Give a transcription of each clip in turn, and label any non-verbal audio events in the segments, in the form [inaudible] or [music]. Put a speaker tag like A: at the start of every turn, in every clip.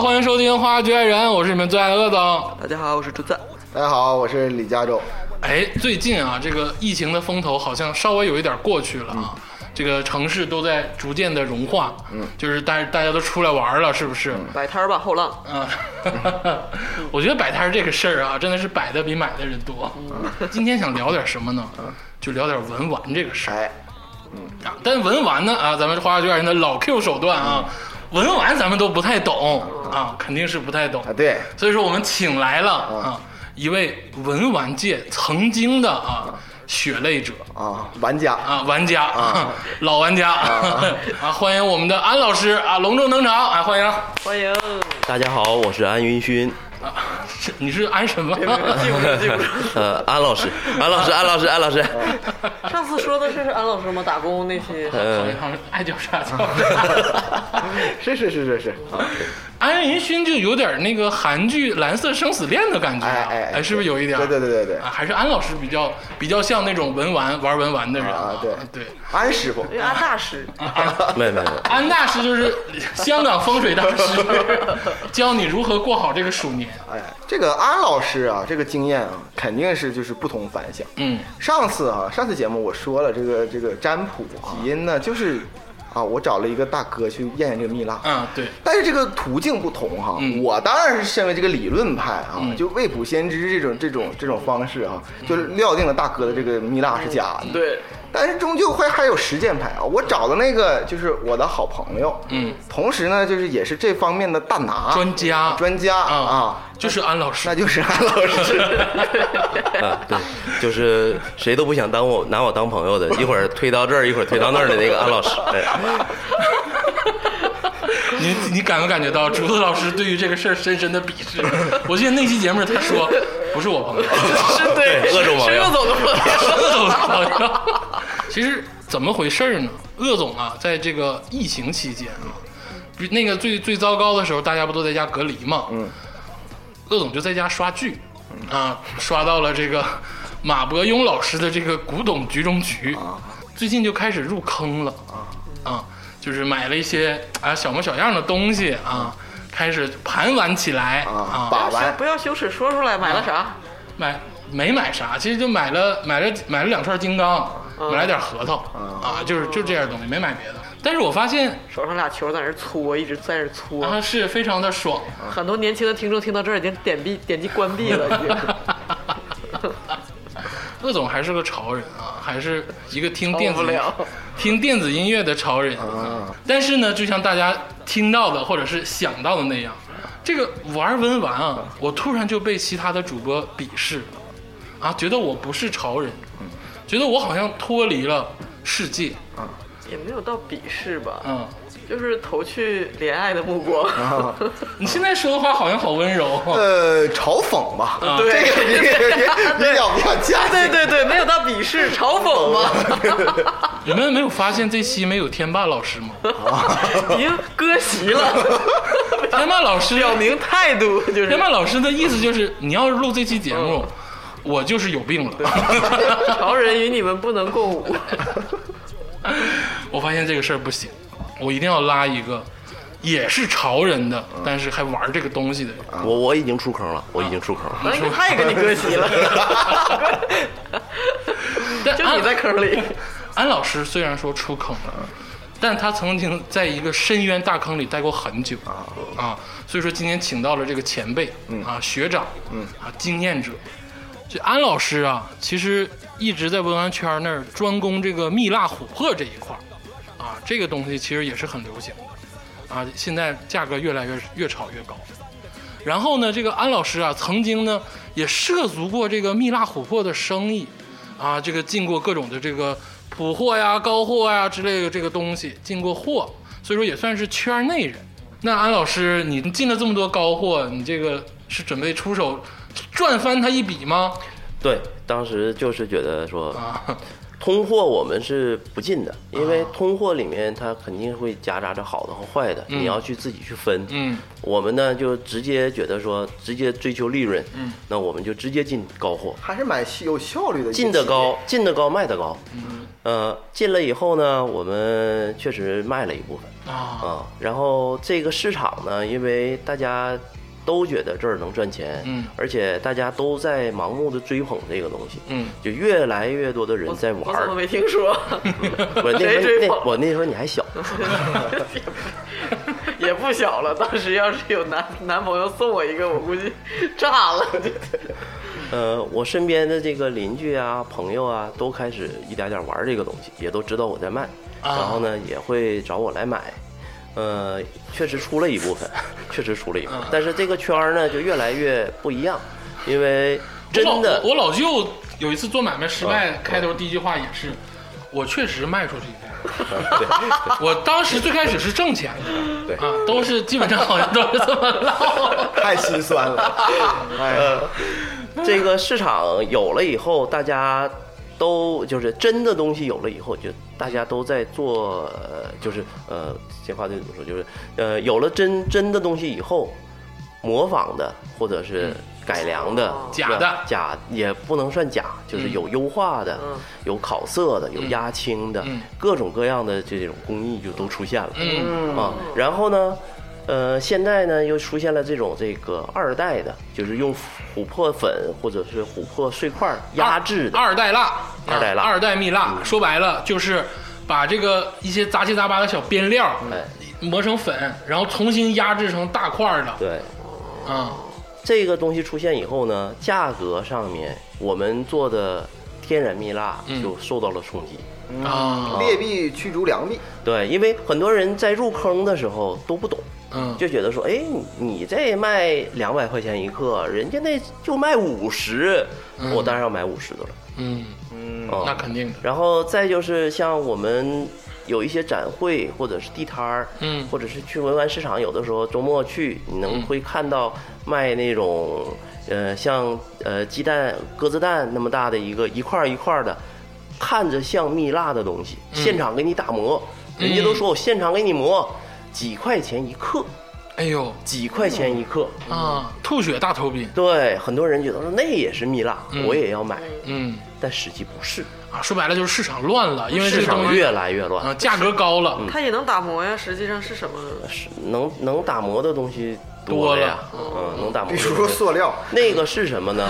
A: 欢迎收听《花局爱人》，我是你们最爱的鄂总。
B: 大家好，我是竹子。
C: 大家好，我是李佳洲。
A: 哎，最近啊，这个疫情的风头好像稍微有一点过去了啊，
C: 嗯
A: 这个城市都在逐渐的融化，嗯，就是大大家都出来玩了，是不是？
B: 摆摊儿吧，后浪。
C: 嗯
A: 啊， [laughs] 我觉得摆摊儿这个事儿啊，真的是摆的比买的人多。
C: 嗯
A: 今天想聊点什么呢？就聊点文玩这个事儿
C: 哎，
A: 啊。但文玩呢啊，咱们花学院的老 Q 手段啊，
C: 嗯
A: 文玩咱们都不太懂啊，肯定是不太懂
C: 啊，。对，
A: 所以说我们请来了啊一位文玩界曾经的啊血泪者
C: 啊，玩家，
A: 啊玩家啊老玩家 [laughs] 啊，欢迎我们的安老师啊隆重登场啊，欢迎。 [laughs]
B: 欢迎。
D: 大家好，我是安云勋，
A: 是你是安什么？
B: 记
A: [laughs]
B: 不住，记不住。
D: 呃，安老师，安老师，安老师，安老师，
B: 上次说的是安老师吗？打工那些。
A: 好
D: 呃，
A: 像爱哎叫啥叫啥。 [laughs]
C: 是是是是是，
A: 安云勋就有点那个韩剧《蓝色生死恋》的感觉、啊，
C: 哎哎哎
A: 是不是有一点？
C: 对对对对对
A: 啊，还是安老师比较比较像那种文玩玩文玩的人
C: 啊对
A: 对。
C: 安师傅，
B: 因为安大师，
D: 没没没，
A: 安大师就是香港风水大师，教你如何过好这个鼠年。
C: 哎，这个安老师啊，这个经验啊，肯定是就是不同凡响。
A: 嗯，
C: 上次啊，上次节目我说了，这个这个占卜基因呢，就是啊，我找了一个大哥去验验这个蜜蜡。
A: 嗯，对，
C: 但是这个途径不同哈，
A: 嗯
C: 我当然是身为这个理论派啊，就未卜先知这种这种这种方式啊，
A: 嗯
C: 就料定了大哥的这个蜜蜡是假的。
B: 对，
C: 但是终究还还有实践派啊！我找的那个就是我的好朋友，
A: 嗯，
C: 同时呢，就是也是这方面的大拿
A: 专家
C: 专家
A: 啊
C: 啊，
A: 就是安老师
C: 那。就是安
A: [laughs]
C: 老师。
D: 啊， [laughs] 对，就是谁都不想当我拿我当朋友的，一会儿推到这儿，一会儿推到那儿的那个安老师，哎，
A: 你你感没感觉到竹子老师对于这个事儿深深的鄙视？我记得那期节目他说不是我朋友。
B: 是对，
D: 恶种网
B: 是
D: 友
B: 恶总的朋友。
A: 鄂总好像， [laughs] 其实怎么回事儿呢？鄂总啊，在这个疫情期间啊，比那个最最糟糕的时候，大家不都在家隔离嘛？嗯，鄂总就在家刷剧啊，刷到了这个马伯庸老师的这个《古董局中局》最近就开始入坑了啊，就是买了一些啊小模小样的东西啊，开始盘玩起来
C: 啊，把玩
B: 不要羞耻，说出来买了啥？
A: 买没买啥，其实就买了买了买了两串金刚，买了点核桃啊，就是就这点东西，没买别的。但是我发现
B: 手上俩球在那儿搓，一直在那儿搓。
A: 啊是非常的爽，
B: 很多年轻的听众听到这儿已经点闭点击关闭了，已经。 [laughs]
A: 鄂总还是个潮人啊，还是一个听电子
B: 受不了
A: 听电子音乐的潮人啊。但是呢，就像大家听到的或者是想到的那样，这个玩文玩啊，我突然就被其他的主播鄙视了啊，觉得我不是潮人，觉得我好像脱离了世界，
B: 也没有到鄙视吧，
A: 嗯。
B: 就是投去怜爱的目光。
D: 啊
B: [laughs]
A: 你现在说的话好像好温柔。哦
C: 呃，嘲讽吧，
A: 嗯
B: 对
C: 这
B: [laughs]
C: 个 [laughs] 你你要不要加？
B: 对对对，没有到鄙视，嘲讽吗？ [laughs]
A: 你们没有发现这期没有天霸老师吗？ [laughs]
B: 已经割席 [laughs] 了，
A: 天霸老师
B: 表明态度就是
A: 天霸老师的意思就是，你要是录这期节目，
B: 嗯
A: 我就是有病了。
B: [laughs] 潮人与你们不能共舞。
A: [laughs] 我发现这个事儿不行，我一定要拉一个也是潮人的，
B: 嗯
A: 但是还玩这个东西的人。
D: 我我已经出坑了，我已经出坑了，
B: 那他也跟你割席了，
D: [laughs]
A: 但啊
B: 就你在
A: 安
B: 坑里。
A: 安老师虽然说出坑了，但他曾经在一个深渊大坑里待过很久啊所以说今天请到了这个前辈、啊学长、啊经验者。这安老师啊，其实一直在文玩圈那儿专攻这个蜜蜡琥珀这一块儿啊，这个东西其实也是很流行的啊，现在价格越来越越炒越高。然后呢，这个安老师啊，曾经呢也涉足过这个蜜蜡琥珀的生意，啊，这个进过各种的这个普货呀、高货呀之类的这个东西，进过货，所以说也算是圈内人。那安老师，你进了这么多高货，你这个是准备出手赚翻他一笔吗？
D: 对，当时就是觉得说，
A: 啊，
D: 通货我们是不进的，因为通货里面它肯定会夹杂着好的和坏的，你要去自己去分。
A: 嗯，
D: 我们呢就直接觉得说，直接追求利润，嗯，那我们就直接进高货，
C: 还是蛮有效率的一个企业，
D: 进的高，进的高，卖的高。呃，进了以后呢，我们确实卖了一部
A: 啊，
D: 分啊。然后这个市场呢，因为大家都觉得这儿能赚钱，
A: 嗯
D: 而且大家都在盲目的追捧这个东西，
A: 嗯
D: 就越来越多的人在
B: 我
D: 玩
B: 怎
D: 儿 [laughs]
B: 么。没听说？
D: 我那
B: 谁
D: 时
B: 追
D: 候
B: 捧
D: 那我那时候你还小，
B: [laughs] 也不小了，当时要是有男男朋友送我一个，我估计炸了。
D: [laughs] 呃，我身边的这个邻居啊、朋友啊，都开始一点点玩这个东西，也都知道我在卖，
A: 啊
D: 然后呢也会找我来买。呃，确实出了一部分， [laughs] 确实出了一部分，
B: 嗯
D: 但是这个圈儿呢就越来越不一样，因为真的
A: 我老我老舅有一次做买卖失败，
D: 啊
A: 开头第一句话也是，我确实卖出去一部分。 [laughs] 我当时最开始是挣钱的，
D: 啊对
A: 啊，都是基本上好像都是这么唠。
C: 太心
A: [laughs]
C: 酸了。哎呀，
D: 这个市场有了以后，大家都就是真的东西有了以后，就大家都在做，呃就是呃，这话怎么说？就是呃，有了真真的东西以后，模仿的或者是改良的、
A: 哦假
D: 那
A: 的
D: 假也不能算假，就是有优化的、
B: 嗯
D: 有烤色的、有压青的，
A: 嗯
D: 各种各样的这种工艺就都出现了。
A: 嗯
D: 啊，然后呢，呃，现在呢又出现了这种这个二代的，就是用琥珀粉或者是琥珀碎块儿
A: 啊
D: 压制的，
A: 二代蜡，
D: 二代蜡嗯
A: 啊二代蜜蜡，说白了就是把这个一些杂七杂八的小边料
D: 哎，
A: 磨成粉，然后重新压制成大块儿的
D: 对，
A: 啊。
D: 这个东西出现以后呢，价格上面我们做的天然蜜蜡
A: 嗯
D: 就受到了冲击。
A: 啊，
C: 劣币驱逐良币，
D: 对，因为很多人在入坑的时候都不懂，
A: 嗯，
D: 就觉得说，哎，你你这卖两百块钱一克，人家那就卖五十，我当然要买五十的了。
A: 嗯，
C: 嗯，
D: 哦
A: 那肯定的，
D: 然后再就是像我们有一些展会或者是地摊儿，
A: 嗯
D: 或者是去文玩市场，有的时候周末去，你能会看到卖那种呃像呃鸡蛋、鸽子蛋那么大的一个一块儿一块儿的，看着像蜜蜡的东西，
A: 嗯
D: 现场给你打磨，人家都说我现场给你磨，几块钱一克，
A: 哎呦
D: 几块钱一克。
A: 啊，吐血大头宾，
D: 对，很多人觉得说那也是蜜蜡，
A: 嗯
D: 我也要买，
A: 嗯
D: 但实际不是，
A: 啊，说白了就是市场乱了，因为这
D: 市
A: 个东
D: 场
A: 西
D: 越来越乱。
A: 啊价格高了，
D: 嗯
B: 它也能打磨呀，实际上是什么？
D: 是能能打磨的东西了呀，嗯，能打磨
C: 比
D: 的东西。
C: 如说塑料，
D: 那个是什么呢？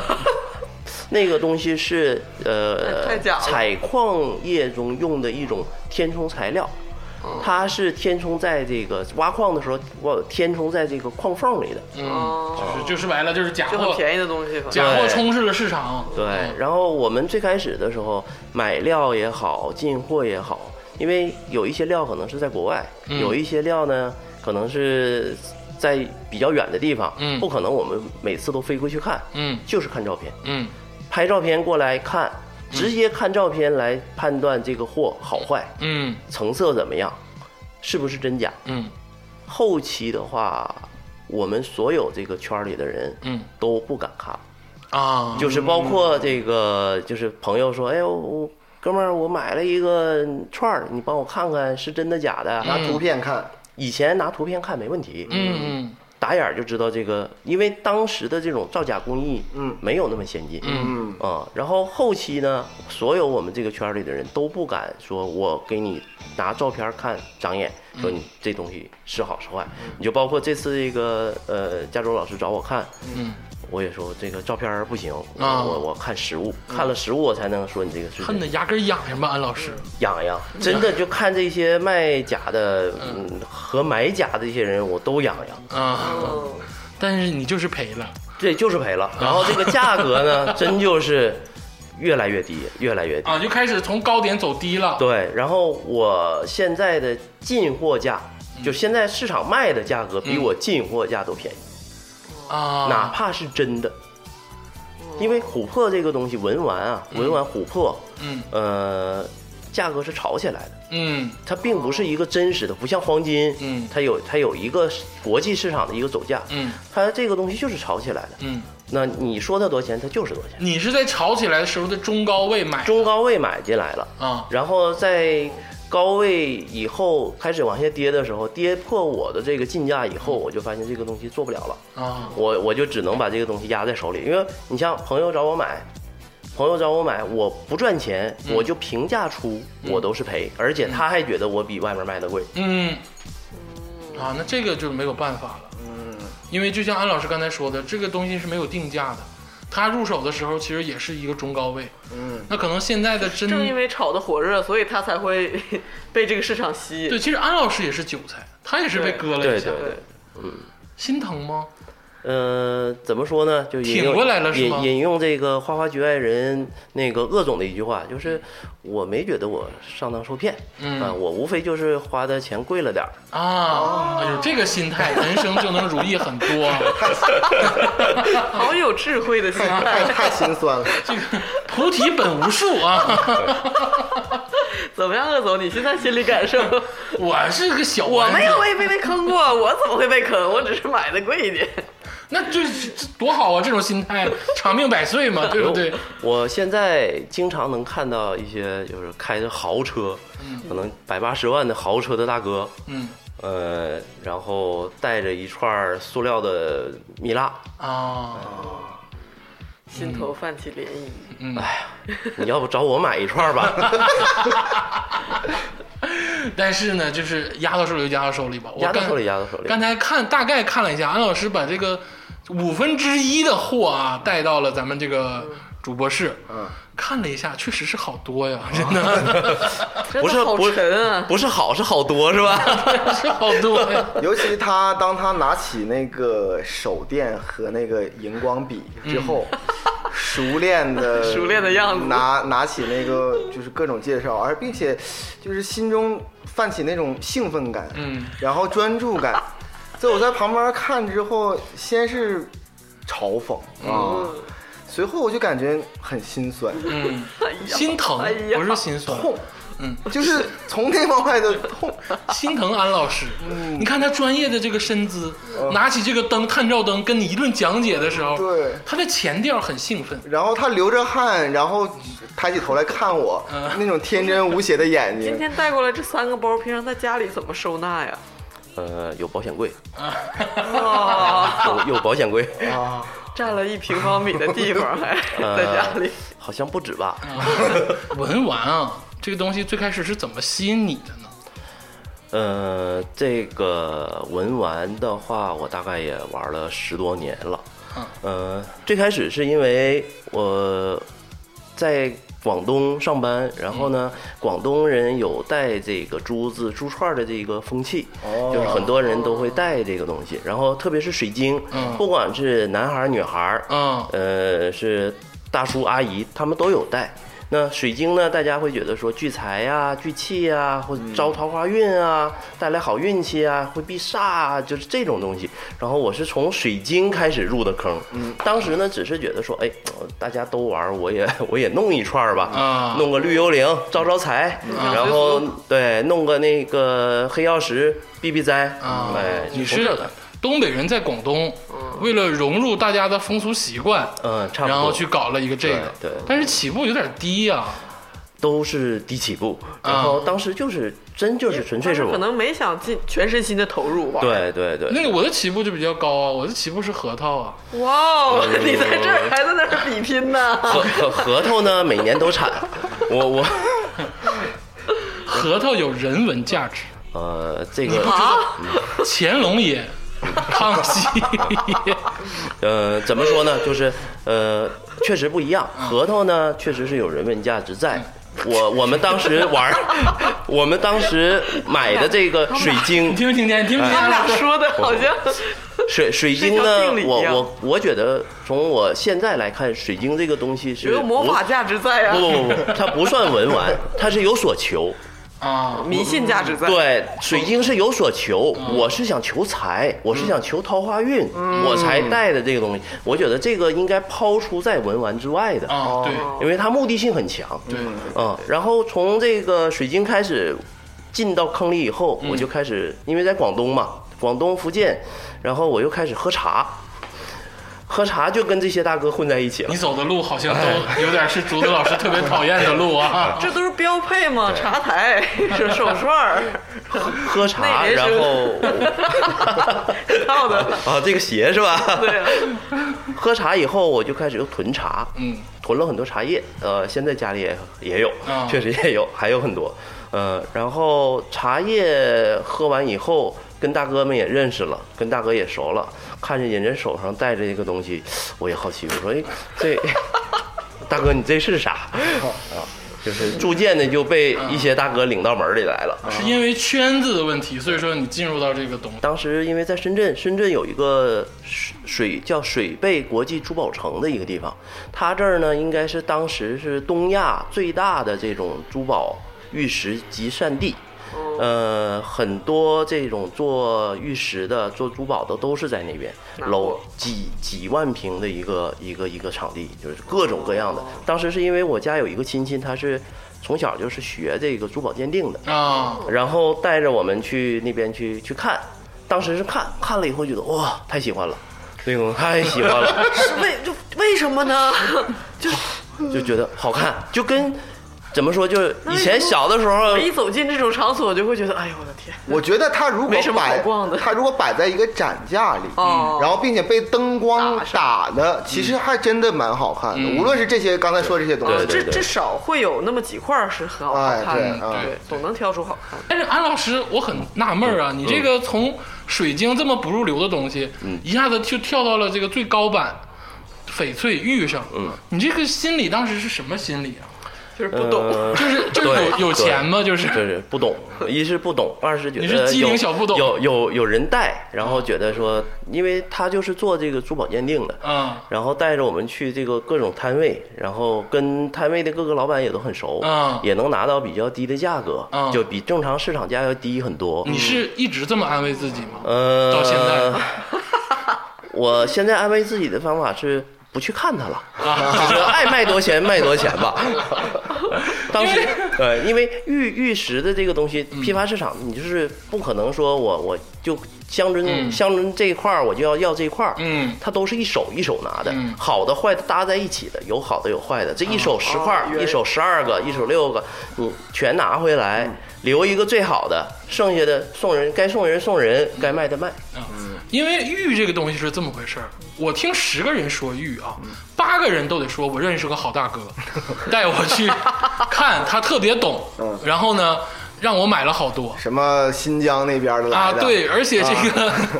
D: 那个东西是
B: 哎
D: 呃
B: 太假了
D: 采矿业中用的一种填充材料，它是填充在这个挖矿的时候，我填充在这个矿缝里的。
A: 嗯，
B: 哦，
A: 就是就说白了就是假
B: 就很
A: 货，
B: 便宜的东西吧。
A: 假货
D: 对
A: 充斥了市场，
D: 对，然后我们最开始的时候买料也好，进货也好，因为有一些料可能是在国外，
A: 嗯
D: 有一些料呢可能是在比较远的地方，
A: 嗯
D: 不可能我们每次都飞过去看，
A: 嗯
D: 就是看照片，
A: 嗯
D: 拍照片过来看，直接看照片来判断这个货好坏、
A: 嗯
D: 成色怎么样，是不是真假。
A: 嗯
D: 后期的话，我们所有这个圈儿里的人
A: 嗯
D: 都不敢看了。
A: 啊，
D: 就是包括这个，就是朋友说，哎呦，我哥们儿，我买了一个串儿，你帮我看看是真的假的。
C: 拿
B: 嗯
C: 图片看，
D: 以前拿图片看没问题，
A: 嗯嗯
D: 打眼儿就知道这个，因为当时的这种造假工艺，
C: 嗯
D: 没有那么先进，嗯
A: 嗯
C: 嗯，
D: 啊、然后后期呢，所有我们这个圈儿里的人都不敢说，我给你拿照片儿看长眼，说
A: 嗯
D: 你这东西是好是坏。你就包括这次这个呃，加州老师找我看，
A: 嗯，
D: 我也说这个照片儿不行，我
A: 啊嗯
D: 我我看实物，看了实物我才能说你这个是
A: 恨得牙根痒痒吧，安老师，
D: 痒痒。真的就看这些卖假的，嗯，和买假的这些人，我都痒痒。
A: 啊，
D: 哦
B: 嗯，
A: 但是你就是赔了，
D: 这就是赔
A: 啊
D: 了。然后这个价
A: [laughs]
D: 格呢，真就是越来越低，越来越低。
A: 啊，就开始从高点走低了，
D: 对，然后我现在的进货价，
A: 嗯
D: 就现在市场卖的价格比我进货价都便宜，
A: 啊，
D: 哪怕是真的。因为琥珀这个东西，文玩啊，文玩琥珀，
A: 嗯
D: 呃，价格是炒起来的，
A: 嗯
D: 它并不是一个真实的，不像黄金，
A: 嗯
D: 它有它有一个国际市场的一个走价，
A: 嗯
D: 它这个东西就是炒起来的。
A: 嗯
D: 那你说它多少钱，它就是多少钱。
A: 你是在炒起来的时候的中高位买的
D: 中高位买进来了，
A: 啊
D: 然后在高位以后开始往下跌的时候，跌破我的这个进价以后，我就发现这个东西做不了了，
A: 啊
D: 我我就只能把这个东西压在手里，因为你像朋友找我买。朋友找我买，我不赚钱，我就平价出，我都是赔，而且他还觉得我比外面卖的贵。
A: 嗯啊，那这个就没有办法了，嗯，因为就像安老师刚才说的，这个东西是没有定价的。他入手的时候其实也是一个中高位，嗯，那可能现在的真
B: 正因为炒得火热，所以他才会 [laughs] 被这个市场吸引。
A: 对，其实安老师也是韭菜，他也是被
B: 对
A: 割了
D: 对
A: 一下，嗯
D: 对对，
A: 心疼吗？
D: 呃，怎么说呢？就引
A: 挺
D: 用
A: 过来了是吗
D: 引引用这个《花花局外人》那个鄂总的一句话，就是我没觉得我上当受骗，
A: 嗯
D: 啊，我无非就是花的钱贵了点儿。
A: 啊，哎呦，这个心态，
B: 哦
A: 人生就能如意很多。啊
B: [laughs] 好有智慧的心
C: 太
B: 态。
D: [laughs]
C: 太心酸了。
B: [laughs]
A: 菩提本无树啊，
B: 怎么样，鄂总？你现在心理感受？
A: 我是个小
B: 我
A: 玩
B: 没
A: 具
B: 有被被被坑过，我怎么会被坑？我只是买的贵一点。
A: 那这这多好啊！这种心态，长命百岁嘛，
B: 哦
A: 对不对？
D: 哎我现在经常能看到一些就是开着豪车，
B: 嗯
D: 可能百八十万的豪车的大哥，
A: 嗯
D: 呃，然后带着一串儿塑料的
B: [laughs]
D: 蜜蜡，
A: 啊，
B: 哦心头泛起涟漪。
D: 你要不找我买一串儿
B: [laughs]
D: 吧？
A: 但是呢，就是压到手里就压到手里吧。我
D: 压到
A: 刚
D: 手里，压到手里。
A: 刚才看大概看了一下，安老师把这个五分之一的货啊带到了咱们这个主播室，
C: 嗯，
A: 看了一下，确实是好多
D: 啊
A: 呀， [laughs] 真的
B: 真
D: 不
B: 的
D: 是
B: 好
D: 不
B: 沉
D: 是
B: 啊！
D: 不是好是好多是吧？ [laughs]
A: 是好多呀。
D: 哎
C: 尤其他当他拿起那个手电和那个荧光笔之
B: [laughs]
C: 后，熟练的
B: 嗯熟练的样子
C: 拿拿起那个就是各种介绍，而并且就是心中泛起那种兴奋感，
A: 嗯，
C: 然后专注感。所以我在旁边看之后，先是嘲讽
B: 哦
C: 啊，随后我就感觉很心酸，
A: 嗯，
B: 哎呀
A: 心疼
B: 哎呀，
A: 不是心酸，
C: 痛，嗯，就是从内往外的
B: [laughs]
C: 痛。
D: 啊
A: 心疼安老师。
D: 嗯
A: 你看他专业的这个身姿，拿起这个灯探照灯跟你一顿讲解的时候，
C: 对
A: 他的前调很兴奋。
C: 然后他流着汗，然后抬起头来看我，那种天真无邪的眼
B: 今
C: 睛。
B: 嗯天带过来这三个包，平常在家里怎么收纳呀？
D: 呃，有保险柜，
A: 啊 [laughs]
B: 哇，
D: 有有保险柜，
B: [laughs] 占了一平方米的地方，
D: [laughs]
B: 还
D: 呃
B: 在家里。
D: 好像不止吧？
A: 文玩啊，这个东西最开始是怎么吸引你的呢？
D: 呃，这个文玩的话，我大概也玩了十多年了。
C: 嗯
D: 呃，最开始是因为我在广东上班，然后呢，
C: 嗯
D: 广东人有带这个珠子、珠串的这个风气，
C: 哦
D: 就是很多人都会带这个东西。然后特别是水晶，
A: 嗯
D: 不管是男孩儿、女孩儿，
A: 嗯
D: 呃，是大叔阿姨他们都有带。那水晶呢？大家会觉得说聚财呀、聚气呀、或者招桃花运啊，带来好运气啊，会避煞啊，就是这种东西。然后我是从水晶开始入的坑，嗯，当时呢只是觉得说，哎，大家都玩儿，我也 [laughs] 我也弄一串儿吧，
A: 啊嗯
D: 弄个绿幽灵招招财，然后对，弄个那个黑曜石避避灾，
A: 啊
D: 哎，
A: 你
D: 从这
A: 是
D: 儿来
A: 东北人，在广东，为了融入大家的风俗习惯，
D: 嗯，差不多，
A: 然后去搞了一个这个，
D: 对对
A: 但是起步有点低啊呀。
D: 都是低起步，
B: 啊
D: 然后当时就是真就是纯粹是
B: 可
D: 我，
B: 能没想尽全身心的投入玩。，
D: 对对对，
A: 那个我的起步就比较高啊，我的起步是核桃啊，
B: 哇哦，
D: 呃
B: 你在这儿还在那儿比拼
D: [laughs]
B: 呢。
D: 核
B: [laughs]
D: 核核桃呢每年都产，我我
A: 核桃有人文价
D: [laughs]
A: 值，
D: 呃这个
B: 啊，
A: 乾隆爷，康
D: [laughs]
A: 熙爷，
D: 呃怎么说呢，就是呃确实不一样，
B: 啊
D: 核桃呢确实是有人文价值
B: 嗯
D: 在。我我们当时玩儿，
B: [laughs]
D: 我们当时买的这个水晶
A: 你，听没听见？你听没听
B: 他
A: 见
B: 们
D: 哎
B: 俩说的好像
D: 水水晶
B: 是
D: 呢
B: 条定理，一
D: 我
B: 样
D: 我我觉得从我现在来看，水晶这个东西是
B: 有魔
D: 不
B: 法价值在
D: 不
B: 啊，
D: 不不不，它不算文玩，它是有所求。
A: 啊？
B: 迷信价值在。。
D: 对，水晶是有所求，我是想求财，我是想求桃花运，我才带的这个东西。我觉得这个应该抛出在文玩之外的，
A: 啊，对
D: 因为它目的性很强。
A: 对，
D: 嗯，然后从这个水晶开始进到坑里以后，我就开始，因为在广东嘛，广东、福建，然后我又开始喝茶。喝茶就跟这些大哥混在一起了
A: 你。走的路好像
D: 哎
A: 都有点是竹子老师特别讨厌的路啊
B: 这都是标配嘛，茶台、 [laughs] 手手串儿，
D: [laughs] 喝茶，
B: 那人是
D: 然后
B: [laughs]
D: [laughs]
B: 套的，
D: 啊，这个鞋是 [laughs] 吧？
B: 对啊，
D: 喝茶以后，我就开始又囤茶，
A: 嗯，
D: 囤了很多茶叶，呃，现在家里也也有
A: 啊，
D: 确实也有，还有很多，呃，然后茶叶喝完以后，跟大哥们也认识了，跟大哥也熟了，看见人家手上戴着一个东西，我也好奇，我说，哎，这 [laughs] 大哥你这是啥？啊，就是逐渐的就被一些大哥领到门里来了。
A: 是因为圈子的问题，所以说你进入到这个东西。
D: 当时因为在深圳，深圳有一个水水叫水贝国际珠宝城的一个地方，它这儿呢应该是当时是东亚最大的这种珠宝玉石集散地。
B: 哦
D: 呃，很多这种做玉石的、做珠宝的都是在那边
B: 拿货
D: 楼几几万平的一个一个一个场地，就是各种各样
B: 哦
D: 的。当时是因为我家有一个亲戚，他是从小就是学这个珠宝鉴定的，
A: 啊，
D: 然后带着我们去那边去去看，当时是看看了以后觉得哇太喜欢了，这个太喜欢
A: [laughs]
D: 了，
B: 是为就为什么呢？
D: 嗯
B: 就
D: 就觉得好看，就跟怎么说，就是以前小的时候
A: 哎
B: 我 [laughs] 一走进这种场所，就会觉得，哎呦我的天，
C: 我觉得它如果
B: 没什么好
C: 摆
B: 逛的
C: 它如果摆在一个展架里，
B: 哦
C: 然后并且被灯光
B: 打上嗯
C: 打的，其实还真的蛮好看的。无论是这些刚才说这些东
D: 对
C: 西，
D: 对
B: 至至啊少会有那么几块儿是很好
C: 哎
B: 看
C: 对
B: 的，
C: 嗯
B: 对，总能挑出好看的。
A: 但是哎安老师，我很纳闷儿啊，
D: 嗯
A: 你这个从水晶这么不入流的东西，一下子就跳到了这个最高版翡翠玉上，嗯，你这个心理当时是什么心理啊？
B: 就是不懂，
D: 呃
A: 就是就是
D: 对
A: 有有钱吗？就
D: 就是是不懂，一是不懂，二是觉得
A: 你是机灵
D: 有
A: 小不懂
D: 有有有人带，然后觉得说，因为他就是做这个珠宝鉴定的，
A: 啊
D: 然后带着我们去这个各种摊位，然后跟摊位的各个老板也都很熟，
A: 嗯
D: 也能拿到比较低的价格，
A: 嗯
D: 就比正常市场价要低很多。
A: 你是一直这么安慰自己吗？
D: 呃，
A: 到现在，
D: [laughs]
A: [laughs]
D: 我现在安慰自己的方法是不去看它了，
A: 啊
D: 就是爱卖多钱卖多钱吧。
A: [laughs]
D: 当时，呃，因为玉玉石的这个东西，批发市场你就是不可能说我我就相中、
A: 嗯
D: 相中这一块儿我就要要这一块儿，
A: 嗯
D: 它都是一手一手拿的，
A: 嗯
D: 好的坏的搭在一起的，有好的有坏的，这一手十块儿，
B: 哦原嗯
D: 一手十二个，一手六个，你全拿回来，留一个最好的，剩下的送人，该送人送人，该卖的卖。
A: 啊，因为玉这个东西是这么回事儿，我听十个人说玉啊，
D: 嗯
A: 八个人都得说我认识个好大哥，带我去 [laughs] 看，他特别懂，
D: 嗯
A: 然后呢，让我买了好多。
C: 什么新疆那边的来
A: 啊，
C: 的，
A: 对，而且这个 [laughs]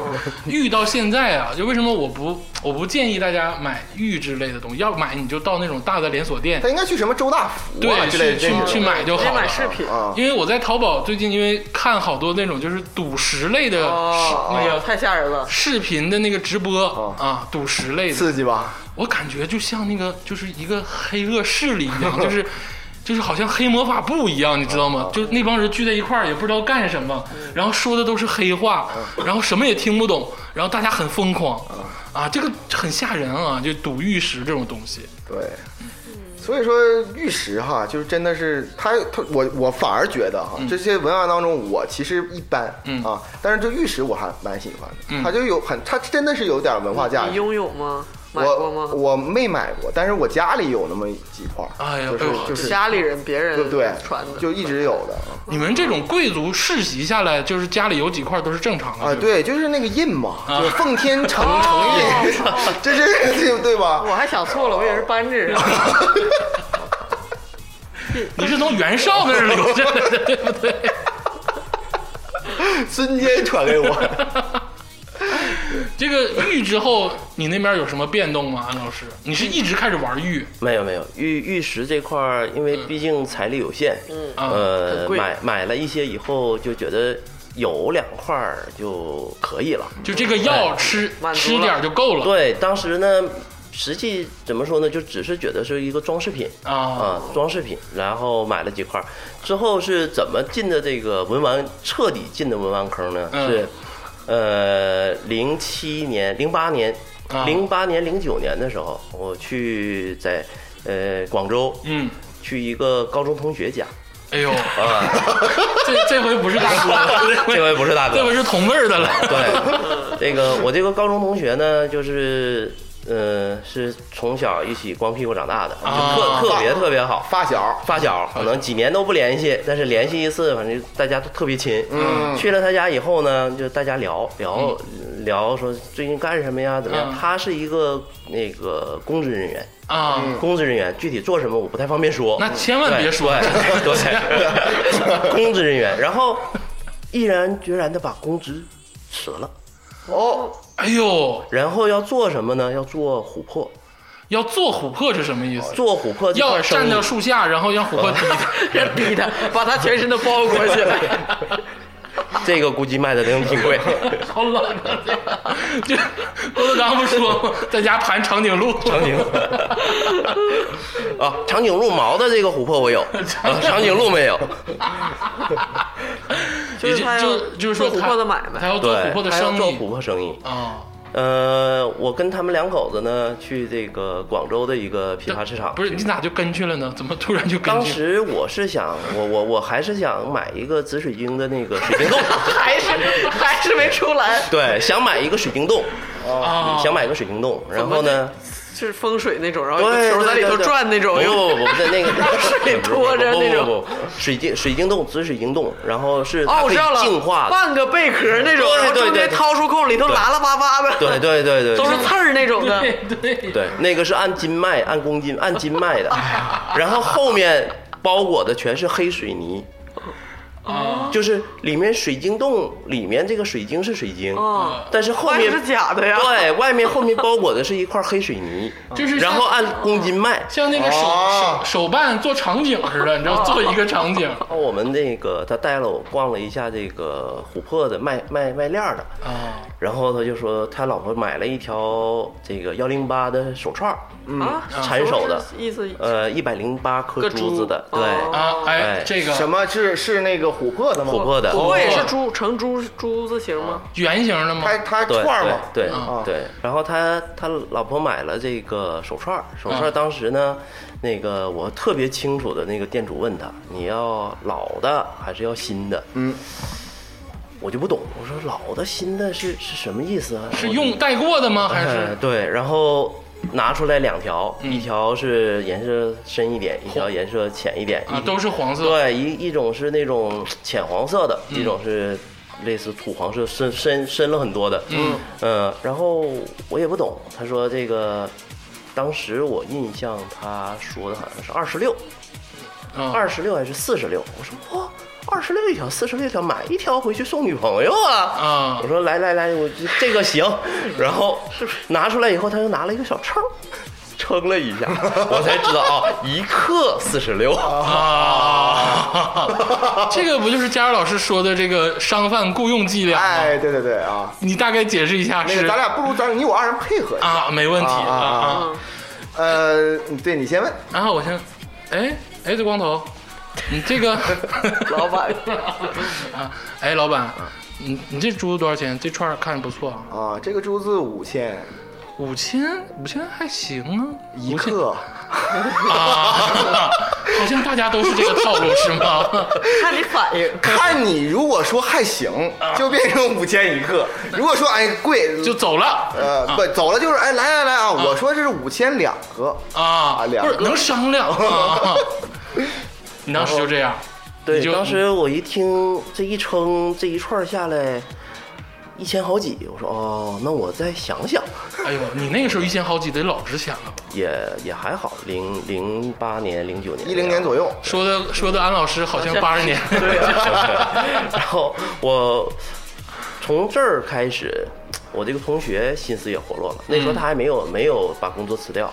A: 玉到现在啊，就为什么我不我不建议大家买玉之类的东西，要买你就到那种大的连锁店
C: 他，应该去什么周大福啊
A: 对，
C: 之类
A: 去
C: 的这种
A: 去去买就
B: 得
A: 好了
B: 买。饰品，
C: 啊。
A: 因为我在淘宝最近因为看好多那种就是赌石类的
B: 哦，
A: 那
B: 哦
A: 个
B: 太吓人了。
A: 视频的那个直播啊，赌石类的，
C: 刺激吧，
A: 我感觉就像那个就是一个黑恶势力一样，就是就是好像黑魔法部一样，你知道吗？就那帮人聚在一块儿也不知道干什么，然后说的都是黑话，然后什么也听不懂，然后大家很疯狂啊，这个很吓人啊，就赌玉石这种东西，
C: 对。
B: 嗯
C: 所以说玉石哈，就是真的是它它我我反而觉得哈，这些文案当中我其实一般
A: 嗯
C: 啊，但是这玉石我还蛮喜欢
A: 嗯
C: 的，它就有很它真的是有点文化价
B: 你
C: 值。
B: 拥有吗？买过
C: 我
B: 吗？
C: 我没买过，但是我家里有那么几块儿，
A: 哎呀
C: 就是
A: 哎呦
C: 就是
B: 家里人、别人
C: 对对
B: 传的，
C: 就一直有的啊
A: 你们这种贵族世袭下来，就是家里有几块都是正常的
C: 啊，，
A: 吧
C: 对，就是那个印嘛，就是奉天承承印， [laughs] 这是对对
B: 啊
C: 吧？
B: 我还想错了，我以为是扳指上。
A: 你是从袁绍那儿留下来的，对不对？
C: 孙坚传给我，
A: 这个玉之后，你那边有什么变动吗？安老师，你是一直开始玩玉
D: 没有没有，玉玉石这块儿，因为毕竟财力有限，嗯，
A: 啊？
D: 呃
B: 很，贵
D: 买买了一些以后就觉得有两块儿就可以了。
A: 就这个药
D: 哎
A: 吃
B: 满足
A: 吃点儿就够了
D: 对，当时呢，实际怎么说呢，就只是觉得是一个装饰品
A: 啊
D: 啊、装饰品，然后买了几块儿。之后是怎么进的这个文玩，彻底进的文玩坑呢？
A: 嗯
D: 是，呃，零七年、零八年
A: 啊、
D: 嗯零八年、零九年的时候，我去在呃广州，
A: 嗯，
D: 去一个高中同学家
A: 哎呦， [laughs]
D: 啊，
A: 这这回不是大
D: [laughs]
A: 哥了，
D: 这回
A: [laughs]
D: 不是大哥，
A: 这回是同辈儿的了。
D: 对，这个我这个高中同学呢，就是呃，是从小一起光屁股长大的，就
A: 啊
D: 特特别特别好。
C: 发小，
D: 发小可能几年都不联
A: 嗯
D: 系，但是联系一次，反正就大家都特别亲。
C: 嗯
D: 去了他家以后呢，就大家聊聊聊，说最近干什么呀，怎么样？
A: 嗯
D: 他是一个那个公职人员，
A: 啊，
D: 公职人员具体做什么我不太方便说。
A: 那千万别说呀，
D: 对，
A: [laughs]
D: 对，公职人员，然后毅然决然的把公职辞了，
C: 哦，
A: 哎呦，
D: 然后要做什么呢？要做琥珀，
A: 要做琥珀是什么意思？
D: 做琥珀这
A: 要
D: 块嗯
A: 站
D: 生意
A: 到，树下，然后 [laughs] 让琥珀滴他。
B: 人逼他，把他全身都包裹起
C: [laughs]
B: 来。
D: 这个估计卖的能挺
A: [laughs]
D: 贵。
A: 好冷啊！这个 [laughs] 这郭德纲不说
D: [laughs]
A: 吗？在家盘长颈鹿，
D: 长
A: [laughs]
D: 颈鹿啊，长颈鹿毛的这个琥珀
B: [laughs]
D: 我有，啊、长颈鹿没有。
B: 就
A: 也
B: 是他要
A: 就就是说
B: 做琥
A: 他
B: 珀的买卖
A: 他要
D: 对
A: 做琥珀，的
D: 他要
A: 生
D: 做
A: 意
D: 琥珀生意。
A: 啊。
D: 呃，我跟他们两口子呢去这个广州的一个批发市场，
A: 不是你咋就跟去了呢？怎么突然就跟
D: 当
A: 去？
D: 时我是想，我我我还是想买一个紫水晶的那个
B: [laughs]
D: 水晶洞，
B: 还是还是没出来，
D: 对，想买一个水晶洞，
B: 哦
A: 啊，
D: 想买一个水晶洞，然后呢，
B: 是风水那种，然后有
D: 对，
B: 球在里头
D: 对对
B: 转那种哎
D: 不。不不不，在
B: [laughs]
D: 那个
B: 水泼着那种
D: 不不不，不水晶水晶洞，紫水晶洞，然后是
B: 哦，
D: 它
B: 我知
D: 可以
B: 道了，
D: 净化的，
B: 半个贝壳那种，
D: 对
B: 然后
D: 对
B: 中间
D: 对
B: 掏出空，里头拉拉巴巴的，
D: 对对对对，
B: 都是
D: 对
B: 刺儿那种
A: [laughs]
B: 的。
A: 对对，
D: 对，那个是按斤卖，按公斤，按斤卖
B: [laughs]
D: 的，然后后面包裹的全是黑水泥，
B: 哦
A: 啊，
D: 就是里面水晶洞里面这个水晶是水晶，
B: 哦
D: 但是后
B: 外
D: 面
B: 面是假的呀
D: 对，外面后面包裹的是一块黑水泥，
A: 就是像
D: 然后按公斤卖。
A: 像那个手
C: 哦
A: 手手办做场景似的，你知道，做一个场景
D: 然后我们那个他带了我逛了一下这个琥珀的卖卖卖链儿的，
A: 啊，
D: 然后他就说他老婆买了一条这个幺零八的手串儿，
B: 啊，
D: 缠嗯手的
B: 什么意思
D: 呃，一百零八颗
B: 个珠
D: 珠子的，对，
B: 哦
A: 啊，哎
D: 哎，
A: 这个
C: 什么是是那个琥珀的吗？
D: 琥珀的，
B: 不会也
A: 哦
B: 是珠成珠珠子形
D: 哦
B: 吗？
A: 圆形的吗
C: 它？它
D: 对
C: 串儿嘛，
D: 对
C: 嗯
A: 啊
D: 对对。然后他他老婆买了这个手串儿，手串儿
A: 嗯
D: 当时呢，那个我特别清楚的那个店主问他，你要老的还是要新的？
C: 嗯，
D: 我就不懂，我说老的新的是是什么意思啊？
A: 是
D: 我
A: 用带过的吗？还
D: 哎
A: 是
D: [laughs]
A: 嗯
D: 对，然后拿出来两条，一条是颜色深一点，一条颜色浅一点，
A: 啊
D: 一，
C: 嗯
A: 都是黄色
D: 对，一一种是那种浅黄色的，一种是类似土黄色，深深深了很多的。嗯，呃，然后我也不懂，他说这个，当时我印象他说的好像是二十六，
A: 啊？
D: 二十六还是四十六？我说哇，二十六一条，四十六一条，买一条回去送女朋友啊。
A: 啊
D: 我说来来来，我这这个 [laughs] 行，然后拿出来以后，他又拿了一个小秤儿， [laughs] 称了一下， [laughs] 我才知道啊，一克四十 [laughs] 六。
C: [laughs]
A: 啊，这个不就是佳儿老师说的这个商贩雇佣伎俩吗？
C: 哎，对对对啊，
A: 你大概解释一下
C: 那个
A: 是
C: 咱俩不如咱你我二人配合一下，
A: 啊，没问题
C: 啊啊啊
A: 啊。
C: 呃，对你先问，
A: 然后我先，哎哎，这光头，你这
C: [laughs]
A: 个
B: 老板，
A: [laughs] 啊，哎，老板，你你这珠子多少钱？这串儿看着不错啊，
C: 啊，这个珠子五千
A: 五千五千还行啊，
C: 一
A: 五千
C: 克，
A: 啊， [laughs] 好像大家都是这个套路是吗？ [laughs]
B: 看你反应。
C: [laughs] 看你如果说还行，就变成五千一克；如果说哎贵，
A: 啊就啊走了
C: 呃不走了就是哎来来来啊，我说这是五千两个，
A: 啊，
C: 两
A: 不是
C: 个
A: 能商量啊。你当时就这样，
D: 对
A: 你，就
D: 当时我一听这一称这一串下来一千好几，我说哦，那我再想想，
A: 哎呦，你那个时候一千好几得老啊值钱了吧？
D: 也也还好，零零八年、零九年、
C: 一零年左
D: 右。
C: 右，
A: 说的说的，安老师好像八十
B: [laughs]
A: 年，
B: 对啊，
D: [laughs] 然后我从这儿开始，我这个同学心思也活络了。那
A: 嗯
D: 时候他还没有没有把工作辞掉，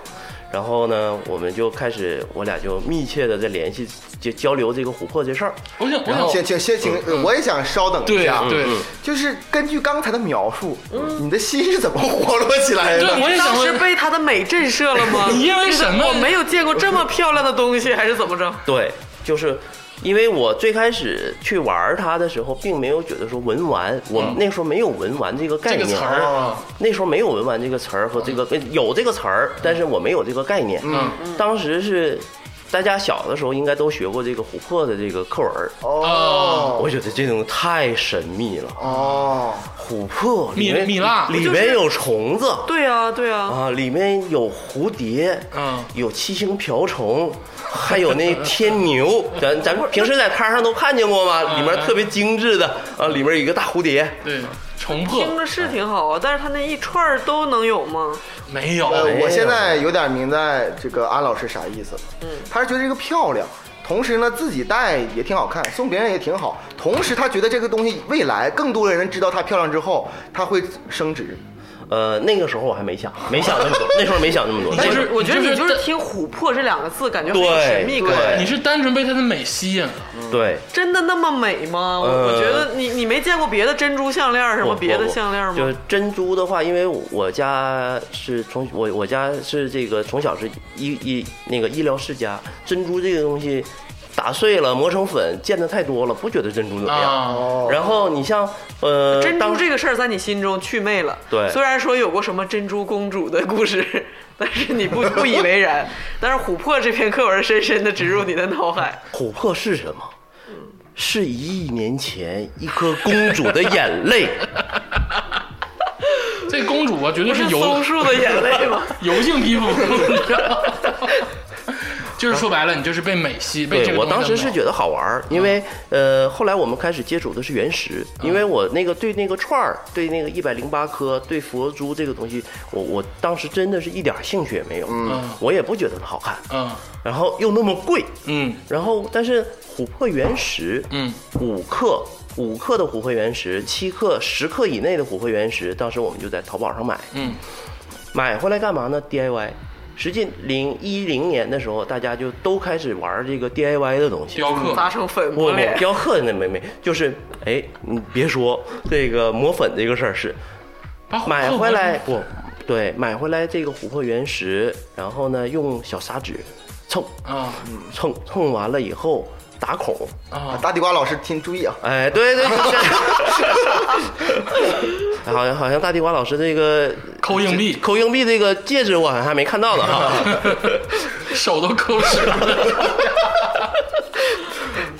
D: 然后呢，我们就开始我俩就密切的在联系，就交流这个琥珀这事儿。
A: [laughs] 我想我
C: 请
A: 想，
C: 请先请，呃我也想稍等一
A: 对
C: 下，
A: 嗯
C: 啊
A: 对嗯
C: 就是根据刚才的描述，你的心是怎么活络起来的？
A: 对，我也想
B: 当时
A: 问，
B: 被他的美震慑了吗？
A: 你因为什么
B: 我没有见过这么漂亮的东西，还是怎
A: [laughs]
B: 么着？
D: 对，就是因为我最开始去玩它的时候，并没有觉得说文玩，我那时候没有文玩这个概
A: 嗯这个
D: 念。
A: 词儿啊
D: 那时候没有文
B: 嗯
D: 玩这个词儿和这个呃有这个词儿，但是我没有这个概念。
A: 嗯，
D: 当时是大家小的时候应该都学过这个琥珀的这个课文儿，
C: 哦
D: 我觉得这种太神秘
A: 啊
D: 了。
C: 哦，
D: 琥珀
A: 蜜
D: 里面
A: 蜜蜡
D: 里
B: 就是
D: 面有虫子
B: 对呀、对呀、
D: 啊，里面有蝴蝶，
A: 嗯
D: 有七星瓢虫，还有那天牛，咱咱平时在摊上都看见过吗？里面特别精致的啊，里面有一个大蝴蝶，
A: 对，重破
B: 听着是挺好啊，但是他那一串儿都能有吗？
A: 没有，
C: 呃，我
D: 哎
C: 现
D: 呀
C: 在有点明白这个安老师啥意思了。嗯，他是觉得这个漂亮，同时呢自己戴也挺好看，送别人也挺好。同时他觉得这个东西未来更多的人知道它漂亮之后，它会升值。
D: 呃，那个时候我还没想，没想那么多，那时候没想那么多，那
B: 但
D: 时
A: 就是
D: 候
B: 是我觉得
A: 你
B: 你
A: 就
B: 就是是听“琥珀”这两个字，感觉很有
D: 对
B: 神秘
D: 对
B: 感。
A: 你是单纯被它的美吸引了。
D: 对。
B: 真的那么美吗？我我
D: 呃
B: 觉得你你没见过别的珍珠项链儿什么
D: 不
B: 别的
D: 不
B: 项链儿
D: 就
B: 吗
D: 是？珍珠的话，因为我家是从我我家是这个从小是医医那个医疗世家，珍珠这个东西打碎了磨成粉，见的太多了，不觉得珍珠怎么样。
A: 啊，
C: 哦，
D: 然后你像呃，
B: 珍珠
D: 当
B: 这个事儿在你心中祛魅了。
D: 对
B: 虽然说有过什么珍珠公主的故事， [laughs] 但是你不不以为然。但是琥珀这篇课文深深的植入你的脑海。
D: 琥珀是什么？是一亿年前一颗公主的眼泪。
A: 这公主啊，绝对
B: 不
A: 是
B: 是
A: 油
B: 松树的眼泪吗？
A: 油性皮
D: [laughs]
A: 肤，你知道吗就是说白了，你就是被美吸， [laughs] 被这
D: 对
A: 个
D: 我
A: 东西
D: 当时
A: 的
D: 是
A: 美
D: 觉得好玩儿，因为呃，后来我们开始接触的是原石，因为我那个对那个串儿，对那个一百零八颗，对佛珠这个东西，我我当时真的是一点儿兴趣也没有，嗯我也不觉得它好看，
A: 嗯
D: 然后又那么贵，
A: 嗯
D: 然后但是琥珀原石，
A: 嗯，
D: 五克。五克的琥珀原石，七克、十克以内的琥珀原石，当时我们就在淘宝上买。
A: 嗯
D: 买回来干嘛呢？DIY。实际零一零年的时候，大家就都开始玩这个 DIY 的东西。
A: 雕刻
B: 砸成粉
D: 不
B: 末
D: 不
B: 脸，
D: 雕刻那没没，就是哎，你别说这个抹粉这个事儿是
A: 把琥珀
D: 买回来
A: 磨
D: 哦不对，买回来这个琥珀原石，然后呢用小砂纸蹭
A: 成啊
D: 蹭蹭完了以后打孔，
A: 啊
C: 大地瓜老师听注意啊，
D: 哎，对对对， [laughs] 好像好像大地瓜老师这个
A: 抠硬币
D: 抠硬币这个戒指我好像还没看
A: [laughs]
D: 到呢哈。
A: 手都抠湿
D: [laughs]
A: 了。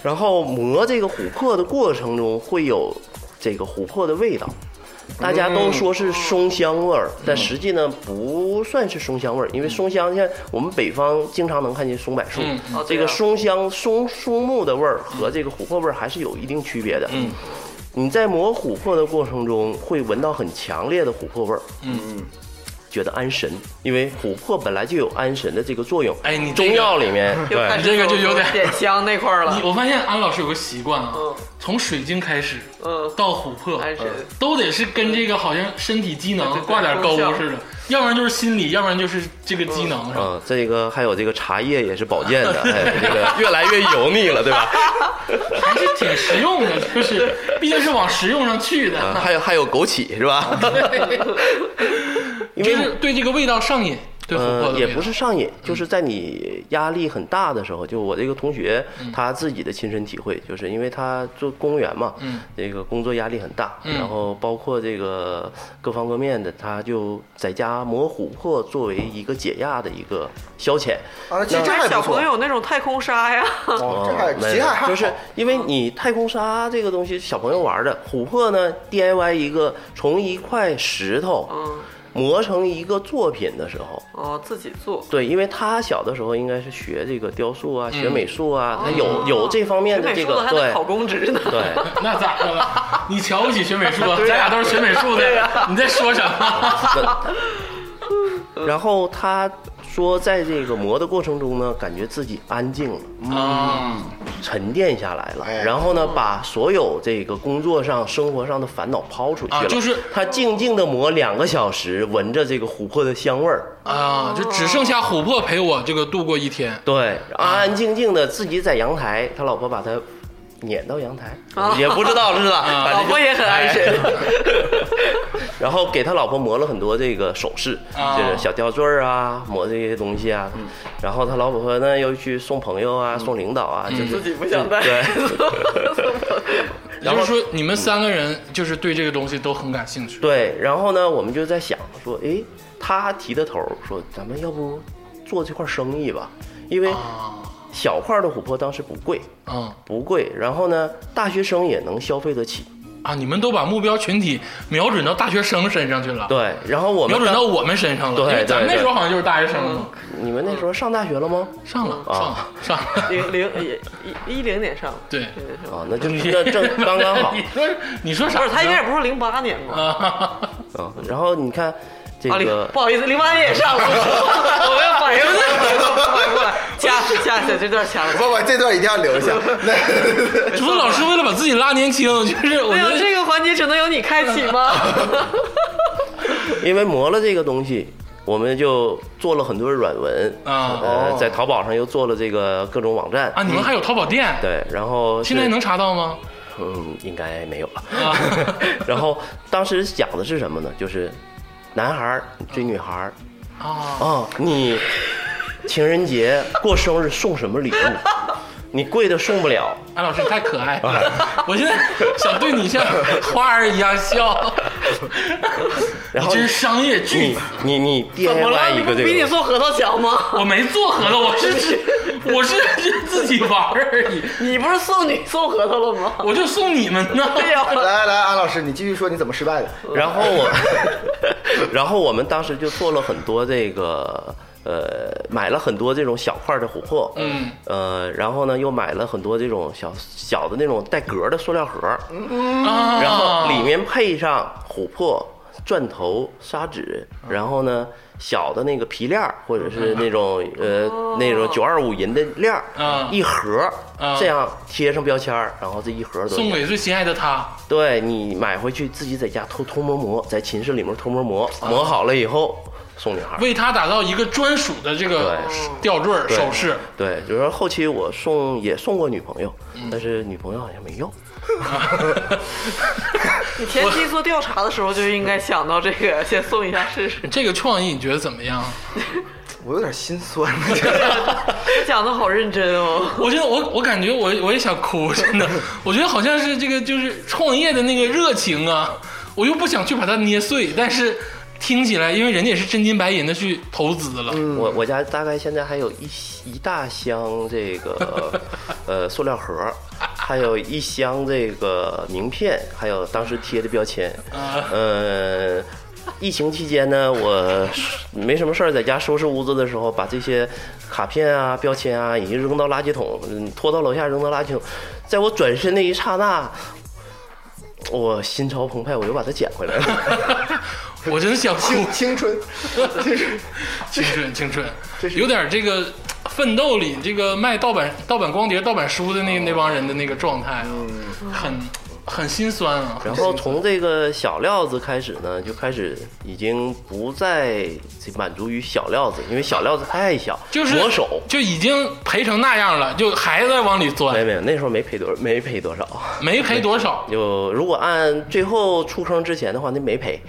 D: 然后磨这个琥珀的过程中会有这个琥珀的味道，大家都说是松香味儿，
A: 嗯
D: 但实际呢不算是松香味儿，因为松香现在我们北方经常能看见松柏树
A: 嗯，
B: 哦
D: 这
B: 对
D: 个
B: 啊
D: 松香松松木的味儿和这个琥珀味儿还是有一定区别的。
A: 嗯
D: 你在磨琥珀的过程中会闻到很强烈的琥珀味儿，
A: 嗯，
D: 觉得安神，因为琥珀本来就有安神的这个作用。
A: 哎你这
D: 中
A: 个
D: 药里面
B: 又
D: 对
B: 开始
A: 这个就有点
B: 点香那块儿
A: 你
B: 了。
A: 我发现安老师有个习惯啊
B: 嗯，
A: 从水晶开始
B: 嗯，
A: 到琥珀，
B: 安神。
A: 都得是跟这个好像身体机能
B: 对对
A: 挂点钩
B: 功效
A: 似的，要不然就是心理，要不然就是这个机能，是吧？
D: 嗯，这个还有这个茶叶也是保健的，哎，这个 [laughs] 越来越油腻了，对 [laughs] 吧？
A: 还是挺实用的，就是毕竟是往实用上去
D: 啊，
A: 的，
D: 还有还有枸杞是 [laughs] 吧？ [laughs] 因
A: 就
D: 为
A: 是对这个味道上瘾，对琥珀的
D: 呃
A: 味道
D: 也不是上瘾，就是在你压力很大的时候，就我这个同学他自己的亲身体会，就是因为他做公务员嘛，
A: 嗯
D: 这个工作压力很大，
A: 嗯
D: 然后包括这个各方各面的，他就在家磨琥珀作为一个解压的一个消遣。
C: 啊，其实这还
B: 小
C: 不错
B: 朋，友那种太空纱呀， [laughs]
C: 哦，这还
D: 没有
C: 其实还还好嗯
D: 就是因为你太空沙这个东西小朋友玩的，琥珀呢 DIY 一个从一块石头
B: 嗯，
D: 磨成一个作品的时候，
B: 哦，自己做。
D: 对，因为他小的时候应该是学这个雕塑啊，
A: 嗯
D: 学美术啊，他
B: 哦
D: 有有这方面
B: 学
D: 的
B: 美
D: 这
B: 术的
D: 个
B: 还
D: 对
B: 能考公职呢。
D: 对，
A: [laughs] 那咋的了？你瞧不起学美术啊？咱
B: 对呀
A: 俩都是学美术
B: 对
A: 的
B: 呀，
A: 你在说什么？
D: 然后他说在这个磨的过程中呢，感觉自己安静了。
A: 啊，
D: 沉淀下来了，
C: 哎
D: 然后呢，把所有这个工作上、生活上的烦恼抛出去
A: 啊
D: 了。
A: 就是
D: 他静静的磨两个小时，闻着这个琥珀的香味儿，
A: 啊，就只剩下琥珀陪我这个度过一天。
D: 对，安啊安静静的自己在阳台，他老婆把他撵到阳台，
B: 啊
D: 也不知道是吧？反正就哎
B: 老婆也很安神。
D: [laughs] 然后给他老婆磨了很多这个首饰，
A: 啊
D: 就是小吊坠啊，磨这些东西啊。然后他老婆呢又去送朋友啊，送领导啊，就是
B: [laughs] 自己不想戴。 [laughs]
D: 对
A: 也
D: 然
A: 就
D: 后
A: 是说，你们三个人就是对这个东西都很感兴趣。
D: 对，然后呢，我们就在想说，诶，他提的头儿说咱们要不做这块生意吧，因为
A: 啊，
D: 小块的琥珀当时不贵，
A: 嗯
D: 不贵。然后呢，大学生也能消费得起。
A: 啊，你们都把目标群体瞄准到大学生身上去了，
D: 对，然后我
A: 瞄
D: 们
A: 准
D: 当
A: 到我们身上了。
D: 对
A: 因为咱们那
D: 对对
A: 时候好像就是大学生了嘛，
D: 你们那时候上大学了吗？
A: 上了上了
D: 啊
A: 上了，
B: 零零一一零年上，
A: 对。
B: 一零年上，
D: 啊，那就那正刚刚好
A: [laughs] 你说你说啥
B: 不
A: 呢？
B: 是他应该也不是零八年吧？
A: 啊， [laughs]
D: 啊。然后你看这
B: 啊，
D: 个
B: 零不好意思，零八年也
D: [laughs]
B: 上了，我没有反应过来，反应过来，掐掐掐，这段掐了。
C: 不不，这段一定要留 [laughs] 下。那
A: 竹子老师为了把自己拉年轻， [laughs] 就是我
B: 没
A: 觉
B: 有
A: 得
B: 哎这个环节只能由你开启
D: [laughs]
B: 吗？
D: 因为磨了这个东西，我们就做了很多软文
A: 啊
D: 呃，在淘宝上又做了这个各种网站
A: 啊，你们还有淘宝店，
D: 对，然后是
A: 现在能查到吗？
D: 嗯，应该没有了。 [laughs]
A: 啊
D: 然后当时讲的是什么呢？就是男孩儿追女孩儿
A: 啊，
D: 啊，你情人节过生日送什么礼物？你贵的送不了，
A: 安老师你太可爱了，我现在想对你像花儿一样笑，
D: [laughs]
A: 你
D: 然后
A: 这是商业剧
D: 你。你你
B: 怎么了？
D: DIY
B: 你
D: 一
B: 不
D: 个这
B: 比你
D: 个，
B: 做核桃强
D: 嗯
B: 吗？
A: 我没做核桃，我是我是自己玩儿而已，
B: 你不是送你送核桃了吗？哎
A: 我就送你们呢。
B: 对呀，
C: 来来，安老师，你继续说你怎么失败的？
D: 然后我， [laughs] 然后我们当时就做了很多这个。呃，买了很多这种小块的琥珀，
A: 嗯，
D: 呃，然后呢，又买了很多这种小小的那种带格儿的塑料盒，
B: 嗯
A: 啊
D: 然后里面配上琥珀、钻头、砂纸，然后呢，小的那个皮链儿，或者是那种
A: 哦
D: 呃那种九二五银的链儿
A: 啊，
D: 一盒
A: 啊
D: 这样贴上标签儿，然后这一盒多
A: 送
D: 少？
A: 给最心爱的他。
D: 对你买回去自己在家偷偷摸摸，在寝室里面偷摸摸，磨好了以后送女孩儿。
A: 嗯为他打造一个专属的这个
D: 对
A: 吊坠儿
D: 对
A: 首饰，
D: 对，就是说后期我送也送过女朋友，但是女朋友好像没要。
B: 你前期做调查的时候就应该想到这个，先送一下试试。
A: 这个创意你觉得怎么样？
C: 我有点心酸。
B: 讲的好认真哦，
A: [laughs] 我觉得我我感觉我我也想哭，真的，我觉得好像是这个就是创业的那个热情啊，我又不想去把它捏碎，但是听起来，因为人家也是真金白银的去投资了，
D: 我我家大概现在还有一一大箱这个呃塑料盒，还有一箱这个名片，还有当时贴的标签。呃，疫情期间呢，我没什么事儿，在家收拾屋子的时候，把这些卡片啊、标签啊，已经扔到垃圾桶，嗯拖到楼下扔到垃圾桶。在我转身那一刹那，我心潮澎湃，我又把它捡回来了。
A: [laughs] 我真想哭
C: [laughs] 青，青春，
A: 青春青春
C: 这，是
A: 有点这个奋斗里这个卖盗版盗版光碟、盗版书的那那帮人的那个状态啊，很很心酸啊，
D: 然后从这个小料子开始呢，就开始已经不再满足于小料子，因为小料子太小，
A: 就是
D: 磨手。
A: 就已经赔成那样了，就还在往里
D: 没有
A: 钻，
D: 没有，那时候没赔多没赔多少，
A: 没赔多少
D: 就如果按最后出坑之前的话，那没赔。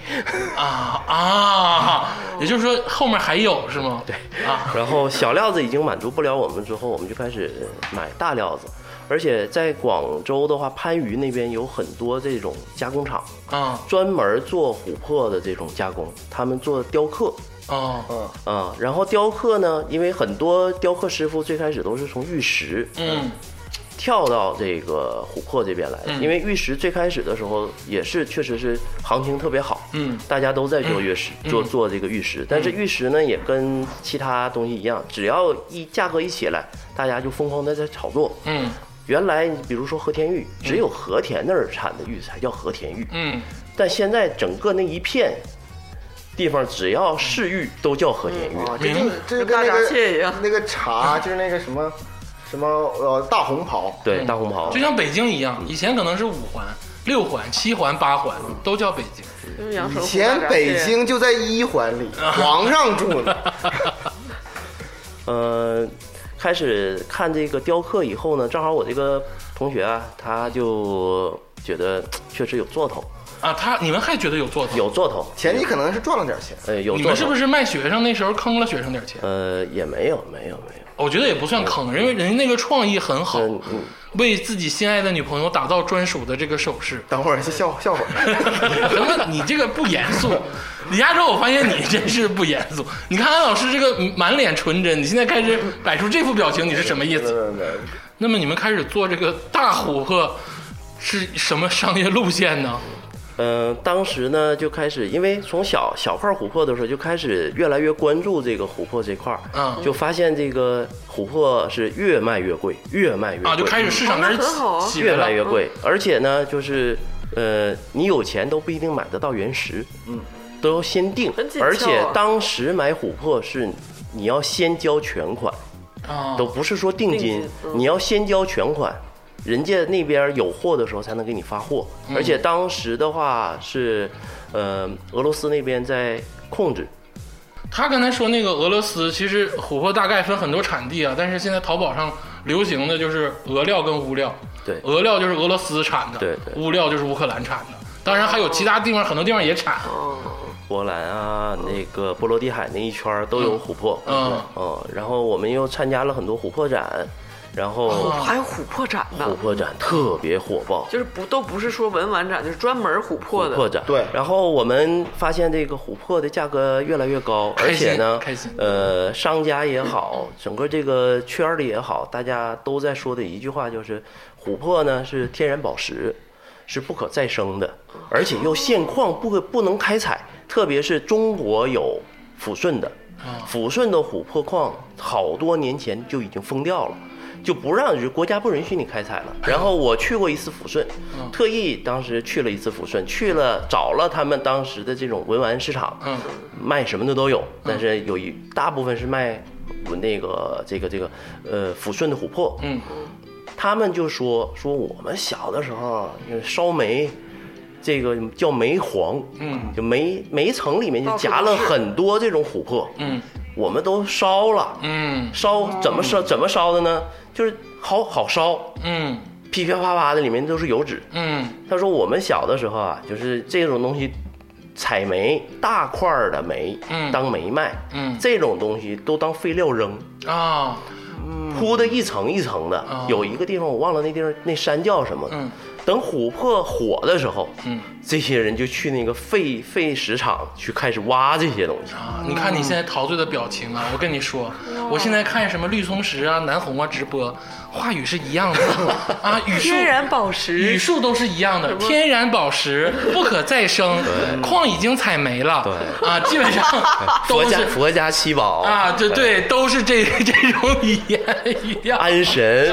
A: 啊啊！也就是说后面还有是吗？对啊，
D: 然后小料子已经满足不了我们之后，我们就开始买大料子，而且在广州的话，番禺那边有很多这种加工厂，
A: 啊
D: 专门做琥珀的这种加工，他们做雕刻，
A: 啊
D: 啊、然后雕刻呢，因为很多雕刻师傅最开始都是从玉石
A: 嗯
D: 跳到这个琥珀这边来的，因为玉石最开始的时候也是确实是行情特别好，
A: 嗯
D: 大家都在做玉石，做做这个玉石，但是玉石呢也跟其他东西一样，只要一价格一起来，大家就疯狂的在炒作。
A: 嗯
D: 原来比如说和田玉，只有和田那儿产的玉才叫和田玉，
A: 嗯
D: 但现在整个那一片地方只要是玉都叫和田玉。
A: 嗯
C: 啊，这就
A: 明白
C: 这就跟那
B: 跟大闸蟹一样
C: 个那个茶，就是那个什么什么呃大红袍，
D: 对，大红袍
A: 嗯就像北京一样，以前可能是五环、六环、七环、八环都叫北京，
B: 就是杨 [laughs]
C: 以
B: 手
C: 前北京就在一环里，皇上住呢。
D: 呃，开始看这个雕刻以后呢，正好我这个同学啊，他就觉得嘖确实有做头，
A: 啊，他你们还觉得有做头？
D: 有做头，
C: 前期可能是赚了点钱，。
D: 呃有
A: 你
D: 做
A: 们是
D: 头
A: 不，是卖学生那时候坑了学生点钱？
D: 呃也没有没有没有，
A: 我觉得也不算坑，因为人家那个创意很好，
D: 嗯嗯，
A: 为自己心爱的女朋友打造专属的这个首饰
C: 等会儿是笑笑话，
A: [laughs] 什么？你这个不严肃？李亚洲，我发现你真是不严肃。你看安老师这个满脸纯真，你现在开始摆出这副表情，你是什么意
C: 没
A: 思？
C: 有没有
A: 那么你们开始做这个大琥珀是什么商业路线呢？
D: 呃，当时呢就开始，因为从小小块琥珀的时候就开始越来越关注这个琥珀这块儿，
A: 嗯
D: 就发现这个琥珀是越卖越贵，越卖越贵，
A: 啊，就开始市场开始
B: 哦那很好啊
A: 起
D: 越
A: 来了
D: 来越贵，而且呢就是呃，你有钱都不一定买得到原石，嗯，都要先定
B: 很紧，凑啊
D: 而且当时买琥珀是你要先交全款，
A: 啊，
D: 都不是说定金，
B: 哦定金嗯
D: 你要先交全款，人家那边有货的时候才能给你发货。
B: 嗯
D: 而且当时的话是，呃，俄罗斯那边在控制，
A: 他刚才说那个俄罗斯，其实琥珀大概分很多产地啊，但是现在淘宝上流行的就是俄料跟乌料。
D: 对
A: 俄料就是俄罗斯产的，
D: 对对
A: 乌料就是乌克兰产的。当然还有其他地方，很多地方也产。
D: 波兰啊，那个波罗的海那一圈儿都有琥珀。
A: 嗯
D: 哦然后我们又参加了很多琥珀展，然后
A: 哦
B: 还有琥珀展
D: 琥
B: 呢，
D: 珀展特别火爆。
B: 啊就是不都不是说文玩展，就是专门琥珀
D: 琥
B: 的。
D: 珀展，
C: 对
D: 然后我们发现这个琥珀的价格越来越高，
A: 开
D: 而
A: 心
D: 且呢
A: 开心，
D: 呃，商家也好，整个这个圈儿里也好，大家都在说的一句话就是，琥珀呢是天然宝石，是不可再生的，而且又现矿不可不能开采，特别是中国有抚顺的，抚顺的琥珀矿好多年前就已经封掉了。就不让国家不允许你开采了。然后我去过一次抚顺，
A: 嗯
D: 特意当时去了一次抚顺，去了找了他们当时的这种文玩市场，
A: 嗯，
D: 卖什么的都有，但是有一大部分是卖那个这个这个呃抚顺的琥珀，
A: 嗯，
D: 他们就说说我们小的时候就是烧煤。这个叫煤黄，
A: 嗯，
D: 就煤煤层里面就
B: 到处都
D: 夹了
B: 是
D: 很多这种琥珀，
A: 嗯
D: 我们都烧了，
A: 嗯
D: 烧怎么烧怎么烧的呢？就是好好烧，
A: 嗯
D: 噼噼啪啪的，里面都是油脂。
A: 嗯
D: 他说我们小的时候啊，就是这种东西，采煤大块儿的煤，
A: 嗯
D: 当煤卖，
A: 嗯
D: 这种东西都当废料扔，
A: 啊
D: 铺的一层一层的。
A: 哦
D: 有一个地方我忘了那地方那山叫什么，
A: 嗯
D: 等琥珀火的时候，
A: 嗯
D: 这些人就去那个废废石场去开始挖这些东西。
A: 啊！你看你现在陶醉的表情
B: 嗯
A: 啊，我跟你说，我现在看什么绿松石啊、南红啊直播，话语是一样
B: [laughs]
A: 的啊，语速
B: 天然宝
A: 语
B: 石，
A: 数都是一样的，天然宝石不可再生，矿已经采没了，
D: 对
A: 啊，基本上
D: 佛
A: 都
D: 家
A: 是
D: 佛家七宝
A: 啊，这对都是这 [laughs] 这种语言一样。
D: 安
A: [laughs]
D: 神，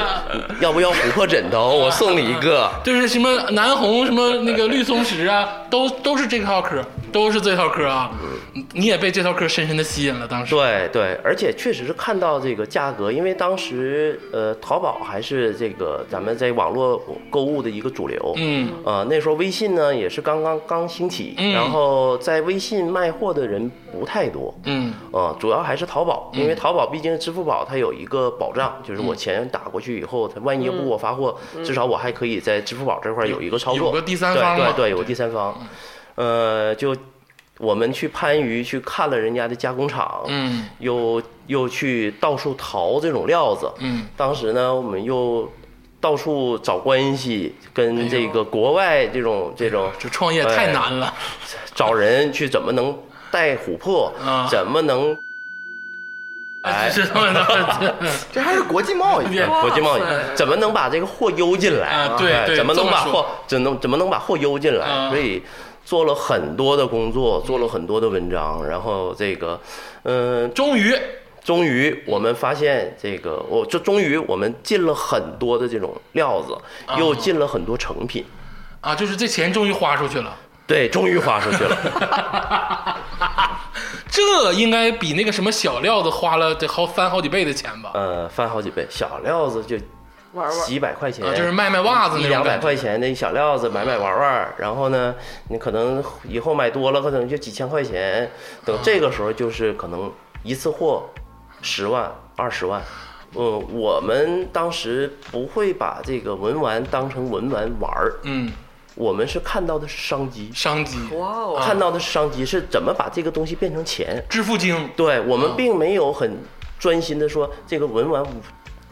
D: 要不要琥珀枕头？我送你一个。
A: 就是什么南红、什么那个绿松石啊，都都是这套嗑，都是这套嗑啊。你你也被这套嗑深深的吸引了，当时。
D: 对对，而且确实是看到这个价格，因为当时呃，淘宝还是这个咱们在网络购物的一个主流。
A: 嗯
D: 呃，那时候微信呢也是刚刚刚兴起，
A: 嗯
D: 然后在微信卖货的人不太多，
A: 嗯
D: 呃，主要还是淘宝，因为淘宝毕竟支付宝它有一个保障，就是
A: 嗯
D: 我钱打过去以后，它万一不给我发货，至少我还可以在支付宝这块儿有一个操作，
A: 有个第三方
D: 对
A: 嘛嗯
D: 对对，有个第三方，呃，就我们去番禺去看了人家的加工厂，
A: 嗯
D: 又又去到处淘这种料子，
A: 嗯
D: 当时呢，我们又到处找关系，
A: 哎
D: 跟这个国外这种这种
A: 这创业太难了。
D: 找人去怎么能带琥珀
A: 啊，
D: 怎么
A: [laughs]
D: 能哎
A: 是 [laughs] 这么的，
C: 这还是国际贸易。
A: 别
D: 国际贸易
B: 哇塞
D: 怎么能把这个货邮进来？
A: 啊对
D: 哎
A: 对
D: 怎么能把
A: 这么说
D: 货怎能怎么能把货邮进来？
A: 啊
D: 所以做了很多的工作，做了很多的文章，然后这个，嗯、
A: 终于
D: 终于我们发现这个，我就终于我们进了很多的这种料子，又进了很多成品，
A: 啊，就是这钱终于花出去了。
D: 对，终于花出去了。
A: 这应该比那个什么小料子花了得好翻好几倍的钱吧？
D: [laughs] 呃，翻好几倍，小料子就
B: 玩玩
D: 几百块钱，
A: 啊，就是卖卖袜子
D: 一
A: 那
D: 两
A: 种
D: 百
A: 感觉。
D: 块钱的一小料子买买玩玩，然后呢，你可能以后买多了，可能就几千块钱。等这个时候，就是可能一次货十万、二十万。呃，我们当时不会把这个文玩当成文玩玩儿，
A: 嗯，
D: 我们是看到的是商机，
A: 商机，
B: 哇哦，
D: 看到的是商机，是怎么把这个东西变成钱。
A: 致富经。
D: 对我们并没有很专心的说这个文玩，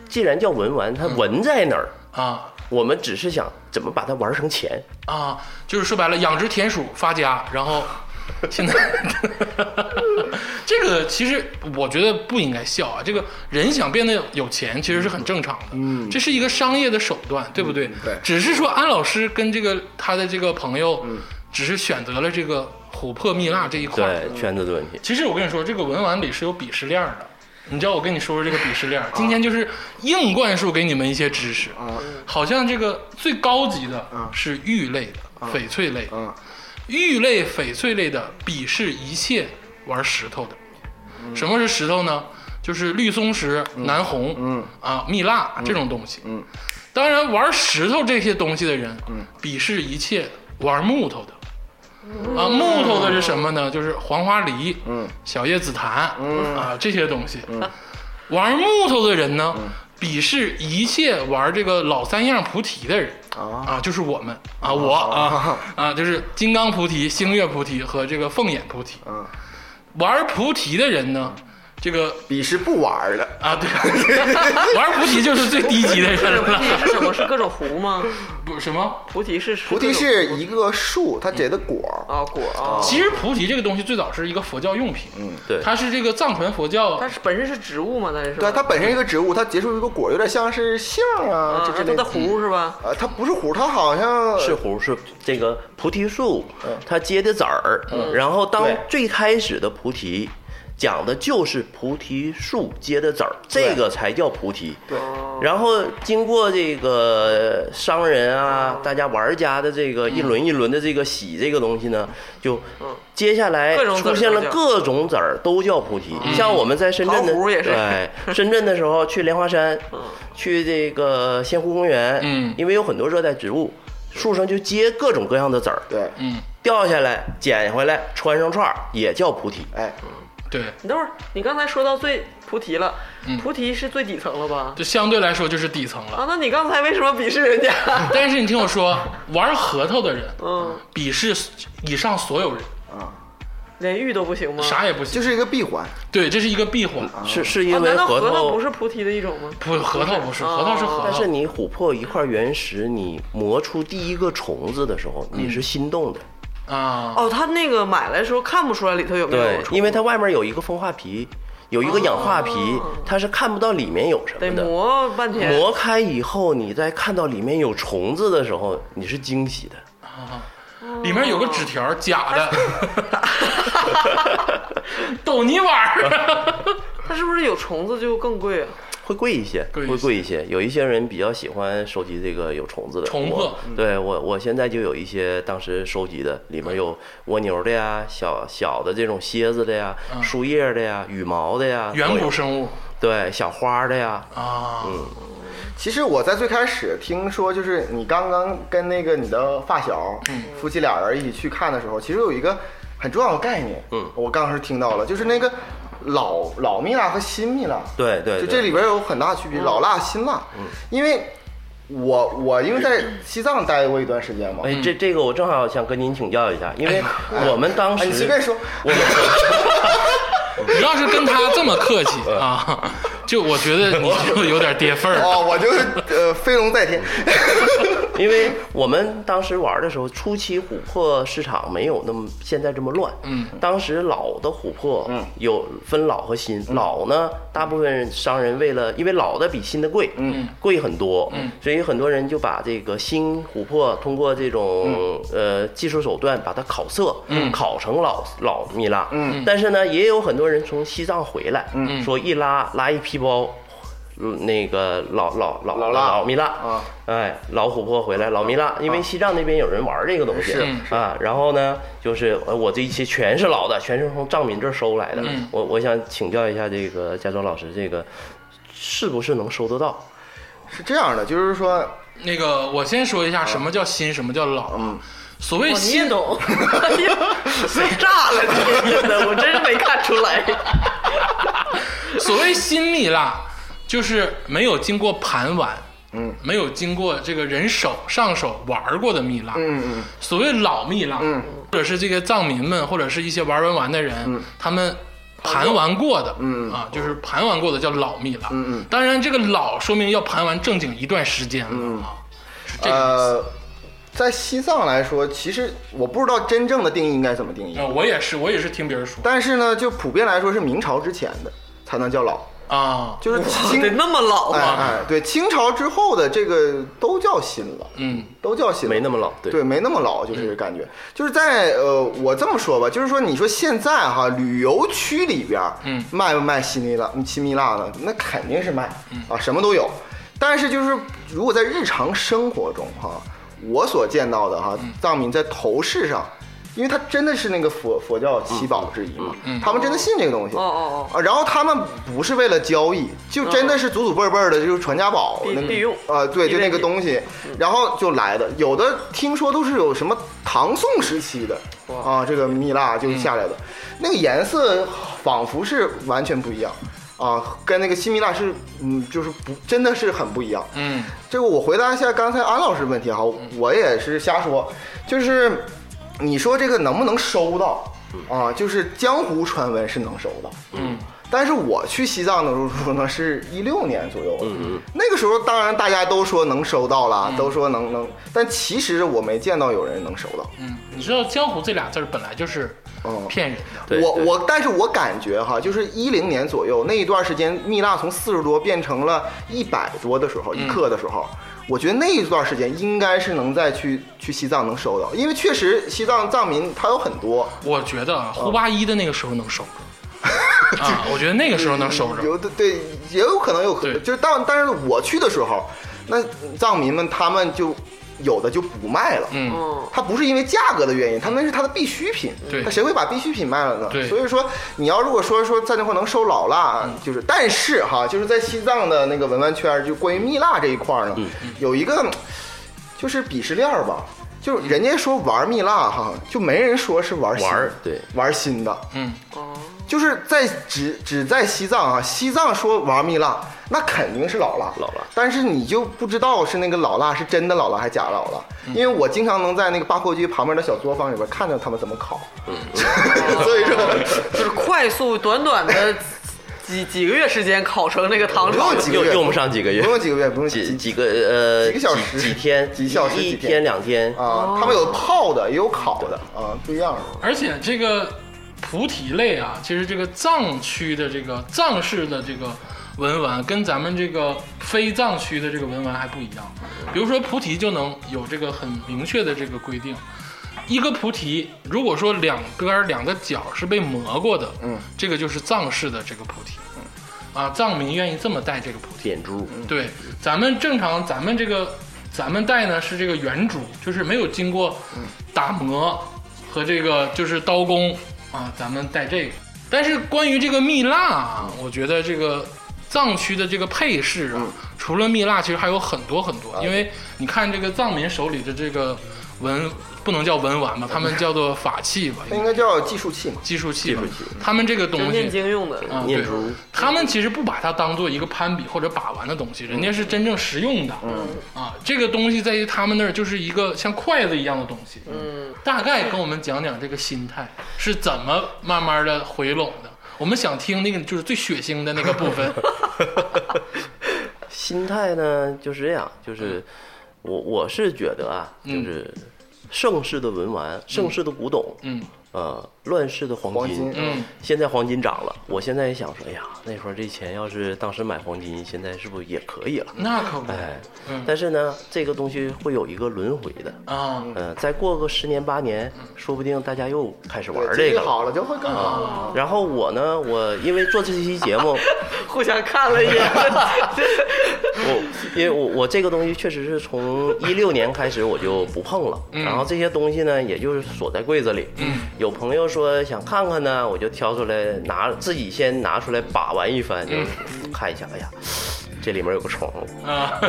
D: 既然叫文玩，
A: 嗯
D: 它文在哪儿？
A: 啊
D: 我们只是想怎么把它玩成钱。
A: 啊，就是说白了，养殖田鼠发家，然后现在 [laughs] 这个其实我觉得不应该笑啊。这个人想变得有钱，其实是很正常的，嗯，这是一个商业的手段，对不对？
C: 对
A: 只是说安老师跟这个他的这个朋友，只是选择了这个琥珀蜜蜡这一块，
D: 对，圈子的问题。
A: 其实我跟你说，这个文玩里是有鄙视链儿的。你知道我跟你说说这个鄙视链儿，今天就是硬灌输给你们一些知识。
C: 啊
A: 好像这个最高级的
C: 嗯
A: 是玉类的、翡翠类的，
C: 啊
A: 玉类、翡翠类的鄙视一切玩石头的。什么是石头呢？就是绿松石、南红、
C: 嗯嗯
A: 啊蜜蜡这种东西。
C: 嗯
A: 当然，玩石头这些东西的人，鄙视一切玩木头的。啊，木头的是什么呢？就是黄花梨、
C: 嗯
A: 小叶紫檀、啊这些东西。玩木头的人呢，鄙视一切玩这个老三样菩提的人。
C: 啊
A: 啊，就是我们啊，我啊啊，就是金刚菩提、星月菩提和这个凤眼菩提。
C: 啊！
A: 玩菩提的人呢，这个
C: 鄙视不玩儿的，
A: 啊，对， [laughs] 玩菩提就是最低级的
B: 不
A: 人 [laughs]
B: 是菩
A: 了。
B: 提是什么？是各种壶吗？ [laughs]
A: 不，什么？
B: 菩提是
C: 菩提是一个树，它结的果儿。
B: 啊果啊，
A: 其实菩提这个东西最早是一个佛教用品，
D: 对，
A: 它是这个藏传佛教
B: 它是本身是植物嘛？它是
C: 对，它本身一个植物，它结出一个果儿，有点像是杏儿啊，
B: 啊，
C: 就
B: 它
C: 这
B: 的
C: 类。
B: 壶是吧？
C: 呃，它不是核，它好像
D: 是核是这个菩提树，
B: 嗯
D: 它结的籽儿。然后当
C: 对
D: 最开始的菩提讲的就是菩提树结的籽儿，这个才叫菩提。
C: 对
D: 然后经过这个商人啊，
B: 嗯
D: 大家玩家的这个一轮一轮的这个洗这个东西呢，就接下来
B: 嗯各种籽儿
D: 出现了
B: 都叫嗯
D: 各种籽儿都叫菩提。像我们在深圳的
B: 桃核也是嗯
D: 对深圳的时候去莲花山，去这个仙湖公园，
A: 嗯
D: 因为有很多热带植物，树上就结各种各样的籽儿，
C: 对，
A: 嗯，
D: 掉下来捡回来穿上串儿也叫菩提。
C: 哎，
A: 对，
B: 你等会儿，你刚才说到最菩提了，菩提是最底层了吧？
A: 就相对来说就是底层了。
B: 啊，那你刚才为什么鄙视人家？ [laughs]
A: 但是你听我说，玩核桃的人
B: 嗯，
A: 鄙视以上所有人，
B: 连玉都不行吗？？
A: 啥也不
C: 就
A: 行。
C: 是一个闭环。
A: 对，这是一个闭环。
D: 是是
B: 啊、
D: 因为
B: 难道核
D: 桃
B: 桃不是菩提的一种吗？
A: 不，核桃不是，
B: 哦
A: 核桃是核
D: 但
A: 桃
D: 是。你琥珀一块原石，你磨出第一个虫子的时候，
B: 嗯
D: 你是心动的，
A: 啊，
B: 哦，他那个买来的时候看不出来里头有没有
D: 对，
B: 虫，
D: 因为它外面有一个风化皮，有一个氧化皮，它是看不到里面有什
B: 哦得
D: 么的。
B: 磨半天。
D: 磨开以后，你再看到里面有虫子的时候，你是惊喜的。
A: 里面有个纸条，假的，逗你玩儿。 [laughs]
B: 它是不是有虫子就更贵啊？
D: 会贵一些，
A: 贵一些
D: 会贵一些。有一些人比较喜欢收集这个有虫子的
A: 虫
D: 我
A: 破嗯
D: 对我，我现在就有一些当时收集的，里面
A: 嗯
D: 有蜗牛的呀，小小的这种蝎子的呀，
A: 嗯
D: 树叶的呀，羽毛的呀，
A: 远
D: 都
A: 古
D: 有
A: 生物
D: 对小花的呀，
A: 啊，
C: 其实我在最开始听说，就是你刚刚跟那个你的发小，
D: 嗯
C: 夫妻俩人一起去看的时候，其实有一个很重要的概念，
D: 嗯
C: 我刚刚是听到了，就是那个老老蜜蜡和新蜜蜡，
D: 对对
C: 就
D: 对，嗯
C: 这里边有很大区别，老辣新辣，因为我我因为在西藏待过一段时间嘛，
D: 哎，这这个我正好想跟您请教一下，因为我们当时、
C: 哎，你随便说，
A: 你要是跟他这么客气啊，就我觉得你就有点跌份儿。
C: 哦，我就是呃飞龙在天， [laughs]
D: [laughs] 因为我们当时玩的时候，初期琥珀市场没有那么现在这么乱。嗯，当时老的琥珀有分老和新，老呢，大部分商人为了因为老的比新的贵，嗯，贵很多，嗯，所以很多人就把这个新琥珀通过这种、呃技术手段把它烤色，嗯，烤成老老蜜蜡，嗯，但是呢，也有很多人从西藏回来，嗯，说一拉拉一皮包。嗯那个老老老
C: 老辣
D: 老蜜蜡
C: 啊，
D: 哎，老琥珀回来，老蜜蜡，因为西藏那边有人玩这个东西
C: 是
D: 啊。然后呢，就是呃我这一期全是老的，全是从藏民这儿收来的。我我想请教一下这个家庄老师，这个是不是能收得到？
C: 是这样的，就是说
A: 那个，我先说一下什么叫新，什么叫老啊。所谓
B: 哇哦你也
A: 新，
B: 懂，哎呀， [laughs] 炸了你！真的，我真是没看出来。
A: 所谓新蜜蜡，就是没有经过盘玩，嗯，没有经过这个人手上手玩过的蜜蜡，
C: 嗯嗯
A: 嗯所谓老蜜蜡，或者是这个藏民们，或者是一些玩文玩的人，他们盘完过的，嗯啊，就是盘完过的叫老蜜蜡，嗯嗯，当然这个老说明要盘完正经一段时间了、啊，是这个
C: 呃，在西藏来说，其实我不知道真正的定义应该怎么定义
A: 意思。，呃，我也是，我也是听别人说
C: 但是呢，就普遍来说是明朝之前的才能叫老，
A: 啊，
C: 就是
B: 哇， [laughs] 得啊
C: 清
B: 那么老
C: 哎
B: 吗？
C: 哎，对，清朝之后的这个都叫新老，
A: 嗯，
C: 都叫新老，
D: 没那么老，对，
C: 对，没那么老，就是感觉，就是在呃，我这么说吧，就是说，你说现在哈旅游区里边，
A: 嗯，
C: 卖不卖西蜜蜡、西蜜蜡呢？那肯定是卖，啊，什么都有。但是就是如果在日常生活中哈，我所见到的哈，藏民在头饰上。因为它真的是那个佛佛教七宝之一嘛，他们真的信这个东西，
B: 哦哦
C: 啊，然后他们不是为了交易，就真的是祖祖辈辈的，就是传家宝
B: 必
C: 那个
B: 必用
C: 啊，对，
B: 必
C: 就那个
B: 备
C: 东西，然后就来的。有的听说都是有什么唐宋时期的啊，这个蜜蜡就下来的，那个颜色仿佛是完全不一样啊，跟那个新蜜蜡是嗯，就是不真的是很不一样。
A: 嗯
C: 这个我回答一下刚才安老师问题哈，我也是瞎说，就是你说这个能不能收到啊？就是江湖传闻是能收到，
A: 嗯，
C: 但是我去西藏的时候呢，是一六年左右，嗯那个时候当然大家都说能收到了，都说能能，但其实我没见到有人能收到。
A: 嗯，你知道“江湖”这俩字儿本来就是
C: 嗯
A: 骗人的，
D: 对
C: 我
D: 对
C: 我，但是我感觉哈，就是一零年左右那一段时间，蜜蜡从四十多变成了一百多的时候，一克的时候，我觉得那一段时间应该是能再去去西藏能收到，因为确实西藏藏民他有很多，
A: 我觉得啊，胡八一的那个时候能收着， [laughs] 啊，我觉得那个时候能收着，
C: 有的对，也有可能有可
A: 对，
C: 就是但但是我去的时候，那藏民们他们就有的就不卖了，
A: 嗯
B: 哦，哦，
C: 它不是因为价格的原因，它那是它的必需品。
A: 对
C: 那谁会把必需品卖了呢？
A: 对
C: 所以说你要如果说说在那块能收老蜡，就是但是哈，就是在西藏的那个文玩圈儿，就关于蜜蜡这一块儿呢，有一个就是鄙视链儿吧，就是人家说玩蜜蜡哈，就没人说是玩新
D: 玩儿对
C: 玩新的，
A: 嗯，
B: 哦
C: 就是在只只在西藏啊，西藏说玩蜜蜡，那肯定是老蜡，
D: 老蜡
C: 但是你就不知道是那个老蜡是真的老蜡还假老蜡，
D: 嗯
C: 因为我经常能在那个八廓居旁边的小作坊里边看到他们怎么烤，
D: 嗯
C: [laughs] 所以
D: [laughs]
C: 说
B: 就是快速短短的几几个月时间烤成那个糖
C: 不
B: 厂
C: 用几个
D: 用
C: 月，
D: 用不上几个月
C: 不，用几个月，不用
D: 几
C: 几
D: 几个呃
C: 几个小时
D: 几天
C: 几小时
D: 一
C: 几
D: 一
C: 天
D: 天两天，
C: 啊，他们有泡的，也有烤的啊，不一样的。
A: 而且这个菩提类啊，其实这个藏区的这个藏式的这个文玩，跟咱们这个非藏区的这个文玩还不一样。比如说菩提就能有这个很明确的这个规定。一个菩提，如果说两根儿两个角是被磨过的，嗯，这个就是藏式的这个菩提，嗯，啊，藏民愿意这么戴这个菩提。
D: 点珠，
A: 对，咱们正常，咱们这个咱们带呢是这个圆珠，就是没有经过打磨和这个就是刀工啊，咱们带这个。但是关于这个蜜蜡啊，我觉得这个藏区的这个配饰啊，除了蜜蜡，其实还有很多很多。因为你看这个藏民手里的这个文，不能叫文玩吧，他们叫做法器吧，
C: 它应该叫计数嗯器嘛，
A: 计数器吧
D: 计数器。
A: 他们这个
B: 就
A: 东西
B: 念，经用的。
A: 啊，
D: 念
A: 对
D: 珠
A: 他们其实不把它当做一个攀比或者把玩的东西，人家是真正实用的。嗯啊，这个东西在于他们那儿就是一个像筷子一样的东西。嗯，大概跟我们讲讲这个心态是怎么慢慢的回笼的。我们想听那个就是最血腥的那个部分。
D: [laughs] 心态呢就是这样，就是我我是觉得啊，就是盛世的文玩，盛世的古董，
A: 嗯
D: 呃，乱世的黄
C: 黄金
A: 嗯
D: 现在黄金涨了，我现在也想说，哎呀，那会儿这钱要是当时买黄金，现在是不是也可以了？
A: 那可不
D: 哎
A: 嗯，
D: 但是呢，这个东西会有一个轮回的，
A: 啊，
D: 呃，再过个十年八年，说不定大家又开始玩
C: 对
D: 这
C: 经济
D: 个嗯了。
C: 好了就会更好。
D: 然后我呢，我因为做这期节目，
B: 互相看了一眼， [laughs]
D: 我 [laughs] 因为我我这个东西确实是从一六年开始我就不碰了，然后这些东西呢，也就是锁在柜子里。有朋友说想看看呢，我就挑出来拿自己先拿出来把玩一番，就是看一下，哎呀，这里面有个虫，
A: 啊，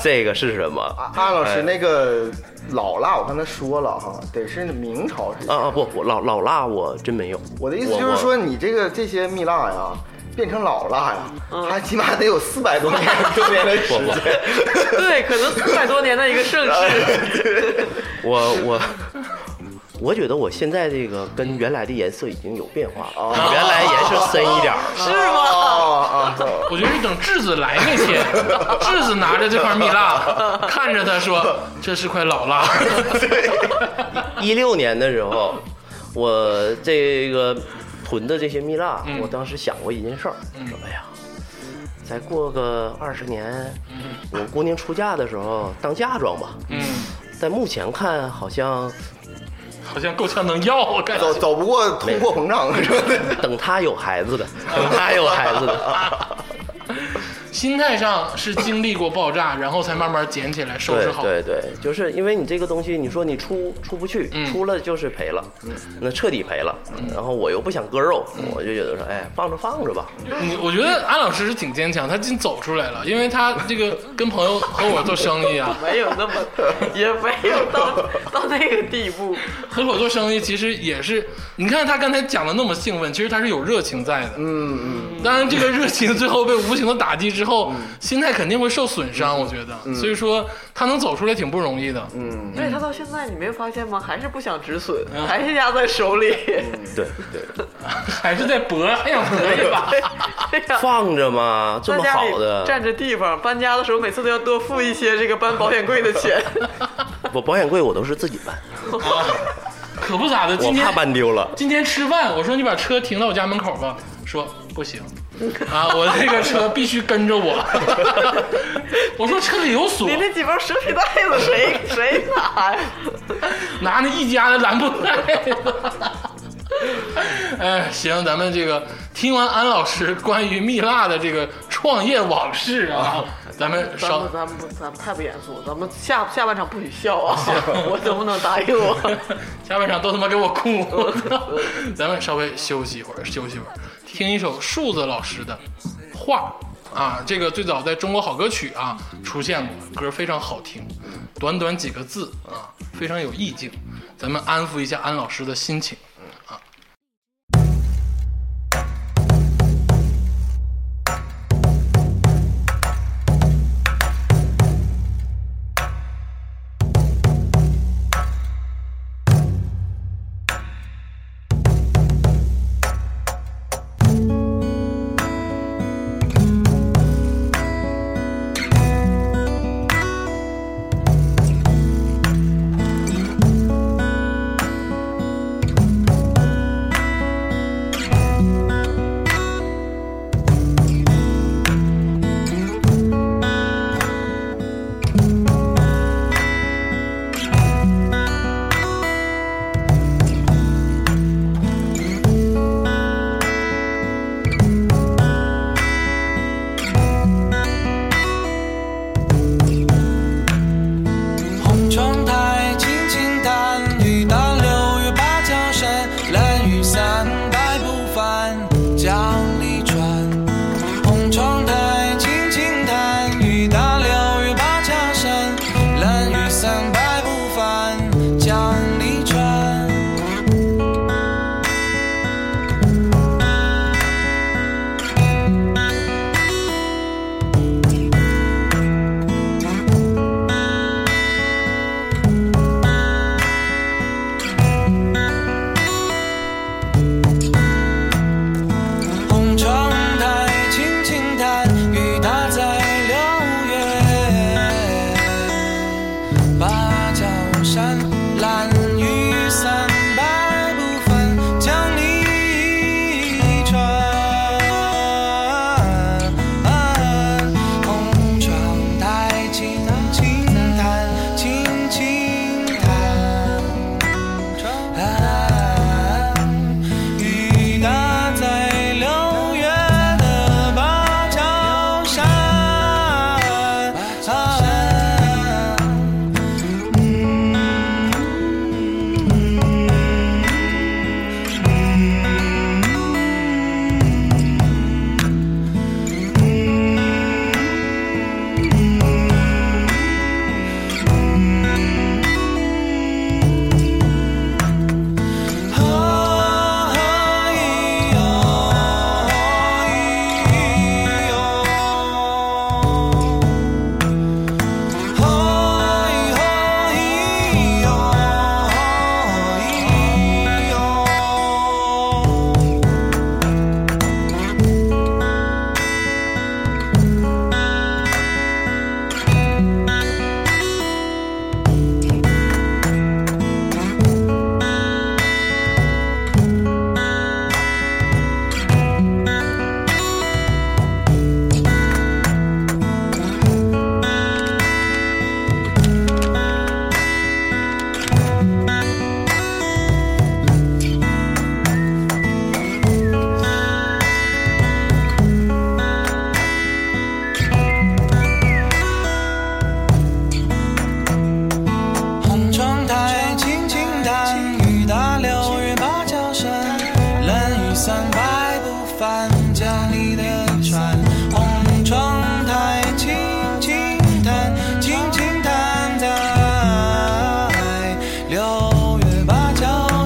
D: 这个是什么？啊
C: 安安老师那个老蜡，我刚才说了哈，得是明朝时期。
D: 啊不，我老老辣我真没有。
C: 我的意思就是说，你这个这些蜜蜡呀，变成老蜡
B: 嗯
C: 呀，它起码得有四百多
A: [laughs]
C: 年多年的时间。
B: 对，可能四百多年的一个盛世，
D: 我我我觉得我现在这个跟原来的颜色已经有变化
C: 哦
D: 了，比原来颜色深一点儿
C: [laughs]
D: 了。
B: 是吗？
C: 啊啊！
A: 我觉得是等质子来那天，质子拿着这块蜜蜡，看着他说：“这是块老蜡。
D: 一六年的时候，我这个囤的这些蜜蜡，我当时想过一件事儿，说哎呀，再过个二十年，我姑娘出嫁的时候当嫁妆吧。”
A: 嗯，
D: 在目前看，好像
A: 好像够呛能要，我感
C: 走
A: 觉。
C: 走不过通货膨胀，是吧？
D: 等她有孩子的，等她有孩子的，
A: 心态上是经历过爆炸，然后才慢慢捡起来收拾
D: 对
A: 好。
D: 对对，就是因为你这个东西，你说你出出不去，
A: 嗯
D: 出了就是赔了，那彻底赔了。然后我又不想割肉，我就觉得说，哎，放着放着吧，
A: 你我觉得安老师是挺坚强，他真走出来了，因为他这个跟朋友和我做生意啊，
B: 没有那么，也没有到到那个地步。
A: 合伙做生意其实也是，你看他刚才讲的那么兴奋，其实他是有热情在的。嗯嗯。当然，这个热情最后被无情的打击之后，心态肯定会受损伤，我觉得。所以说他能走出来挺不容易的。
C: 嗯，
B: 对他到现在，你没有发现吗？还是不想止损，还是压在手里。 [laughs]
D: 对对，
A: 还是在搏，还想搏一
B: [laughs]
A: 把。
B: 对呀，
D: 放着嘛，这
B: 在
D: 么
B: 家
D: 好
B: 里占
D: 的，
B: 着地方，搬家的时候每次都要多付一些这个搬保险柜的
C: [laughs]
B: 钱。
D: 我保险柜我都是自己搬，
A: 可不咋的，
D: 我
A: 今天
D: 怕搬丢了。
A: 今天吃饭，我说你把车停到我家门口吧，说不行，啊，我那个车必须跟着我。 [laughs] 我说车里有锁
B: 你，那几包蛇皮袋子
C: [laughs]
B: 谁谁拿呀？
A: 拿那一家的蓝布袋子。 [laughs] 哎，行，咱们这个听完安老师关于蜜蜡的这个创业往事啊，咱们
B: 咱
A: 稍
B: 们咱们不咱们太不严肃了，咱们下下半场不许笑
C: [laughs]
B: 啊！我能不能答应我？
A: [laughs] 下半场都他妈给我哭，我操！ [laughs] 咱们稍微休息一会儿，休息一会儿，听一首树子老师的《画》啊，这个最早在中国好歌曲啊出现过，歌非常好听，短短几个字啊，非常有意境。咱们安抚一下安老师的心情。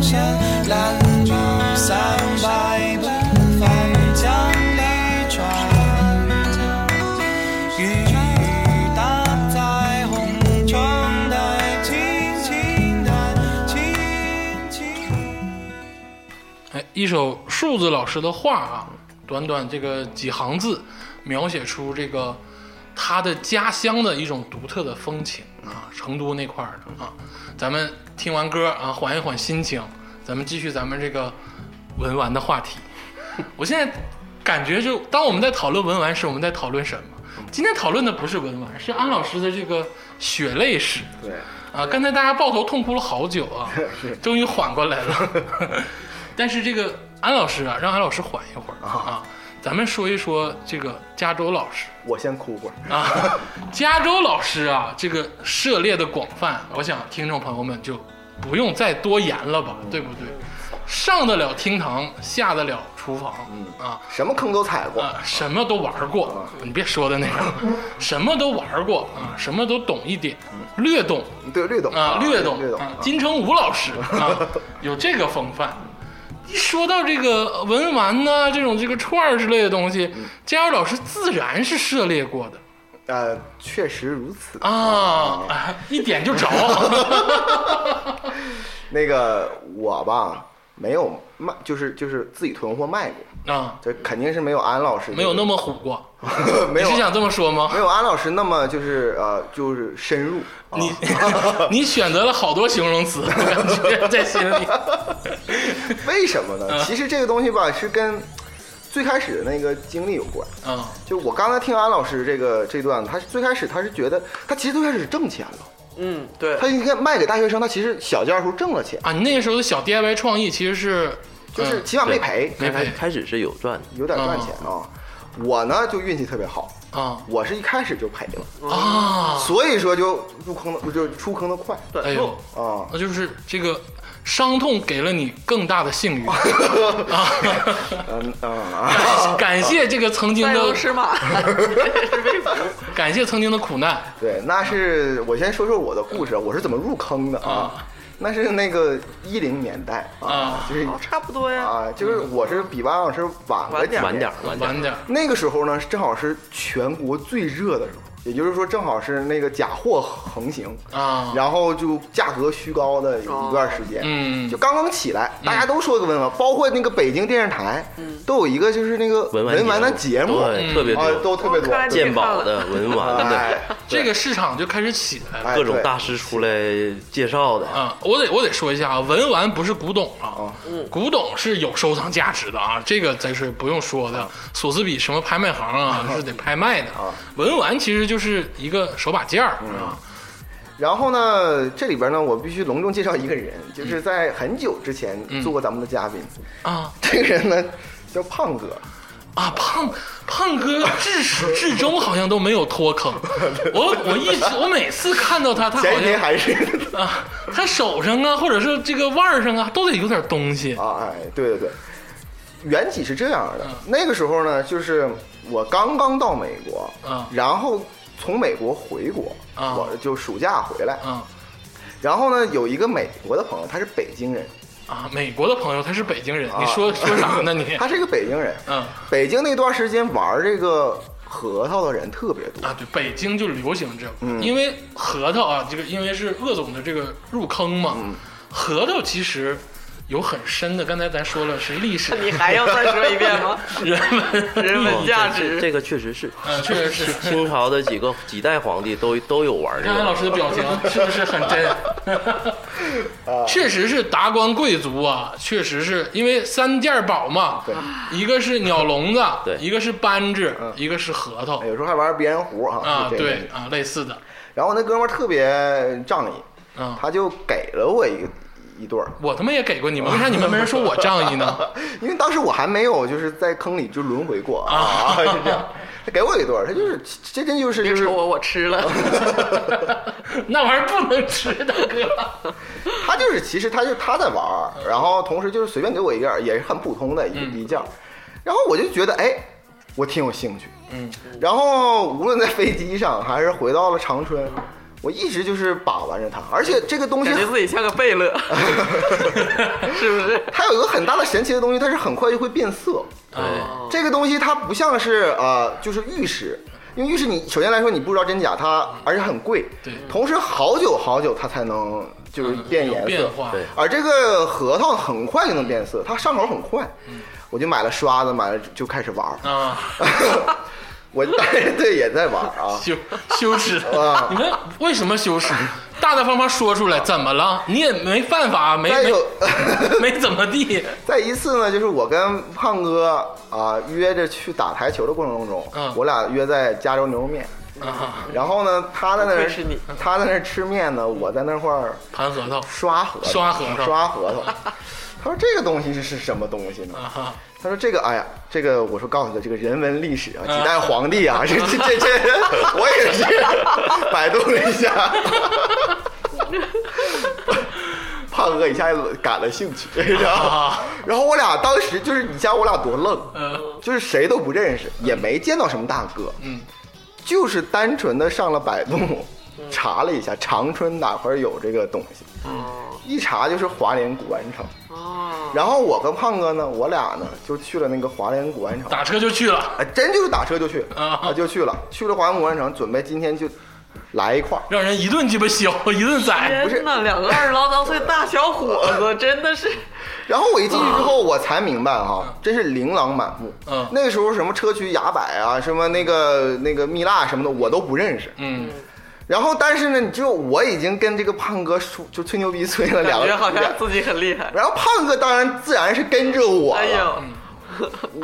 E: 聚散百般烦，将你转。雨打在红窗台，轻轻弹，轻轻。
A: 哎，一首树子老师的话啊，短短这个几行字，描写出这个他的家乡的一种独特的风情啊，成都那块儿的啊。咱们听完歌啊，缓一缓心情，咱们继续咱们这个文玩的话题。我现在感觉就，当我们在讨论文玩时，我们在讨论什么？今天讨论的不是文玩，是安老师的这个血泪史。
C: 对，
A: 啊，刚才大家抱头痛哭了好久啊，终于缓过来了。 [laughs] 但是这个安老师啊，让安老师缓一会儿啊。咱们说一说这个加州老师
C: [laughs] 我先哭会儿。
A: 啊， [laughs] 加州老师啊，这个涉猎的广泛，我想听众朋友们就不用再多言了吧，对不对？上得了厅堂，下得了厨房，啊，
C: 什么坑都踩过，
A: 啊，什么都玩过，你别说的那个，什么都玩过啊，什么都懂一点，略懂
C: 对，略懂
A: 啊，略懂
C: 略懂
A: 啊，金城武老
C: [laughs]
A: 师啊，有这个风范。一说到这个文玩呐、这种这个串儿之类的东西，
C: 嗯
A: 佳瑞老师自然是涉猎过的
C: 呃，确实如此。
A: 啊，哎一点就
C: [laughs]
A: 着。
C: 那个我吧，没有卖，就是就是自己囤货卖过，
A: 啊，
C: 这肯定是没有安老师
A: 没有那
C: 么
A: 么虎过，
C: [laughs] 没有啊
A: 你是想这么说吗
C: 没？有安老师那么就是呃就是深入。啊
A: 你 [laughs] 你选择了好多形容
C: [laughs]
A: 词，我感觉在心里。
C: 为什么
A: 嗯
C: 呢？其实这个东西吧是跟最开始的那个经历有关。
A: 啊
C: 就我刚才听安老师这个这段，他是最开始他是觉得他其实最开始挣钱了，
B: 嗯， [laughs] 对
C: 他，应该卖给大学生，他其实小件儿时候挣了钱，
A: 啊，你那个时候的小 DIY 创意其实是，
C: 就是
A: 嗯嗯
C: 起码没赔，
A: 没
D: 开
A: 赔
D: 开始是有赚的，
C: 有点赚钱啊。我呢就运气特别好，
A: 啊
C: 我是一开始就赔了，
A: 啊，
C: 所以说就入坑的就出坑的快
A: 哎
B: 短
A: 呦 [laughs]
B: 促，，
C: 啊。
A: 那就是这个伤痛给了你更大的幸
C: [laughs]
A: 运啊！
C: 嗯嗯啊，
A: [laughs]
C: [laughs]
A: 感谢这个曾经
B: 塞翁
A: 的，
B: 失马，是被捕。
A: 感谢曾经的苦难
C: 对，那是我先说说我的故事，我是怎么入坑的啊？那是那个一零年代啊
A: 啊，
C: 就是
B: [laughs] 哦，差不多呀。
C: 啊，就是我是比王老师晚了
B: 晚点
C: 几
B: 儿
D: 晚点儿晚点儿。
A: 晚点儿
C: 那个时候呢，正好是全国最热的时候，也就是说，正好是那个假货横行，
A: 啊，
C: 然后就价格虚高的一段时间，
A: 嗯
C: 就刚刚起来，大家都说个文玩，包括那个北京电视台，都有一个就是那个
D: 文玩
C: 文玩的节目，
D: 对，特别
C: 啊，都
D: 多，
C: 特别
B: 嗯哦
C: 多，
B: 看来你
D: 鉴宝的、文玩的，
C: 哎，
A: 这个市场就开始起来了
C: 哎
D: 各种
C: 对
D: 大师出来介绍的，
A: 啊！我得我得说一下啊，文玩不是古董啊，古董是有收藏价值的啊，这个咱是不用说的。索斯比什么拍卖行啊，是得拍卖的。文玩其实就是一个手把件儿啊，
C: 然后呢，这里边呢，我必须隆重介绍一个人，
A: 嗯
C: 就是在很久之前做过咱们的嘉宾， [laughs]
A: 啊
C: 这个人呢叫胖哥，
A: 啊，胖胖哥至始至终好像都没有脱坑。我我一直我每次看到他，他好
C: 前一天
A: 像
C: 还是 [laughs]
A: 啊，他手上啊，或者是这个腕儿上啊，都得有点东西
C: 啊，哎，对对对，缘起是这样
A: 嗯
C: 的。那个时候呢，就是我刚刚到美国，
A: 嗯
C: 然后从美国回国，
A: 啊
C: 我就暑假回来，
A: 啊
C: 然后呢，有一个美国的朋友，他是北京人，
A: 啊！美国的朋友他是北京人，
C: 啊
A: 你说说啥呢
B: [laughs]
A: 你？
C: 他是一个北京人，
A: 嗯
C: 北京那段时间玩这个核桃的人特别多，
A: 啊，对，北京就流行这个，
B: 嗯
A: 因为核桃啊，这个因为是鄂总的这个入坑嘛，
B: 嗯
A: 核桃其实有很深的，刚才咱说了是历
B: [laughs]
A: 史
B: 你还要再说一遍吗？
A: 人文，
B: 人
A: [laughs]
D: 哦
B: 文价值
D: 这这个确实是，
A: 嗯，确实是。
D: 清朝的几个几代皇帝都都有玩这
A: 看看
B: 嗯
A: 老
D: 个。
A: 师的表情是不是很真？确实是达官贵族啊，确实是因为三件宝嘛，一个是鸟笼子，
D: 对
A: 一个是扳指，一个是核桃
C: 有时候还玩别人壶啊，
A: 啊，
C: 哎就这个
A: 对。啊，类似的
C: 然后那哥们儿特别仗义，
B: 嗯
A: 啊。
C: 他就给了我一个一对儿， [laughs]
A: 我他妈也给过你们，为啥你们没人说我仗义呢？ [laughs]
C: 因为当时我还没有就是在坑里就轮回过啊，
A: 啊
C: 是这样。他给我一对儿，他就是这真就是
B: 别
C: 就是
B: 瞅我，我吃了。
A: 那玩意儿不能吃，大哥。
C: 他就是其实他就他在玩儿，然后同时就是随便给我一件儿，也是很普通的一、
B: 嗯
C: 一件儿，然后我就觉得哎， [laughs] 我挺有兴趣，嗯，然后无论在飞机上还是回到了长春，我一直就是把玩着它，而且这个东西
B: 感觉自己像个贝勒， [laughs] 是不是？
C: 它有一个很大的神奇的东西，它是很快就会变色。
A: 啊哦
D: 对
C: 这个东西它不像是呃，就是玉石，因为玉石你首先来说你不知道真假，它而且很贵，
A: 嗯对嗯
C: 同时好久好久它才能就是变颜
A: 有
C: 色，
A: 变化，
D: 对
C: 而这个核桃很快就能变色，它上手很快，
A: 嗯
C: 我就买了刷子，买了就开始玩儿，
A: 啊，
C: [laughs] 我对也在玩儿啊，
A: 羞羞耻
C: 啊！
A: 你们为什么羞耻？大大方方说出来，怎么了？你也没犯法， [laughs] 没
C: 再
A: 没
C: 有。
A: [laughs]
C: [laughs]
A: 没怎么地
C: 再一次呢，就是我跟胖哥啊、约着去打台球的过程当中，
A: 嗯
C: 我俩约在加州牛肉面，
A: 啊，
C: 然后呢，他在那
B: 不
C: 儿
B: 愧是你
C: 他在那儿吃面呢，我在那块儿
A: 盘核桃
C: 刷核桃，
A: 刷核桃
C: 刷核
A: [laughs]
C: 桃。他说这个东西是是什么东西呢？
A: 啊哈，
C: 他说这个，哎呀，这个我说告诉他这个人文历史
A: 啊
C: 啊，几代皇帝啊，这这这这，
A: [laughs]
C: 我也是百度了一下。胖哥一下子感了兴趣，然后
A: 啊，
C: 然后我俩当时就是，你像我俩多愣，
A: 嗯
C: 就是谁都不认识，也没见到什么大哥，
A: 嗯，
C: 就是单纯的上了百度
A: 嗯
C: 查了一下长春哪块儿有这个东西，
B: 哦
C: 一查就是华联古玩城。
B: 哦，
C: 然后我跟胖哥呢，我俩呢就去了那个华联古玩城，
A: 打车就去了，
C: 哎，真就是打车就去
A: 啊
C: 啊，就去了，去了华联古玩城，准备今天就来一块儿。
A: 让人一顿鸡巴削， [laughs] 一顿
B: [laughs]
A: 宰，
C: 哎不是
B: 天哪，两个二十唠叨岁大小伙子，真的是
C: 然后我一进去之
B: 啊
C: 后，我才明白
B: 嗯
C: 哈，真是琳琅满目。
A: 嗯
C: 那个时候什么车区雅柏啊，什么那个那个蜜蜡什么的，我都不认识。
A: 嗯，
C: 然后但是呢，你知道我已经跟这个胖哥说，就吹牛逼吹了两
B: 感
C: 个
B: 觉好
C: 两
B: 像自己很厉害。
C: 然后胖哥当然自然是跟着我了。嗯
B: 哎呦，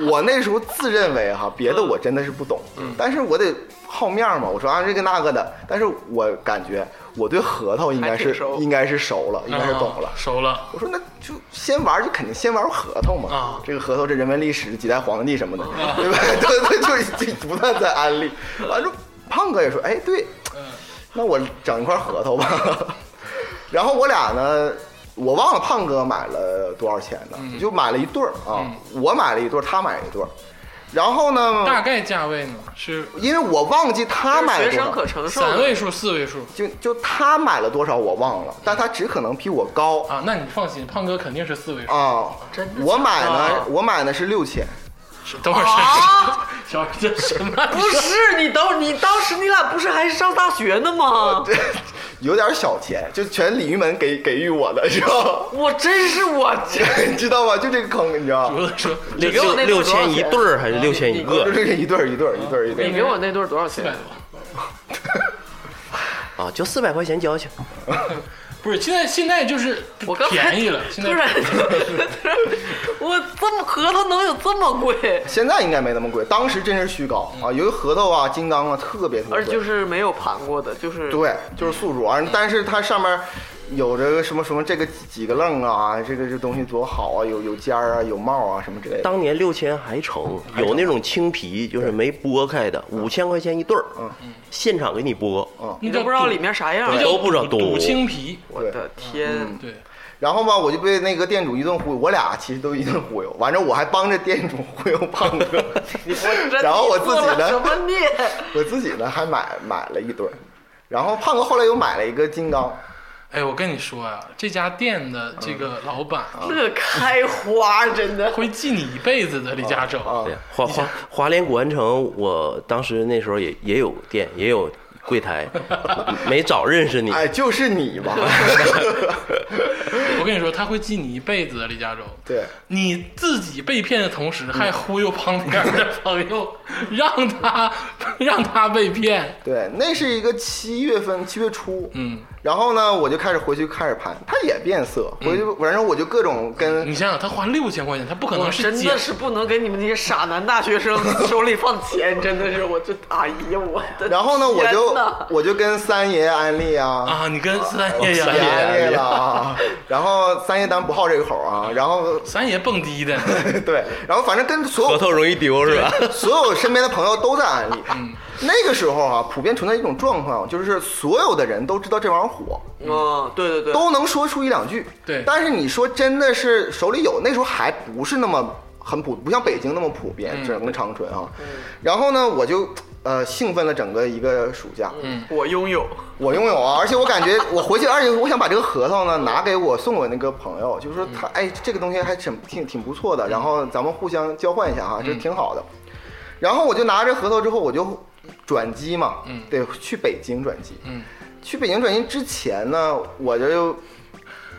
C: 我那时候自认为哈，别的我真的是不懂，
B: 嗯
C: 但是我得好面儿嘛。我说啊，这个那个的，但是我感觉我对核桃应该
B: 还挺
C: 是
B: 熟
C: 应该是熟了，应该是懂了
A: 啊。熟了，
C: 我说那就先玩儿，就肯定先玩核桃嘛。
A: 啊
C: 这个核桃这人文历史几代皇帝什么的，对吧？ [laughs] 对对，就就不断在安利。完了，胖哥也说，哎，对，
B: 嗯
C: 那我整一块核桃吧。然后我俩呢，我忘了胖哥买了多少钱呢，
B: 嗯
C: 就买了一对儿啊，我买了一对儿，他买了一对儿。然后
A: 大
C: 呢，
A: 概价位呢是
C: 因为我忘记他买了
B: 学
C: 多
B: 生可
C: 少。
B: 承受
A: 三
B: 的
A: 位数、四位数
C: 就就他买了多少我忘了，但他只可能比我高
A: 啊？那你放心，胖哥肯定是四位
B: 哦
A: 数。
C: 啊。我买呢，我买呢是六千，
A: 是等会儿 [laughs] 是
B: 啊！
A: 小这什么？
B: [laughs] 不是你当你当时你俩不是还上大学呢吗？
C: [laughs] 有点小钱，就全鲤鱼门给给予我的，知道吗？
B: 我真是我，
C: [laughs] 你知道吗？就这个坑，你知道吗？
A: 我说
D: 六
B: 给我
D: 六
B: 那
D: 六
B: 六多少
D: 千一
B: 钱嗯
D: 对儿还是六千一
C: 就
D: 个
C: 这个一对儿一对儿一对儿一对
B: 你
C: 儿，
B: 给我那对儿多少
A: 四
B: 钱
A: 百？多，
D: 啊？就四百块钱交去，
A: 不是现在现在就是
B: 我刚才
A: 便宜了，现在
B: 突然突然， [laughs] 我这么核桃能有这么贵？
C: 现在应该没那么贵，当时真是虚高啊！由于核桃啊、金刚啊特别特
B: 嗯
C: 别贵，
B: 而就是没有盘过的，就是
C: 对，就是宿主啊，但是它上面有着个什么什么这个几几个愣啊，这个这东西多好啊，有有尖儿啊，有帽啊什么之类的。
D: 当年六千还成，有那种青皮就是没剥开的，五千块钱一对儿，
C: 嗯
D: 现场给你剥，
B: 你都不知道里面啥样
A: 那
D: 对
A: 叫。
D: 都不知道
A: 赌
D: 赌
A: 赌青皮，
B: 我的天，
A: 对，
C: 然后吧，我就被那个店主一顿忽悠，我俩其实都一顿忽悠，完正我还帮着店主忽悠胖哥，嗯 [laughs] 然后我自己呢
B: 这你做了什么孽？
C: 我自己呢还买买了一对儿，然后胖哥后来又买了一个金刚，
A: 哎，我跟你说啊，这家店的这个老板啊，
B: 这开花真的。
A: 会记你一辈子的李嘉诚
C: 啊
D: 对呀，华华华联古玩城，我当时那时候也也有店，也有柜台， [laughs] 没找认识你。
C: 哎，就是你 [laughs] 吧？
B: 嗯
A: 我跟你说，他会记你一辈子的李嘉诚。
C: 对，
A: 你自己被骗的同时，还忽悠旁边的朋 [laughs] 友，让他让他被骗。
C: 对，那是一个七月份七月初，
A: 嗯，
C: 然后呢，我就开始回去开始盘，它也变色，回去，反正我就各种
A: 你
C: 跟，
A: 想想，他花六千块钱，他不可
B: 我
A: 能是
B: 真
A: 捡
B: 的是不能给你们那些傻男大学生 [laughs] 手里放钱，真的是，我这，哎呀，我的，
C: 然后呢，我
B: 天
C: 就
B: 哪
C: 我就跟三爷安利啊，
A: 啊！你跟三爷
C: 三爷
A: 呀，
C: 安利了 [laughs] 啊，然后三爷当然不好这个口啊，然后 [laughs]
A: 三爷蹦迪的，
C: 对，然后反正跟所
D: 核
C: 有
D: 桃容易丢是吧？ [laughs]
C: 所有身边的朋友都在安利。那个时候啊，普遍存在一种状况，就是所有的人都知道这玩意儿火，
B: 嗯，对对对，
C: 都能说出一两句。
A: 对
C: 但是你说真的是手里有，那时候还不是那么很普，不像北京那么普遍，整个长春啊。然后呢，我就呃兴奋了整个一个暑假。嗯，
B: 我拥有，
C: 我拥有啊，而且我感觉我回去，而且我想把这个核桃呢拿给我送我那个朋友，就是说他哎这个东西还挺挺挺不错的，然后咱们互相交换一下哈，这挺好的。然后我就拿着核桃之后，我就转机嘛，
A: 嗯
C: 得去北京转机。
A: 嗯
C: 去北京转机之前呢，我就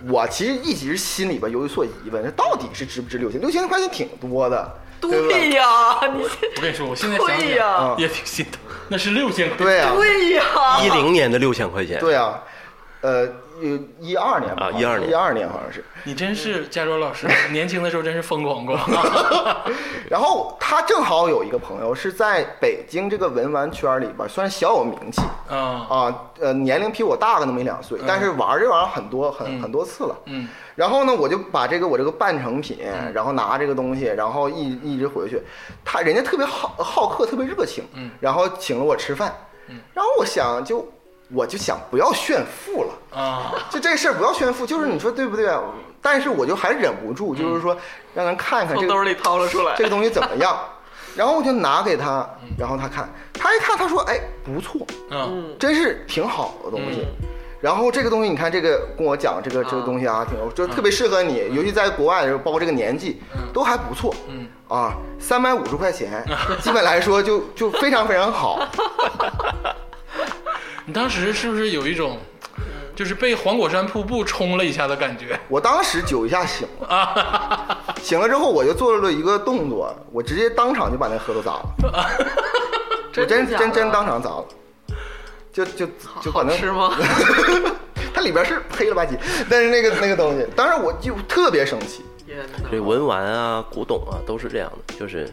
C: 我其实一直心里边有所疑问，这到底是值不值六千？六千块钱挺多的，
B: 对
C: 吧？
B: 呀，你
A: 我跟你说，我现在想起
B: 对呀
A: 来也挺心疼，那是六千块。
C: 对呀、
B: 对呀，
D: 一零年的六千块钱，
C: 对呀、呃，一二年吧
D: 啊12年
C: 一二年好像是。
A: 你真是佳卓 [laughs] 老师，年轻的时候真是疯狂 [laughs] 过。
C: 然后他正好有一个朋友是在北京这个文玩圈里边，虽然小有名气
A: 啊，
C: 啊，呃，年龄比我大个那么一两岁，但是玩这玩意儿很多很、很多次了。
A: 嗯
C: 然后呢，我就把这个我这个半成品，然后拿这个东西，然后一一直回去。他人家特别好好客，特别热情，
A: 嗯
C: 然后请了我吃饭，然后我想就我就想不要炫富了，
A: 啊，
C: 就这事儿不要炫富，就是你说对不对啊？但是我就还忍不住，就是
A: 嗯
C: 说让人看看这
B: 从
C: 个
B: 兜里掏了出 [laughs] 来
C: 这，个东西怎么样。然后我就拿给他，
B: 嗯
C: 然后他看，他一看，他说：“哎，不错，
A: 嗯
C: 真是挺好的东西。然后这个东西，你看这个跟我讲这个这个
B: 嗯啊嗯
C: 东西啊，挺就特别适合你，尤其在国外的时候，包括这个年纪，都还不错。
A: 嗯
C: 啊，三百五十
B: [laughs]
C: 块钱，基本来说就就非常非常好。
A: 你当时是不是有一种，就是被黄果山瀑布冲了一下的感觉
C: 我当时酒一下醒了，
A: 啊？
C: 醒了之后我就做了一个动作，我直接当场就把那核桃砸
B: [laughs]
C: 了，我真
B: 真的假的
C: 真真当场砸了，就就就把
B: 好
C: 那
B: 吃吗？
C: [laughs] 它里边是黑了吧唧，但是那个那个东西，当时我就特别生气。
B: 天哪
D: 对，文玩啊、古董啊都是这样的，就是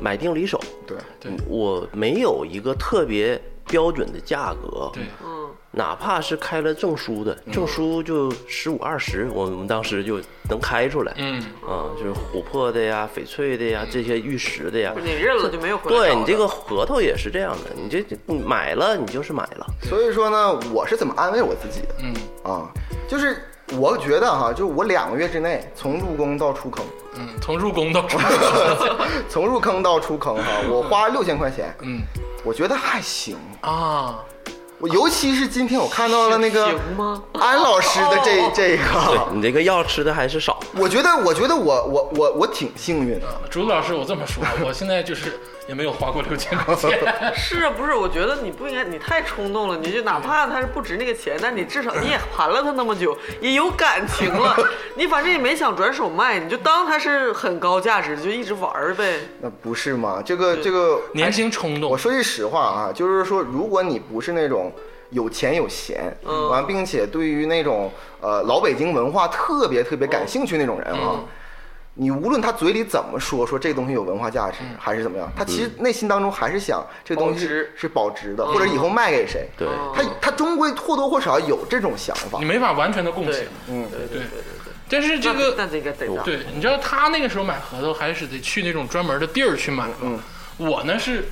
D: 买定离手。
C: 对，
A: 对
D: 我没有一个特别标准的价格，
A: [laughs] 对，嗯
B: 嗯，
D: 哪怕是开了证书的，证书就十五二十，我们当时就能开出来。
A: 嗯
D: 啊，就是琥珀的呀、翡翠的呀、这些玉石的呀
B: 不。是你认了就没有回来
D: 对
B: 找
D: 你这
B: 了
D: 个核桃也是这样的，你这这你买了你就是买了，
C: 所以说呢，我是怎么安慰我自己的
A: 嗯
C: 啊？就是我觉得哈、就我两个月之内，从入宫到出坑，
A: 嗯，从入宫到出 [laughs] 宫，
C: 从入坑到出坑哈、我花六千块钱，
A: 嗯
C: 我觉得还行。
A: 啊，
C: 我尤其是今天我看到了那个
B: 行吗
C: 安老师的这这
D: 对
C: 个，
D: 你这个药吃的还是少。
C: 我觉得我觉得我我我我挺幸运的。
A: 竹子老师，我这么说，啊我现在就是也没有花过六千块钱，
B: 是啊，不是？我觉得你不应该，你太冲动了。你就哪怕他是不值那个钱，但你至少你也盘了他那么久，也有感情了。 [laughs] 你反正也没想转手卖，你就当它是很高价值，你就一直玩儿呗。
C: 那不是吗？这个这个
A: [laughs] 年轻冲动
C: 我，说句实话啊，就是说，如果你不是那种有钱有闲，
B: 嗯
C: 完、并且对于那种呃老北京文化特别特别
B: 嗯
C: 感兴趣那种人啊，你无论他嘴里怎么说，说这东西有文化价值、还是怎么样，他其实内心当中还是想这东
B: 嗯保
C: 西
B: 值嗯
C: 是保值的，或者以后卖给谁，
D: 对，
C: 他他终归或多或少有这种想法
B: 嗯
A: 你。没法完全的共情
B: 对，
C: 嗯，
B: 对对对对，
A: 但是这
B: 那
A: 个
B: 那这应该得到。
A: 对，你知道他那个时候买核桃还是得去那种专门的地儿去买嘛。我呢是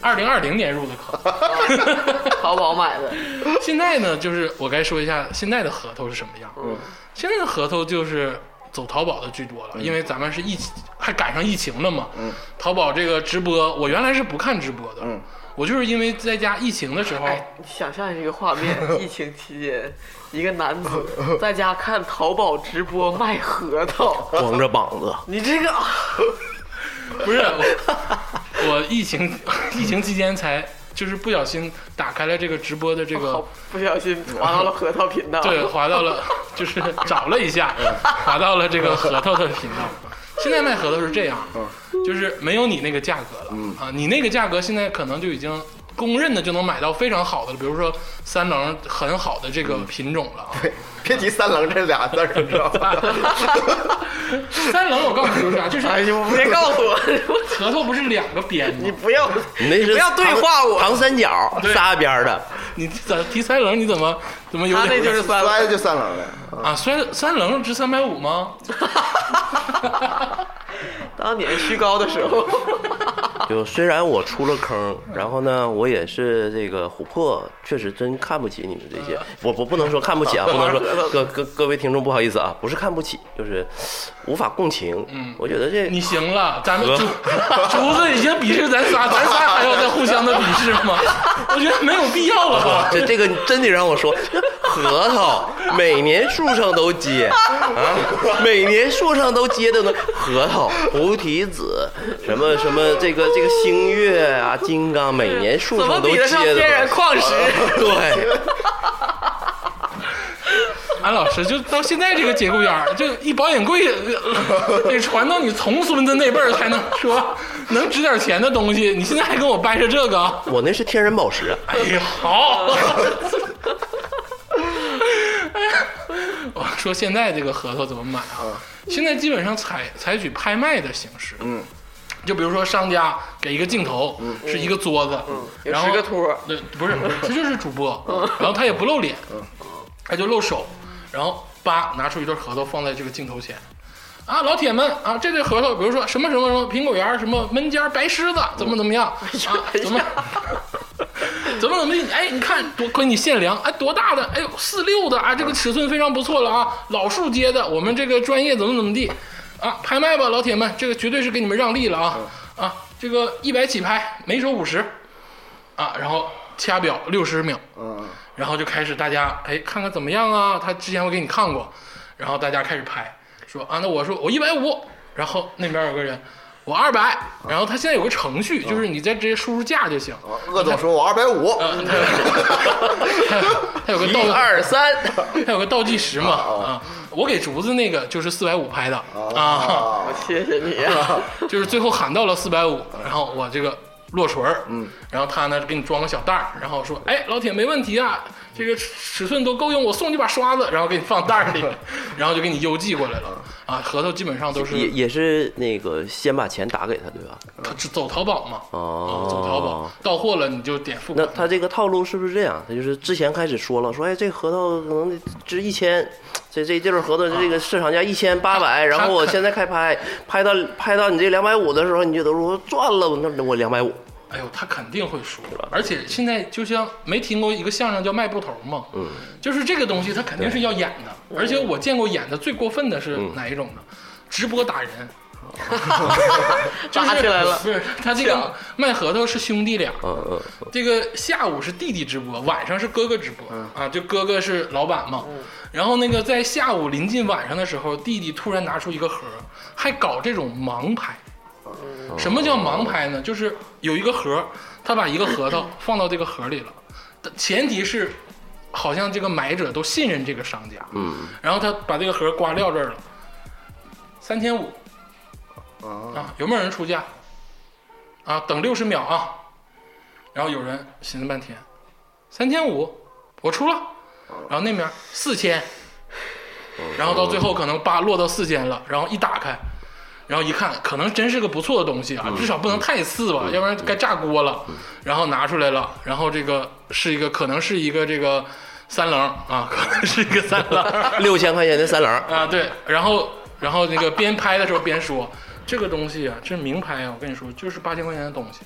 A: 二零二零年入的坑， [laughs]
B: [laughs] 淘宝买的，
A: 现在呢就是我该说一下现在的核桃是什么样。
B: 嗯
A: 现在的核桃就是走淘宝的居多了，因为咱们是疫情还赶上疫情了嘛。淘宝这个直播，我原来是不看直播的，
C: 嗯
A: 我就是因为在家疫情的时候，
B: 哎，你想象一个画面： [laughs] 疫情期间，一个男子在家看淘宝直播卖核桃。 [laughs]
D: 光着膀子，
B: 你这个啊
A: 不是我，我疫情疫情期间才就是不小心打开了这个直播的这个
B: 好不小心滑到了核桃频道。
A: 对，滑到了，就是找了一下，
B: 嗯
A: 滑到了这个核桃的频道。现在卖核桃是这样，
B: 嗯
A: 就是没有你那个价格了啊，你那个价格现在可能就已经公认的就能买到非常好的了，比如说三棱很好的这个
B: 嗯
A: 品种了啊。
C: [laughs] 别提“三棱”这俩字儿，你知道吧？
B: [laughs]
A: 三棱我告诉你就是啥，就是
B: 哎呦，别告诉我，
A: 核桃不是两个边吗
B: [laughs] 你？不要，
D: 你那是
B: 不要对
D: 长
B: 话我
D: 长三角
A: 对
D: 仨边儿的，
A: 你咋提三棱你怎么怎么有
B: 他
A: 点
B: 那就是三
C: 摔
B: 了。
C: 的就三棱了。
A: 啊？三三棱值三百五吗？
B: 当年虚高的时候，
D: 就虽然我出了坑，然后呢，我也是这个琥珀，确实真
B: 嗯 [laughs]
D: 看不起你们这些，我我不能说看不起啊，不能说各各各位听众不好意思啊，不是看不起，就是无法共情。嗯，我觉得这
A: 你行了，咱们竹竹子已经鄙视咱仨，咱仨还要再互相的鄙视吗？ [laughs] 我觉得没有必要了吧。
D: [laughs] 这这个你真得让我说，核桃每年树上都结啊，每年树上都结的呢，核桃、菩提子，什么什么这个这个星月啊、金刚，每年树
B: 怎么
D: 上都
B: 比得上
D: 结的
B: 天然
D: 东西。
B: 矿石？
D: 对，
A: 安老师就到现在这个节骨眼儿，就一保险柜呃得传到你重孙子那辈儿才能说能值点钱的东西，你现在还跟我掰扯这个？
D: 我那是天然宝石，啊
A: 哎呀，好！哎我说现在这个核桃怎么买啊？现在基本上采采取拍卖的形式，
C: 嗯，
A: 就比如说商家给一个镜头，是一个桌子，然后
B: 嗯有十个托儿
A: 对，不是，他就是主播， [laughs] 然后他也不露脸，他就露手，然后叭拿出一对核桃放在这个镜头前。啊，老铁们啊，这对核桃，比如说什么什么什么苹果园儿，什么闷尖儿白狮子，怎么怎么样，啊，怎么 [laughs] 怎么怎么地，哎，你看多给你限量，哎，多大的？哎呦，四六的啊，这个尺寸非常不错了啊，老树接的，我们这个专业怎么怎么地，啊，拍卖吧，老铁们，这个绝对是给你们让利了啊啊，这个一百起拍，每手五十，啊，然后掐表六十秒，
C: 嗯，
A: 然后就开始大家哎看看怎么样啊？他之前我给你看过，然后大家开始拍，说啊，那我说我一百五，然后那边有个人我二百，然后他现在有个程序，就是你再直接输入价就行。
C: 呃鄂总说我二百五，
A: 呃
B: 嗯
A: 他有 [laughs] 他有个
D: 一
A: 倒
D: 二三，
A: 他有个倒计时嘛啊，我给竹子那个就是四百五拍的啊，
C: 啊，
B: 谢谢你啊！ [laughs]
A: 就是最后喊到了四百五，然后我这个落锤儿，嗯，然后他呢给你装个小袋儿，然后说，哎，老铁没问题啊，这个尺寸都够用，我送你把刷子，然后给你放袋儿
D: [laughs]
A: 里，然后就给你邮寄过来了啊，核桃基本上都
D: 嗯也
A: 是
D: 也是那个先把钱打给他，对吧？
A: 他是走淘宝嘛，
D: 哦
A: 啊走淘宝到货了你就点付
D: 那
A: 款，
D: 他这个套路是不是这样？他就是之前开始说了，说哎，这核桃可能值一千，这这这份合同这个市场价一千八
A: 啊
D: 百，然后我现在开拍，拍到拍到你这两百五的时候，你就都说赚了，我那我两百五，
A: 哎呦，他肯定会输，而且现在就像没听过一个相声叫卖布头嘛，嗯，就是这个东西他肯定是要演
D: 嗯
A: 的，而且我见过演的最过分的是哪一种呢？直播打人，就是
B: 打起来了 [laughs]
A: 不是他这个卖核桃是兄弟俩，
D: 嗯嗯嗯，
A: 这个下午是弟弟直播，晚上是哥哥直播、啊，就哥哥是老板嘛。然后那个在下午临近晚上的时候，弟弟突然拿出一个盒，还搞这种盲拍。什么叫盲拍呢？就是有一个盒，他把一个核桃放到这个盒里了，但前提是好像这个买者都信任这个商家。嗯，然后他把这个盒刮撂这儿了，三千五啊，有没有人出价？啊，等六十秒啊，然后有人寻思半天，三千五，我出了。然后那边四千，然后到最后可能八落到四千了，然后一打开，然后一看，可能真是个不错的东西啊，至少不能太次吧，要不然该炸锅了。然后拿出来了，然后这个是一个，可能是一个这个三棱啊，可能是一个三棱。
D: 六千块钱的三棱，
A: 啊，对，然后然后那个边拍的时候边说，这个东西啊，这名牌啊，我跟你说，就是八千块钱的东西，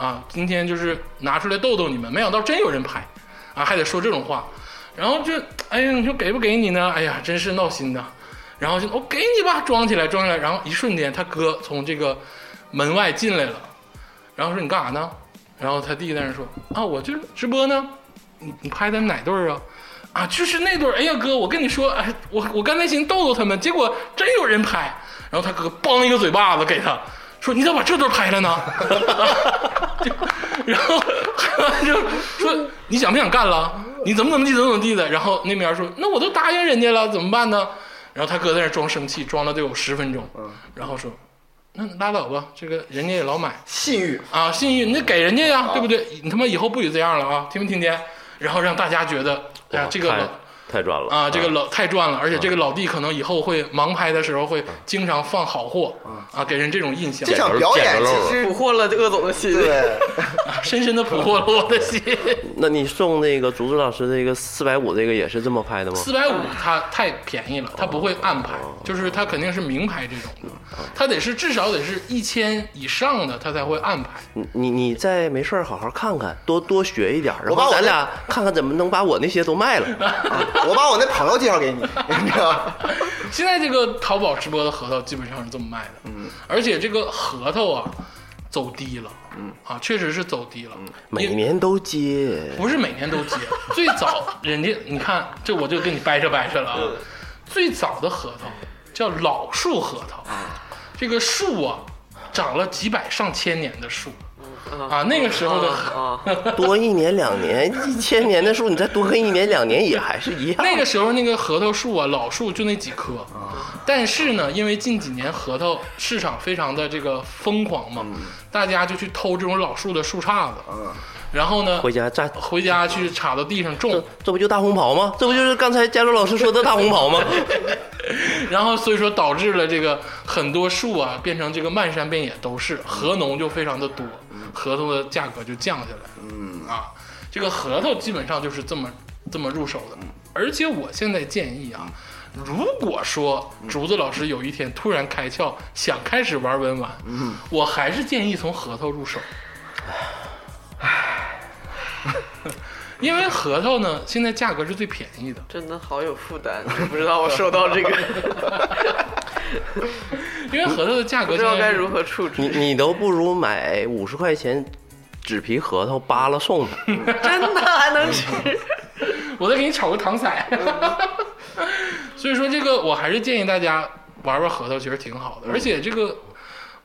A: 啊，今天就是拿出来逗逗你们，没想到真有人拍，啊，还得说这种话，然后就，哎呀，你说给不给你呢？哎呀，真是闹心的，然后就我给你吧，装起来，装起来，然后一瞬间他哥从这个门外进来了，然后说你干啥呢？然后他弟在那说啊，我就直播呢，你你拍的哪对儿啊？啊，就是那对儿，哎呀哥，我跟你说，哎，我我刚才寻思逗逗他们，结果真有人拍，然后他哥梆一个嘴巴子给他，说你咋把这对儿拍了呢？ [laughs] 就然后 [laughs] 拍完之后说你想不想干了？你怎么怎么地怎么怎么地的？然后那边说那我都答应人家了，怎么办呢？然后他哥在那儿装生气，装了得有十分钟，然后说那拉倒吧，这个人家也老买，
C: 信誉
A: 啊，信誉你得给人家呀，对不对？你他妈以后不许这样了啊，听没听见？然后让大家觉得，哎呀，这个
D: 哦太
A: 老
D: 太赚了
A: 啊，这个老太赚了，而且这个老弟可能以后会盲拍的时候会经常放好货啊，给人这种印象
C: 这，场表演其实
B: 俘获了鄂总的心。
C: 对，
A: 深深的捕获了我的心。
D: 那你送那个竹子老师这个四百五这个也是这么拍的吗？
A: 四百五它太便宜了，它不会暗拍，就是它肯定是明拍这种的，它得是至少得是一千以上的，它才会暗拍。
D: 你你你再没事儿好好看看，多多学一点儿，然
C: 我把
D: 后
C: 我
D: 咱
C: 那
D: 俩
A: [laughs]
D: 看看怎么能把我那些都卖了。
C: [laughs] 我把我那朋友介绍给你，你知道吗？
A: 现在这个淘宝直播的核桃基本上是这么卖的，嗯，而且这个核桃啊，走低了，嗯啊，确实是走低了，
D: 每
A: 因
D: 年都接，
A: 不是每年都 [laughs] 接，最早人家你看，这我就跟你掰扯掰扯了啊。最早的核桃叫老树核桃，这个树啊长了几百上千年的树啊，那个时候的核
B: 啊，
D: 多一年两年，一千年的树，你再多跟一年两年也还是一样。
A: 那个时候那个核桃树啊，老树就那几棵，
D: 啊
A: 但是呢，因为近几年核桃市场非常的这个疯狂嘛，
D: 嗯
A: 大家就去偷这种老树的树杈子，然后呢
D: 回家炸，
A: 回家去插到地上种
D: 这，这不就大红袍吗？这不就是刚才加州老师说的大红袍吗？ [laughs]
A: 然后所以说导致了这个很多树啊变成这个漫山遍野都是，合农就非常的多，核桃的价格就降下来。嗯啊，这个核桃基本上就是这么这么入手的。
B: 嗯
A: 而且我现在建议啊，如果说竹子老师有一天突然开窍，想开始玩文玩，
B: 嗯
A: 我还是建议从核桃入
B: [laughs]
A: 手。因为核桃呢，现在价格是最便宜的，
B: 真的好有负担，你不知道我受到这个，
A: 因为核桃的价
B: 不
A: 格
B: 知
A: 现在
B: 道
A: 是
B: 该如何处置。
D: 你你都不如买五十块钱纸皮核桃扒了送
A: [laughs]
D: 他。
B: 真的还能
C: 嗯
B: 吃？
A: 我再给你炒个糖色。 [laughs] 所以说这个我还是建议大家玩玩核桃，其实挺好的，而且这个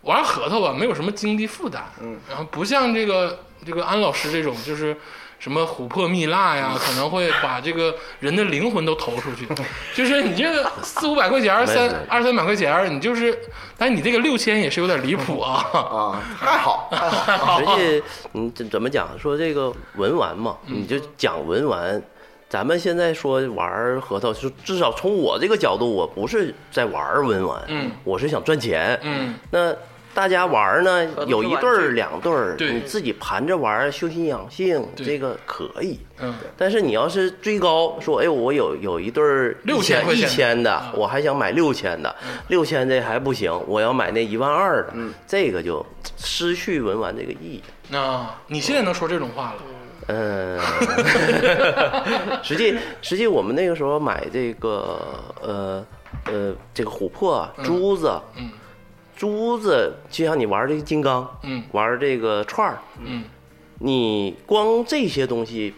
A: 玩核桃吧，没有什么经济负担，嗯，然后不像这个这个安老师这种就是。什么琥珀蜜蜡呀，可能会把这个人的灵魂都投出去。就是你这个四五百块钱儿，三二三百块钱儿，你就是，但你这个六千也是有点离谱啊。
C: 啊，还好，还好，
A: 哦
D: 人家你怎怎么讲？说这个文玩嘛，
A: 嗯
D: 你就讲文玩。咱们现在说玩核桃，就至少从我这个角度，我不是在玩文玩，
A: 嗯
D: 我是想赚钱，
A: 嗯，
D: 那大家玩呢
B: 盒，子
D: 有
B: 是
D: 一
B: 玩
D: 对
B: 具
D: 儿两对儿，
A: 对
D: 你自己盘着玩，修心养性，
A: 对
D: 这个可以。
A: 嗯，
D: 但是你要是追高，说哎，我有有一对儿
A: 6000块
D: 一
A: 钱的
D: 千的
A: 啊，嗯
D: 我还想买六千的，六千这还不行，我要买那一万二的，这个就失去文玩这个意义。
A: 那你现在能说这种话了？
D: 嗯， [laughs] 实际实际我们那个时候买这个呃呃这个琥珀啊、珠子，
A: 嗯
D: 珠子就像你玩这个金刚，
A: 嗯
D: 玩这个串儿，
A: 嗯
D: 你光这些东西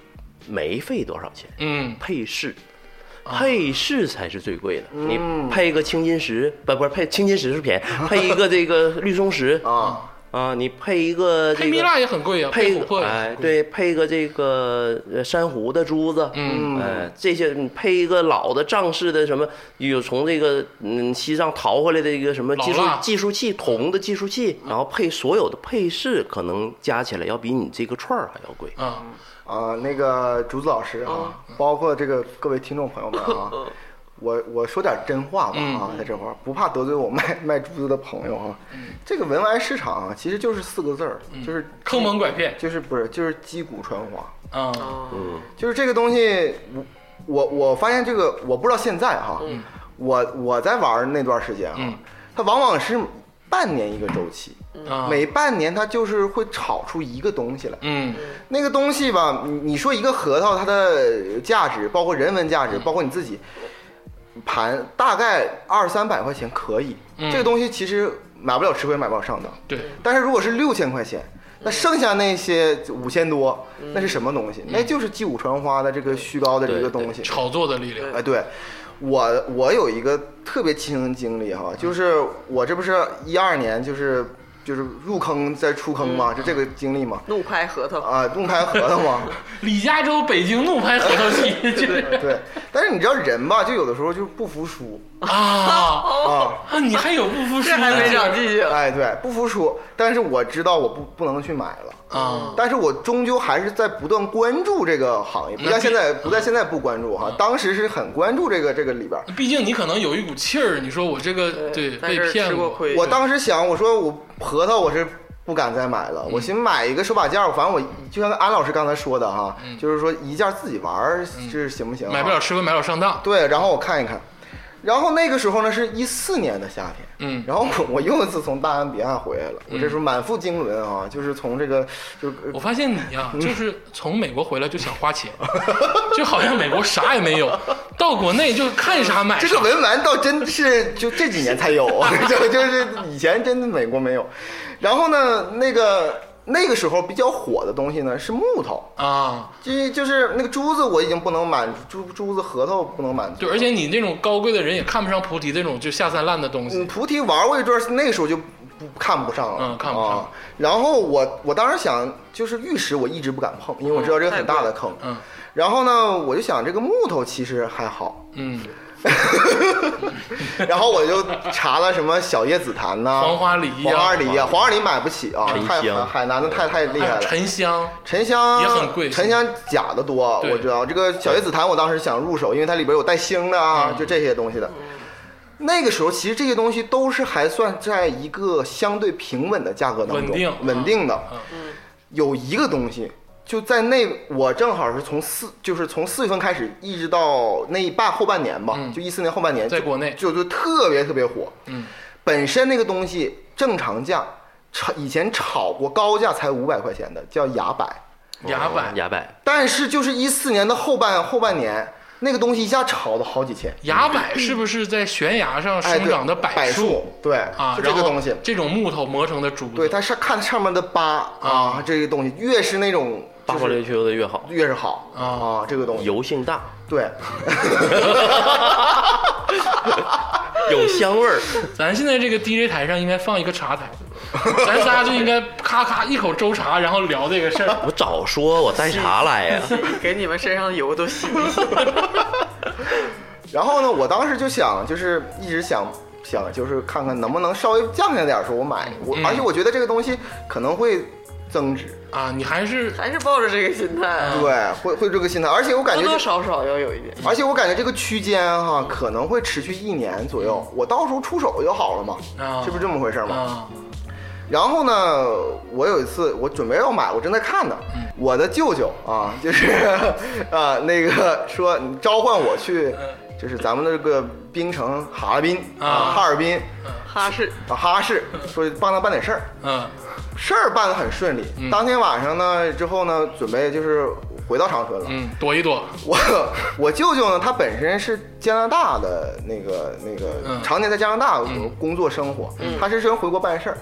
D: 没费多少钱，
A: 嗯
D: 配饰。
A: 啊
D: 配饰才是最贵的，
A: 嗯
D: 你配个青金石，不不是配青金石是便宜，配一个这个绿松石
C: 啊，
D: 啊，你配一个这
A: 配蜜
D: 个
A: 蜡也很贵啊，
D: 配
A: 配
D: 一
A: 琥
D: 个
A: 珀也
D: 哎
A: 很，贵。
D: 对，配一个这个呃珊瑚的珠子，
A: 嗯
D: 哎，这些你配一个老的藏式的什么，有从这个嗯西藏淘回来的一个什么计数
A: 老蜡
D: 计数器，铜的计数器，然后配所有的配饰，可能加起来要比你这个串儿还要贵。
A: 啊，
C: 啊，那个竹子老师啊，包括这个各位听众朋友们 [laughs] 啊，我我说点真话吧啊，在这块儿不怕得罪我卖卖珠子的朋友啊。这个文玩市场啊，其实就是四个字儿，就是
A: 坑蒙拐骗
C: 就是不是就是击鼓传花，
A: 啊，
C: 就是这个东西，我我我发现这个我不知道现在哈，我我在玩儿那段时间啊，
A: 嗯
C: 它往往是半年一个周期，
A: 啊
C: 每半年它就是会炒出一个东西来。
A: 嗯
C: 那个东西吧，你你说一个核桃，它的价值，包括人文价
A: 嗯
C: 值，包括你自己盘，大概二三百块钱可以。
A: 嗯
C: 这个东西其实买不了吃亏，买不了上当。
A: 对，
C: 但是如果是六千块钱，
A: 嗯
C: 那剩下那些五千多，那是什么东西？那就是击鼓传花的这个虚高的这个东西。
A: 炒作的力量，
C: 哎，对，我我有一个特别亲身经历哈，就是我这不是一二年就是就是入坑再出坑嘛，就这个经历嘛。
B: 怒拍核桃，
C: 啊，用拍核桃嘛，
A: 李嘉洲北京怒拍核桃季，就是
C: 对，但是你知道人吧，就有的时候就不服输
A: [laughs] 啊
C: 啊，
A: 啊，你还有不服输
B: 这还
A: 的
B: 没
A: 劲
B: 长
A: 儿
B: 记性。
C: 哎，对，不服输。但是我知道我不不能去买了，
A: 啊，
C: 但是我终究还是在不断关注这个行业，不像现在不在现在不关注哈，当时是很关注这个这个里边儿。
A: 毕竟你可能有一股气儿，你说我这个对
B: 在这
A: 被
B: 儿
A: 骗
B: 吃过亏，
C: 嗯我当时想，我说我核桃我是不敢再买了，
A: 嗯
C: 我寻思买一个手把件儿，反正我就像安老师刚才说的哈，
A: 嗯
C: 就是说一件儿自己玩儿这行不行啊？
A: 买不了吃亏，买不了上当，
C: 对，然后我看一看，然后那个时候呢是一四年的夏天，
A: 嗯
C: 然后我又一次从大安彼岸回来了，我这时候满腹经纶啊，就是从这个就是
A: 我发现你呀、就是从美国回来就想花钱，就好像美国啥也没有，到国内就看啥买啥。
C: 这个文玩倒真是就这几年
A: [laughs]
C: 才有，就就是以前真的美国没有。然后呢，那个那个时候比较火的东西呢是木头，
A: 啊，
C: 就就是那个珠子我已经不能满珠珠子核桃不能满足。
A: 对，而且你那种高贵的人也看不上菩提这种就下三滥的东
C: 嗯，
A: 西。
C: 菩提玩过一段，那个时候就不看不上了，
A: 嗯看不上
C: 啊然后我我当时想，就是玉石我一直不敢碰，因为我知道这个很大的坑。
A: 嗯
C: 然后呢，我就想这个木头其实还好，
A: 嗯，
C: 然后我就查了什么小叶紫檀呐、
A: [laughs] 黄花梨呀
C: 黄花梨呀、黄花梨买不起啊，
D: 沉
C: 太
D: 香
C: 海南的太太厉
A: 还
C: 害
A: 有
C: 了。
A: 沉香，
C: 沉香
A: 也很贵
C: 沉香假的多，
A: 对
C: 我知道这个小叶紫檀，我当时想入手，因为它里边有带星的啊，
A: 嗯
C: 就这些东西的。那个时候，其实这些东西都是还算在一个相对平稳的价格当中，
A: 稳定
C: 稳定的。
A: 嗯
C: 有一个东西，就在那，我正好是从四，就是从四月份开始，一直到那一半后半年吧，
A: 嗯
C: 就一四年后半年，
A: 在国内
C: 就就就特别特别火。
A: 哎嗯，
C: 本身那个东西正常价，炒以前炒过高价才五百块钱的，叫崖柏。
A: 崖柏、
D: 牙柏，
C: 但是就是一四年的后半后半年，那个东西一下炒到好几千，
A: 崖柏是不是在悬崖上
C: 哎，
A: 生
C: 对，
A: 长的
C: 柏
A: 柏树？，
C: 对，
A: 啊，
C: 就这个
A: 然后
C: 东西，
A: 这种木头磨成的珠子，
C: 对，它是看上面的疤啊，这个东西越是那种
D: 八
C: 就
D: 八
C: 是
D: 六秋的越好，
C: 越是好
A: 啊
C: 啊，这个东西，
D: 油性大，
C: 对，
D: 有香味儿。
A: 咱现在这个 DJ 台上应该放一个茶台，咱仨就应该咔咔一口粥茶，然后聊这个事
D: [laughs]
A: 儿。
D: 我早说我带啥来呀？
B: 给你们身上的油都吸一吸。
C: [laughs] 然后呢，我当时就想，就是一直想想，就是看看能不能稍微降下点儿，说我买我，
A: 嗯
C: 而且我觉得这个东西可能会增值，
A: 啊，你还是
B: 还是抱着这个心态，啊
C: 对，会会这个心态，而且我感
B: 多
C: 觉
B: 多
C: 这。
B: 少少要有一点。
C: 而且我感觉这个区间哈、可能会持续一年左右，我到时候出手就好了嘛，
A: 啊
C: 是不是这么回事嘛？
A: 啊，
C: 然后呢，我有一次我准备要买，我正在看呢，
A: 嗯
C: 我的舅舅啊，就是 [laughs] 啊那个说你召唤我去，就是咱们的这个冰城哈尔滨
A: 嗯啊
C: 哈尔滨
B: 哈是
C: 啊哈市，说帮他办点事儿，
A: 嗯
C: 事儿办得很顺利。当天晚上呢之后呢，准备就是回到长春了。
A: 嗯，躲一躲，
C: 我我舅舅呢，他本身是加拿大的那个那个
A: 嗯，嗯
C: 常年在加拿大工作生活，
B: 嗯
C: 他是先回国办事儿，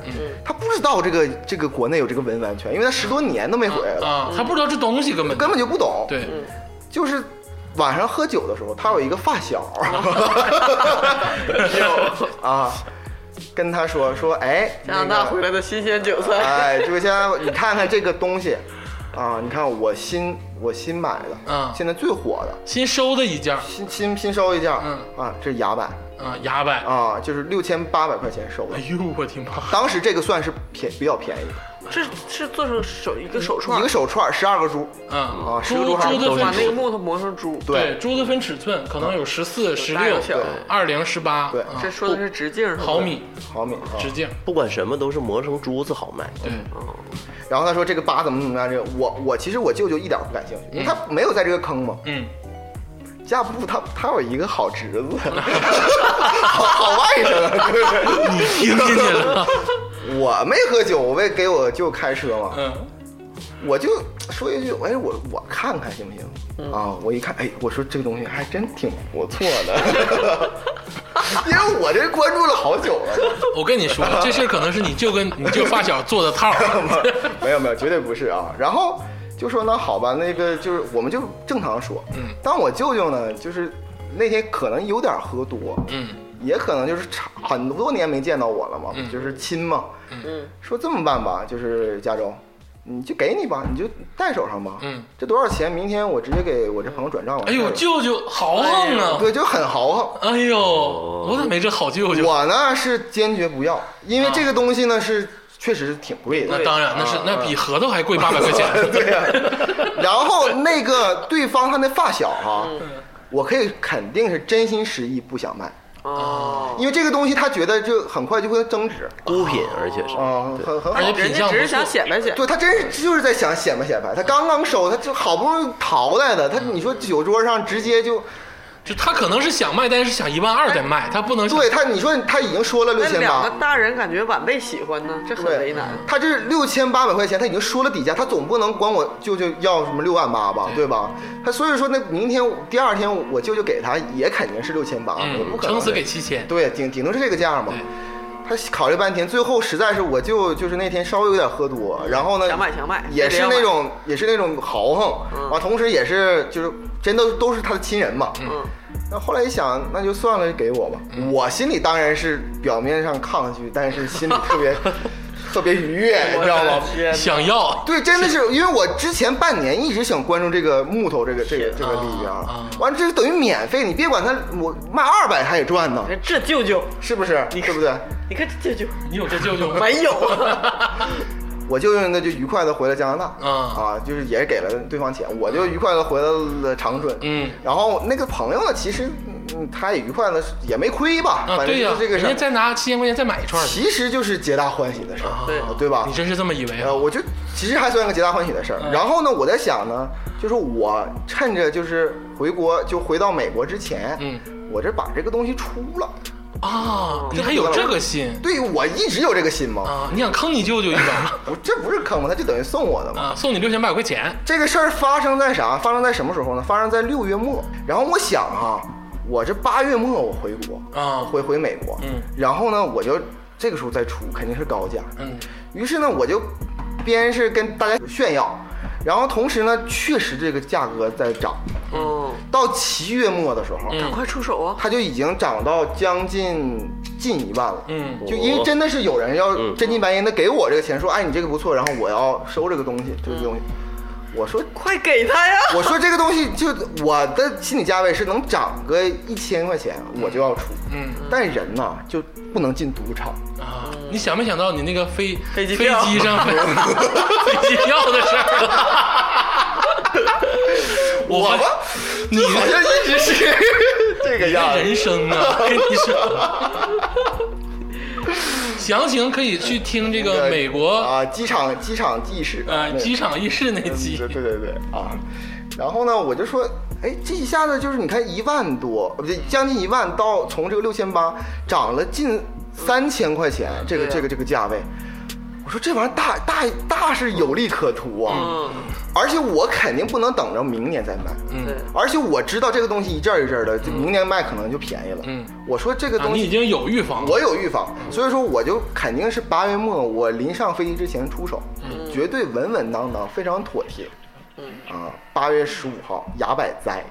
C: 他不知道这个这个国内有这个文玩圈，因为他十多年都没回来了，
A: 啊，他不知道这东西根本
C: 根本就不
A: 嗯
C: 懂。，
A: 对，
C: 就是晚上喝酒的时候，他有一个发小，
A: [laughs]
C: [laughs] 啊，跟他说说，哎，
B: 加拿大
C: 那个
B: 回来的新鲜韭菜，
C: 哎，这个现在你看看这个东西，啊，你看我新我新买的，
A: 嗯
C: 现在最火的。
A: 新收的一件儿
C: 新新新收一件儿，
A: 嗯
C: 啊，这是牙板
A: 啊，崖柏，
C: 啊，就是六千八百块钱收的
A: 哎。呦我的妈，
C: 当时这个算是便比较便宜的，
B: 这是做成手一个手
C: 一
B: 串
C: 个，手串十二个珠，
A: 嗯
C: 啊，十个
A: 珠
C: 珠还
A: 珠子
D: 都是
B: 把
A: 分
B: 那个
A: 尺，
B: 木头磨成珠。
A: 对，珠子分尺寸，可能有十四、十
B: 大
A: 六
B: 有小、
A: 二零、十八，
C: 对
A: 啊
B: 这说的是直径，是吧
A: 毫。米
C: 毫米啊。
A: 直径，
D: 不管什么都是磨成珠子好卖。
A: 对，
C: 然后他说这个疤怎么怎么样，这个我我其实我舅舅一点儿不感兴趣，因为他没有在这个坑嘛。 [laughs]
A: 嗯，
C: 架不住他他有一个好侄子，
A: [laughs]
C: 好好外甥，对不对？
A: 你听进去了，
C: 我没喝酒，我为给我舅开车嘛，
A: 嗯
C: 我就说一句，哎，我我看看行不
A: 嗯
C: 行？啊，我一看，哎，我说这个东西还真挺不错的， [laughs] 因为我这关注了好久了。 [laughs]
A: 我跟你说，这事儿可能是你舅跟你舅发小做的套儿，
C: [laughs] 没有没有，绝对不是啊。然后就说那好吧，那个就是我们就正常说。
A: 嗯，
C: 但我舅舅呢，就是那天可能有点喝多，
A: 嗯
C: 也可能就是差很多年没见到我了嘛，就是亲嘛。
B: 嗯，
C: 说这么办吧，就是加州，你就给你吧，你就戴手上吧。
A: 嗯，
C: 这多少钱？明天我直接给我这朋友转账完
A: 哎
C: 事儿
A: 呦
C: 了。
A: 舅舅豪
C: 哎
A: 横啊，
C: 对，就很豪横。
A: 哎呦，
C: 哦
A: 我咋没这好舅舅？
C: 我呢是坚决不要，因为这个东西呢是确实挺贵的。
A: 啊那当然，那是那比核桃还贵八百块钱。
C: 啊对呀、
A: [laughs]
C: 然后那个对方他那发小哈、
A: 嗯
C: 我可以肯定是真心实意不想卖，
B: 哦，
A: 嗯
C: 因为这个东西他觉得就很快就会增值，
D: 孤品，而且是
C: 啊、很很
A: 而
C: 好
A: 且。
B: 人
A: 品
B: 家
A: 相
B: 只
A: 不
B: 是
A: 错
B: 想，显摆显摆。
C: [laughs] 对他真是就是在想显摆显摆，他刚刚收，他就好不容易淘来的，他你说酒桌上直接就
A: 就他可能是想卖，但是想一万二再卖，他不能想
C: 对他，你说他已经说了六
B: 那
C: 千
B: 两个
C: 八，
B: 大人感觉晚辈喜欢呢，这很为
C: 对
B: 难。，
C: 他这六千八百块钱，他已经说了底价，他总不能管我舅舅要什么六万八吧，对吧？他所以说，那明天第二天我舅舅给他也肯定是六千八，我
A: 嗯，
C: 不可能
A: 撑死
C: 的
A: 给七千，
C: 对，顶顶多是这个价嘛。他考虑半天，最后实在是我就就是那天稍微有点喝多，然后呢，
B: 想买想买
C: 也
B: 非
C: 是
B: 得要
C: 那种也是那种豪
B: 嗯
C: 横，啊，同时也是就是真的都是他的亲人嘛。
B: 嗯，
C: 那后来一想，那就算了，给我吧。我心里当然是表面上抗拒，但是心里
B: [laughs]
C: 特别特别愉悦，你知道吗？
A: 想要，
C: 对，真的是因为我之前半年一直想关注这个木头这个这个这个里边儿
A: 啊啊，
C: 完这等于免费，你别管他，我卖二百他也赚呢，
B: 这舅舅，
C: 是不是？对不对？
B: 哎你看这舅舅
A: 你有这舅舅吗？
B: 没有，
C: 我舅舅呢就愉快的回了加拿大，
A: 嗯
C: 啊，就是也给了对方钱，我就愉快的回到了长春，
A: 嗯
C: 然后那个朋友呢，其实嗯他也愉快的，也没亏吧，
A: 啊，
C: 反正
A: 对呀
C: 就，是这个
A: 人
C: 事
A: 家
C: 儿，
A: 再拿七千块钱再买一串去，
C: 其实就是皆大欢喜的事儿，
B: 对
C: 对吧
A: 你？真是这么嗯以为啊
C: 呃，？我就其实还算个皆大欢喜的事儿。然后呢，我在想呢，就是我趁着就是回国就回到美国之前，
A: 嗯，
C: 我这把这个东西出了，
A: 啊，你还有这个心
C: 对我一直有这个心嘛，
A: 啊？你想坑你舅舅一
C: [laughs]
A: 把
C: 不，这不是坑嘛，他就等于送我的嘛。
A: 啊？送你六千八百块钱，
C: 这个事儿发生在啥？发生在什么时候呢？发生在六月末。然后我想啊，我这八月末我回国
A: 啊
C: 回回美国，
A: 嗯，
C: 然后呢，我就这个时候再出，肯定是高价，
A: 嗯，
C: 于是呢，我就边是跟大家炫耀，然后同时呢，确实这个价格在涨。
B: [laughs] 嗯，
C: 到七月末的时候，
A: 嗯
B: 快出手啊！
C: 它就已经涨到将近近一万了。
A: 嗯
C: 就因为真的是有人要
D: 嗯
C: 真金白银的给我这个钱，说哎你这个不错，然后我要收这个东西，这个东
A: 嗯
C: 西。我说
B: 快给他呀！
C: [laughs] 我说这个东西就我的心理价位是能涨个一千块钱，我就要出。
A: 嗯，
C: 但人呐就不能进赌场，
A: 啊，你想没想到你那个飞
B: 飞机
A: [laughs] 飞
B: 票
A: 机上飞机票的事
C: [laughs]
A: 儿？我
C: 吧
A: 你
C: 好像一直是 [laughs] 这个样子。
A: 人生啊，跟你说。详情可以去听这个美国
C: 啊，机场机场技师
A: 呃机场议事那期
C: 对对对对啊。然后呢，我就说，哎，这一下子就是你看一万多，呃不对，将近一万到从这个六千八涨了近三千块钱，这个
B: 对啊
C: 这个这个价位，我说这玩意儿大大大是有利可图啊，
B: 嗯，
C: 而且我肯定不能等着明年再卖。
A: 嗯
B: 对，
C: 而且我知道这个东西一阵儿一阵儿的，就明年卖可能就便宜了。
A: 嗯，
C: 我说这个
A: 啊，
C: 东
A: 你
C: 西
A: 已经有预嗯防了。
C: 我有预防，所以说我就肯定是八月末我临上飞机之前出手，
A: 嗯
C: 绝对稳稳当当，非常妥帖。啊，八月十五号牙百灾，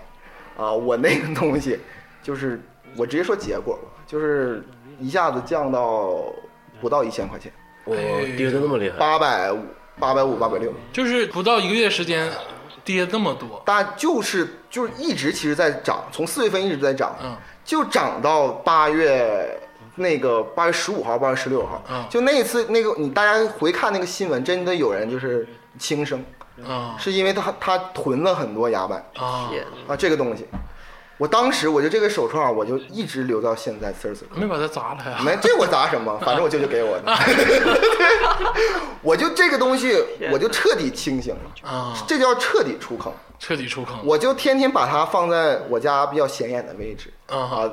C: 啊，我那个东西就是我直接说结果吧，就是一下子降到不到一千块钱，
D: 我跌的那么厉害，
C: 八百五、八百五、八百六，
A: 就是不到一个月时间跌那么多，
C: 但就是就是一直其实在涨，从四月份一直在涨，
A: 嗯
C: 就涨到八月那个八月十五号、八月十六号，
A: 嗯
C: 就那一次那个你大家回看那个新闻，真的有人就是轻生，
A: 啊
C: 是因为他他囤了很多牙板
A: 啊，
B: 也
C: 啊这个东西，我当时我就这个手串我就一直留到现在四十岁。
A: 没把它砸了呀？
C: 没这我砸什么，反正我舅舅给我
A: [laughs]
C: 的， [laughs] 我就这个东西我就彻底清醒了，
A: 啊，
C: 这叫彻底出坑。
A: 彻底出坑。
C: 我就天天把它放在我家比较显眼的位置
A: 啊
C: 啊，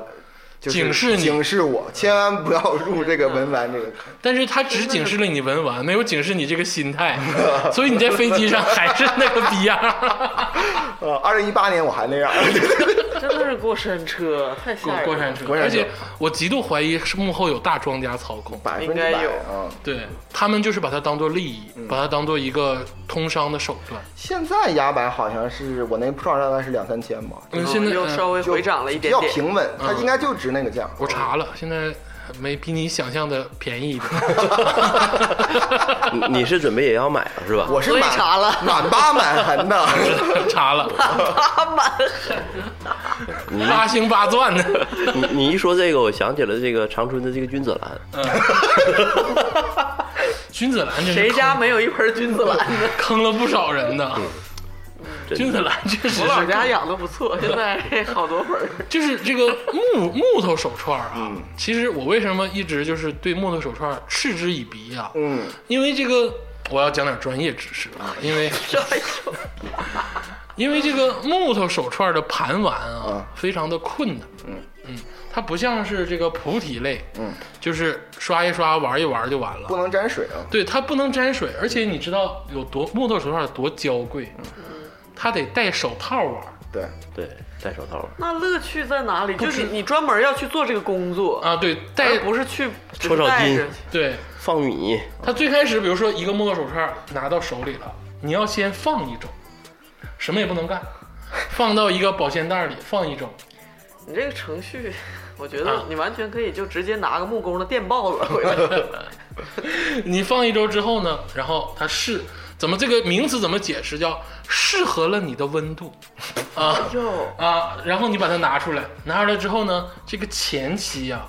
C: 就是
A: 警示你
C: 警示我，千万不要入这个文玩这个。
B: [laughs]
A: 但是他只警示了你文玩，没有警示你这个心态，所以你在飞机上还是那个逼样
B: [laughs]
A: 儿。
B: 嗯
C: 呃，二零一八年我还那样，
B: 真的是过山车，太
A: 过
B: 吓人了。
A: 过山车，
C: 过山
A: 而
C: 车
A: 且我极度怀疑是幕后有大庄家操控。
C: [laughs] 百分
B: 应
C: 之
B: 该
C: 百
B: 有
C: 啊！
A: 对他们就是把它当做利益，
B: 嗯
A: 把它当做一个通商的手段。
C: 现在牙白好像是我那破大概是两三千吧，
A: 嗯，现在
B: 哦又
A: 呃
B: 稍微
C: 就
B: 回涨了一
C: 比
B: 点
C: 较
B: 点，嗯
C: 平稳，它应该就值那个价。
A: 我查了，现在没比你想象的便宜一
B: [laughs]
A: 点。
D: 你你是准备也要买了是吧？
C: 我是
B: 所以
C: 满
B: 查了
C: 满八满痕的， [laughs]
A: 查了，
B: 他们嗯
A: 八星八钻
B: [laughs]
A: 的，
D: 你你一说这个，我想起了这个长春的这个君子兰，
A: 君子兰真是
B: 谁
A: 坑
B: 家没有一盆君子兰 [laughs] 呢？
A: 坑了不少人呢。
D: 真
A: 君子兰确实
B: 我老
A: 是，
B: 家养的不
A: [laughs]
B: 错，现在好多盆儿。 [laughs]
A: 就是这个木 [laughs] 木头手串啊。其实我为什么一直就是对木头手串嗤之以鼻啊？
C: 嗯，
A: 因为这个我要讲点专业知识啊，因为
B: 这哎呦
A: 因为这个木头手串的盘玩
C: 嗯
A: 啊，非常的困难。嗯嗯，它不像是这个菩提类，嗯，就是刷一刷玩一玩就完了
C: 不。能沾水啊。
A: 对，它不能沾水，而且你知道有多木头手串有多娇贵，它得戴手套玩。
C: 对，
D: 对，戴手套。
B: 那乐趣在哪里？就
A: 止
B: 是你专门要去做这个工作，
A: 啊，对，戴
B: 而不是去只
D: 戳
B: 是
D: 手
B: 带
D: 巾
B: 着去
A: 对，
D: 放米，
A: 他最开始，比如说一个木头手串拿到手里了，你要先放一周，什么也不能干，放到一个保鲜袋里放一周。
B: 你这个程序， [laughs] 我觉
A: 啊
B: 得你完全可以就直接拿个木工的电报子
A: [laughs]
B: 回来。
A: 你放一周之后呢，然后它适怎么这个名词怎么解释？叫适合了你的温度啊
B: 哟，
A: 啊！然后你把它拿出来，拿出来之后呢，这个前期呀、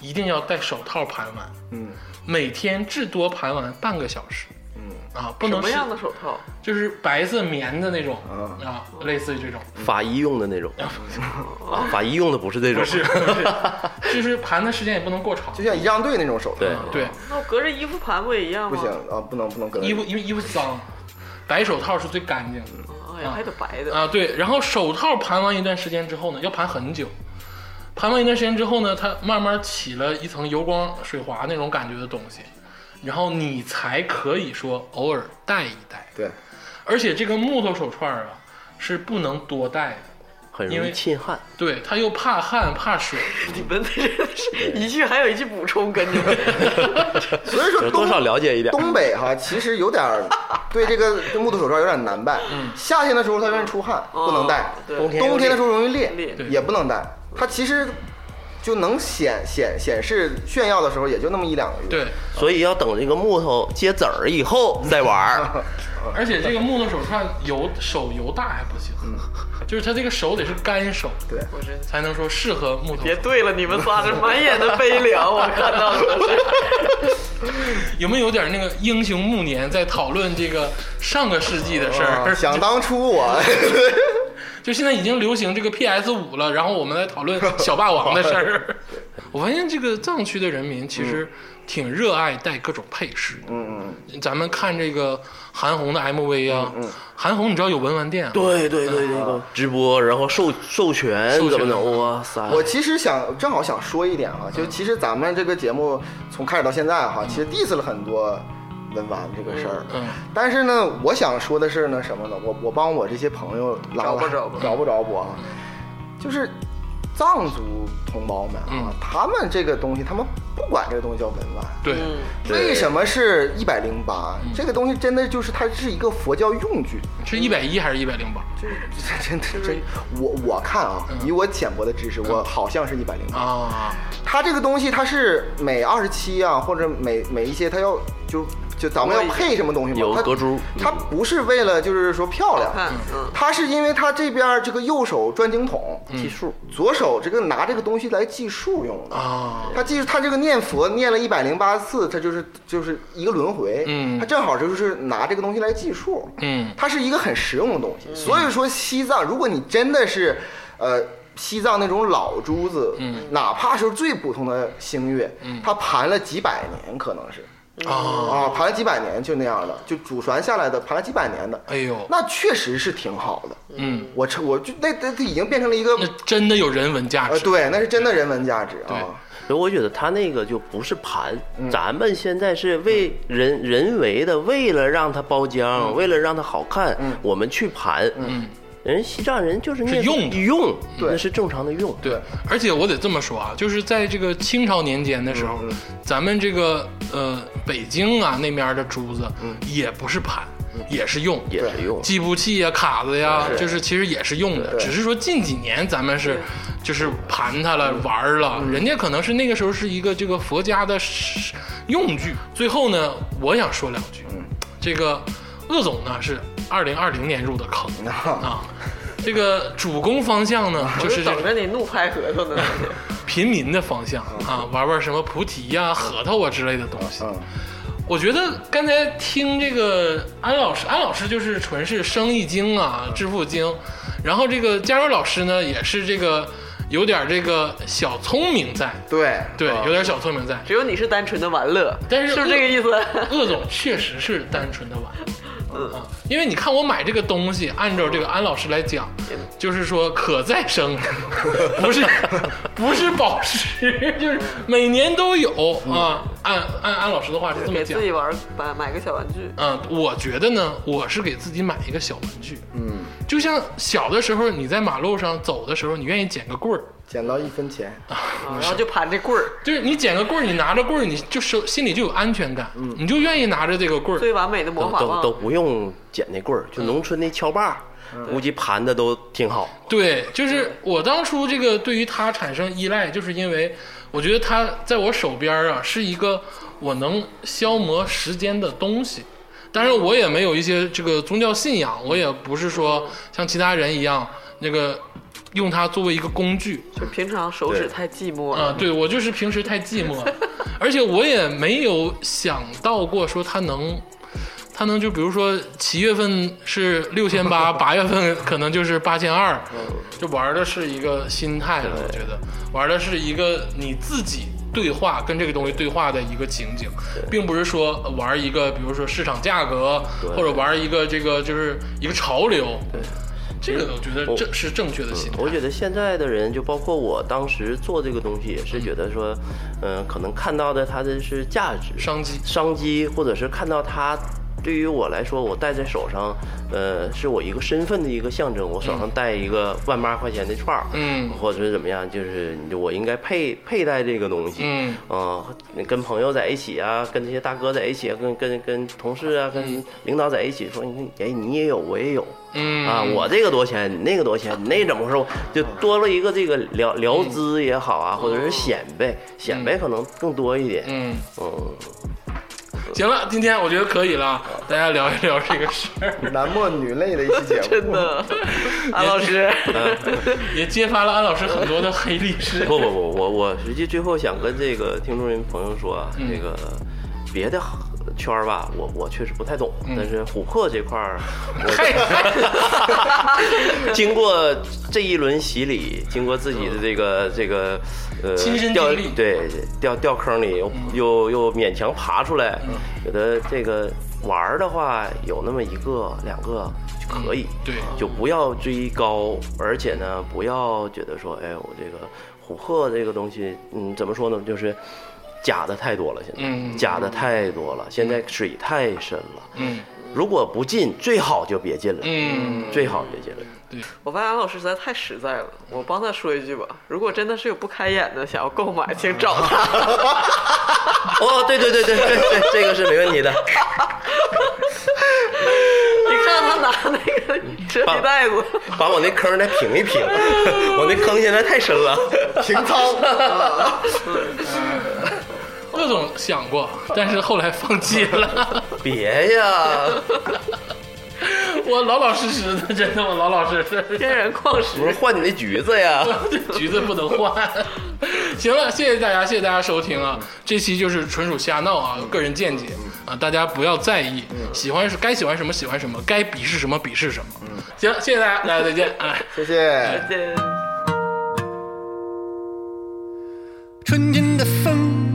A: 一定要戴手套盘完，
C: 嗯，
A: 每天至多盘完半个小时，嗯啊，不
B: 什
A: 能
B: 么
A: 是
B: 样的手套？
A: 就是白色棉的那种
C: 啊
A: 啊，类似于这种。
D: 法医用的那种，啊，法医用的不是这
A: [laughs]
D: 种，
A: 不是，不是就是盘的时间也不能过长
C: 就。像仪仗队那种手套，啊
D: 对
A: 对，
B: 那我隔着衣服盘不也一样
C: 不
B: 吗？
C: 行啊，不能不能跟
A: 衣服因为衣服脏，白手套是最干净的
B: 哎呀，还得白的。
A: 啊。对，然后手套盘完一段时间之后呢，要盘很久。盘完一段时间之后呢，它慢慢起了一层油光水滑那种感觉的东西，然后你才可以说偶尔戴一戴。
C: 对，
A: 而且这个木头手串啊是不能多戴的，
D: 很
A: 因
D: 容
A: 为
D: 易沁汗。
A: 对，它又怕汗怕水。
B: [laughs] 你们真的是一句还有一句补充，跟着
C: [laughs] 所以说
D: 有
C: 东
D: 多少了解一点，
C: 东北哈，其实有点 [laughs] 儿对这个木头手套有点难办。夏天的时候它容易出汗，不能戴；
B: 哦对
D: 冬
C: 嗯
D: 天
C: 哦冬天的时候容易
B: 裂
C: 裂
B: 对，
C: 也不能戴。它其实就能显显显示炫耀的时候，也就那么一两个月。
A: 对，
D: 所以要等这个木头结籽儿以后再玩儿。
A: 而且这个木头手串油手油大还不行， [laughs] 就是它这个手得是干手，
C: 嗯对
B: 我真
A: 才能说适合木头。
B: 别对了，你们仨这满眼的悲凉，我看到的
C: [laughs]
B: 是。
A: 有没有点那个英雄暮年在讨论这个上个世纪的事儿？[laughs]
C: 啊想当初 [laughs] 我
A: 就现在已经流行这个 PS 五了，然后我们来讨论小霸王的事
C: [laughs]
A: 儿。我发现这个藏区的人民其实
C: 嗯
A: 挺热爱戴各种配饰。嗯嗯，咱们看这个韩红的 MV 啊，
C: 嗯
A: 韩红你知道有文玩店啊，
D: 对对对，那个直播，然后授授权
A: 授权
D: 怎么整？哇塞！
C: 我其实想正好想说一点哈，就其实咱们这个节目从开始到现在哈，其实 diss 了很多文玩这个事儿。
A: 嗯，
C: 但是呢，我想说的是呢，什么呢？我我帮我这些朋友拉
B: 找不
C: 拉
B: 着吧
C: 找不着我啊，就是藏族同胞们啊，
A: 嗯
C: 他们这个东西，他们不管这个东西叫文玩。
A: 对，
B: 嗯，
D: 对
C: 为什么是一百零八？这个东西真的就是它是一个佛教用具，
A: 是一百一还是一百零八？
C: 就是真的真，我我看啊，以我浅薄的知识，我好像是一百零八。
A: 啊，
C: 它这个东西，它是每二十七啊，或者每每一些，它要就就咱们要配什么东西嘛？
D: 有
C: 它
D: 隔珠
C: 它不是为了就是说漂亮，
B: 看，嗯，
C: 它是因为它这边这个右手转经筒，
D: 计数？
C: 左手这个拿这个东西来计数用的。
A: 啊，
C: 他记住他这个念佛念了一百零八次，他就是就是一个轮回。
A: 嗯
C: 他正好就是拿这个东西来计数。
A: 嗯
C: 它是一个很实用的东西。所以说，西藏如果你真的是，呃，西藏那种老珠子，
A: 嗯
C: 哪怕是最普通的星月，它盘了几百年，可能是
A: 啊，
C: 啊，盘了几百年就那样的，就祖传下来的，盘了几百年的，
A: 哎呦，
C: 那确实是挺好的。
A: 嗯，
C: 我这我就那那它已经变成了一个
A: 那，真的有人文价
C: 呃，
A: 值。
C: 对，那是真的人文价值
A: 对
C: 啊。
D: 所以我觉得他那个就不是盘，
A: 嗯
D: 咱们现在是为人人为的，为了让它包
A: 嗯
D: 浆，为了让它好看，我们去盘。人西藏人就是那
A: 是用的
D: 用，
C: 对
D: 那是正常的用。
A: 对，而且我得这么说啊，就是在这个清朝年间的时候，咱们这个呃北京啊那面的珠子，也不是盘，也是用，
D: 也
C: [laughs]
D: 是用。
A: 计步器呀、卡子呀，就是其实也是用的，
C: 对
A: 只是说近几年咱们是就是盘它了、玩儿了，人家可能是那个时候是一个这个佛家的是用具。最后呢，我想说两句，这个鄂总呢是二零二零年入的坑啊。这个主攻方向呢，
B: 啊我
A: 就是这个
B: 等着你怒拍核桃呢。
A: [laughs] 平民的方向
B: 嗯
A: 啊，玩玩什么菩提呀、核桃啊之类的东西。
C: 嗯
A: 我觉得刚才听这个安老师，安老师就是纯是生意经
B: 嗯
A: 啊、致富经，然后这个嘉瑞老师呢，也是这个有点这个小聪明在，
C: 对
A: 对，
B: 啊
A: 有点小聪明在。
B: 只有你是单纯的玩乐，
A: 但是
B: 是不是这个意思？
A: 鄂总确实是单纯的玩，
B: 嗯
A: 啊，因为你看我买这个东西，按照这个安老师来讲，
B: 嗯
A: 就是说可再生， [laughs] 不是不是宝石， [laughs] 就是每年都有啊。按按安老师的话是这么
B: 嗯 [laughs] 给
A: 讲
B: 自。己玩儿买买个小玩具，
A: 嗯，我觉得呢，我是给自己买一个小玩具，
C: 嗯，
A: 就像小的时候你在马路上走的时候，你愿意捡个棍儿，
C: 捡到一分钱，
B: 啊然后就盘这棍儿。
A: 就是你捡个棍儿，你拿着棍儿，你就手心里就有安全感，
B: 嗯
A: 你就愿意拿着这个棍儿。
B: 最完美的魔
D: 都
B: 法
D: 都都
B: 棒，
D: 不用捡那棍儿，
A: 嗯
D: 就农村那锹把儿，估计盘的都挺好。
A: 对，就是我当初这个对于它产生依赖，就是因为我觉得它在我手边儿啊是一个我能消磨时间的东西。当然，我也没有一些这个宗教信仰，我也不是说像其他人一样那个用它作为一个工具。
B: 就平常手指太寂寞
A: 啊
B: 了，，
A: 对我就是平时太寂寞，而且我也没有想到过说它能，它能就比如说七月份是六千八，八月份可能就是八千二，
D: 嗯
A: 就玩的是一个心态了。我觉得玩的是一个你自己。对话跟这个东西对话的一个情景，并不是说玩一个，比如说市场价格，或者玩一个这个就是一个潮流。对，这个我觉得
D: 我
A: 这是正确的心态。
D: 我觉得现在的人，就包括我当时做这个东西，也是觉得说，嗯、可能看到的它的是价值、
A: 商机
D: 商机，或者是看到它。对于我来说，我戴在手上，呃，是我一个身份的一个象征。我手上戴一个万八块钱的串儿，
A: 嗯
D: 或者是怎么样，就是我应该佩佩戴这个东西，
A: 嗯
D: 啊、跟朋友在一起啊，跟这些大哥在一起啊，跟跟跟同事啊，跟领导在一起说，你看，哎，你也有，我也有，
A: 嗯
D: 啊，我这个多少钱，你那个多少钱，你那怎么回事？就多了一个这个聊聊资也好啊，或者是显摆，显摆可能更多一点。
A: 嗯。
D: 嗯，
A: 行了，今天我觉得可以了，大家聊一聊这个事
C: [laughs]
A: 儿，
C: 男莫女泪的一期节
B: [laughs]
C: 目，
B: 真
C: [laughs]
B: 的。安老
A: [laughs]
B: 师，
A: 也揭发了安老师很多的黑历
D: [laughs]
A: 史。
D: 不不不，我我实际最后想跟这个听众人朋友说啊，
A: 嗯
D: 这个别的圈儿吧，我我确实不太懂，
A: 嗯
D: 但是琥珀这
A: [laughs]
D: 块儿，
A: 太
D: 我 [laughs] 经过这一轮洗礼，经过自己的这个这个呃
A: 嗯亲身
D: 掉
A: 经历嗯
D: 对掉掉坑里，又又又勉强爬出来，觉得这个玩儿的话有那么一个两个就可以，
A: 嗯
D: 啊
A: 对
D: 就不要追高，而且呢，不要觉得说，哎，我这个琥珀这个东西，嗯，怎么说呢，就是假的太多了，现在、
A: 嗯
D: 假的太多了，现在水太深了，
A: 嗯
D: 如果不进，最好就别进了，
A: 嗯，
D: 最好别进了。 [laughs]
A: 对，
B: 我发现安老师实在太实在了，我帮他说一句吧，如果真的是有不开眼的想要购买，请找他。
D: 哦，对对对对对对，这个是没问题的。
B: 你看他拿那个折皮袋子，
D: 把我那坑再平一平， [laughs] 我那坑现在太深了。 [laughs]
C: 平仓，
A: 乐总想过，但是后来放弃了。
D: 别呀，
A: 我老老实实的，真的，我老老实实
B: 天
A: 的，
B: 然矿
D: 不
B: 石。
D: 是换你那橘子呀？
A: 橘子不能换。行了，谢谢大家，谢谢大家收听啊！这期就是纯属瞎闹啊，个人见解啊，大家不要在意，喜欢是该喜欢什么喜欢什么，该鄙视什么鄙视什么。行，谢谢大家，大家再见，哎。
C: 谢谢。
B: 对
E: 春天的风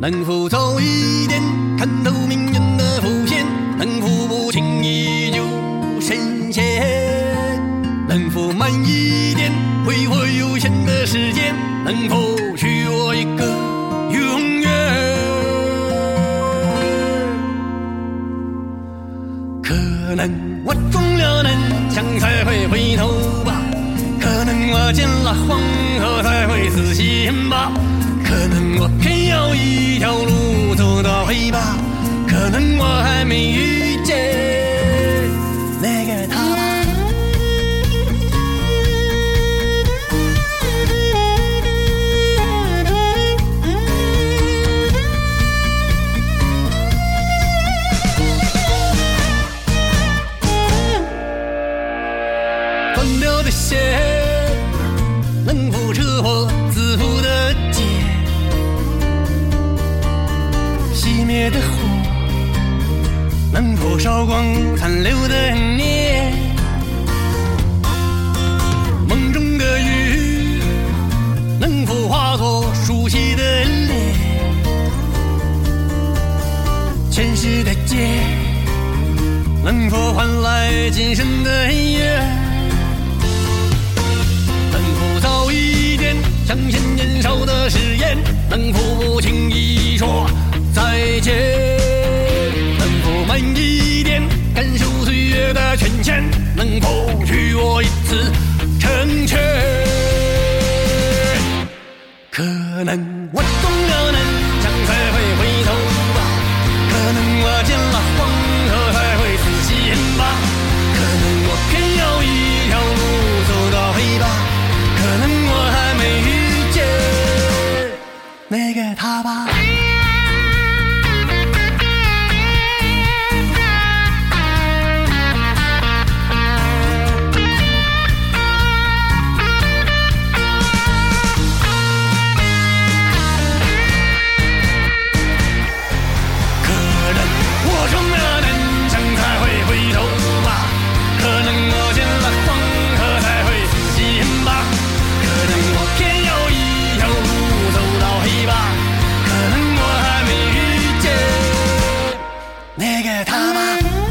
E: 能否早一点看透命运的伏线？能否不轻易就深陷？能否慢一点挥霍有限的时间？能否许我一个永远？可能我中了南墙才会回头吧，可能我见了黄河才会死心吧，可能我偏要一条路走到黑吧，可能我还没遇见那个他吧。
F: Thank you.
G: 能否烧光残留的孽？梦中的雨能否化作熟悉的脸？前世的劫能否换来今生的缘？能否早一点相信年少的誓言？能否不轻易说再见？能否慢一点感受岁月的权限？能否许我一次成全？可能我懂了南墙才会回头吧，可能我见了黄河才会死心吧，可能我偏要一条路走到黑吧，可能我还没遇见那个他吧。可能我撞了南墙才会回头吧，可能我见了黄河才会死心吧，可能我偏要一条路走到黑吧，可能我还没遇见那个他吧。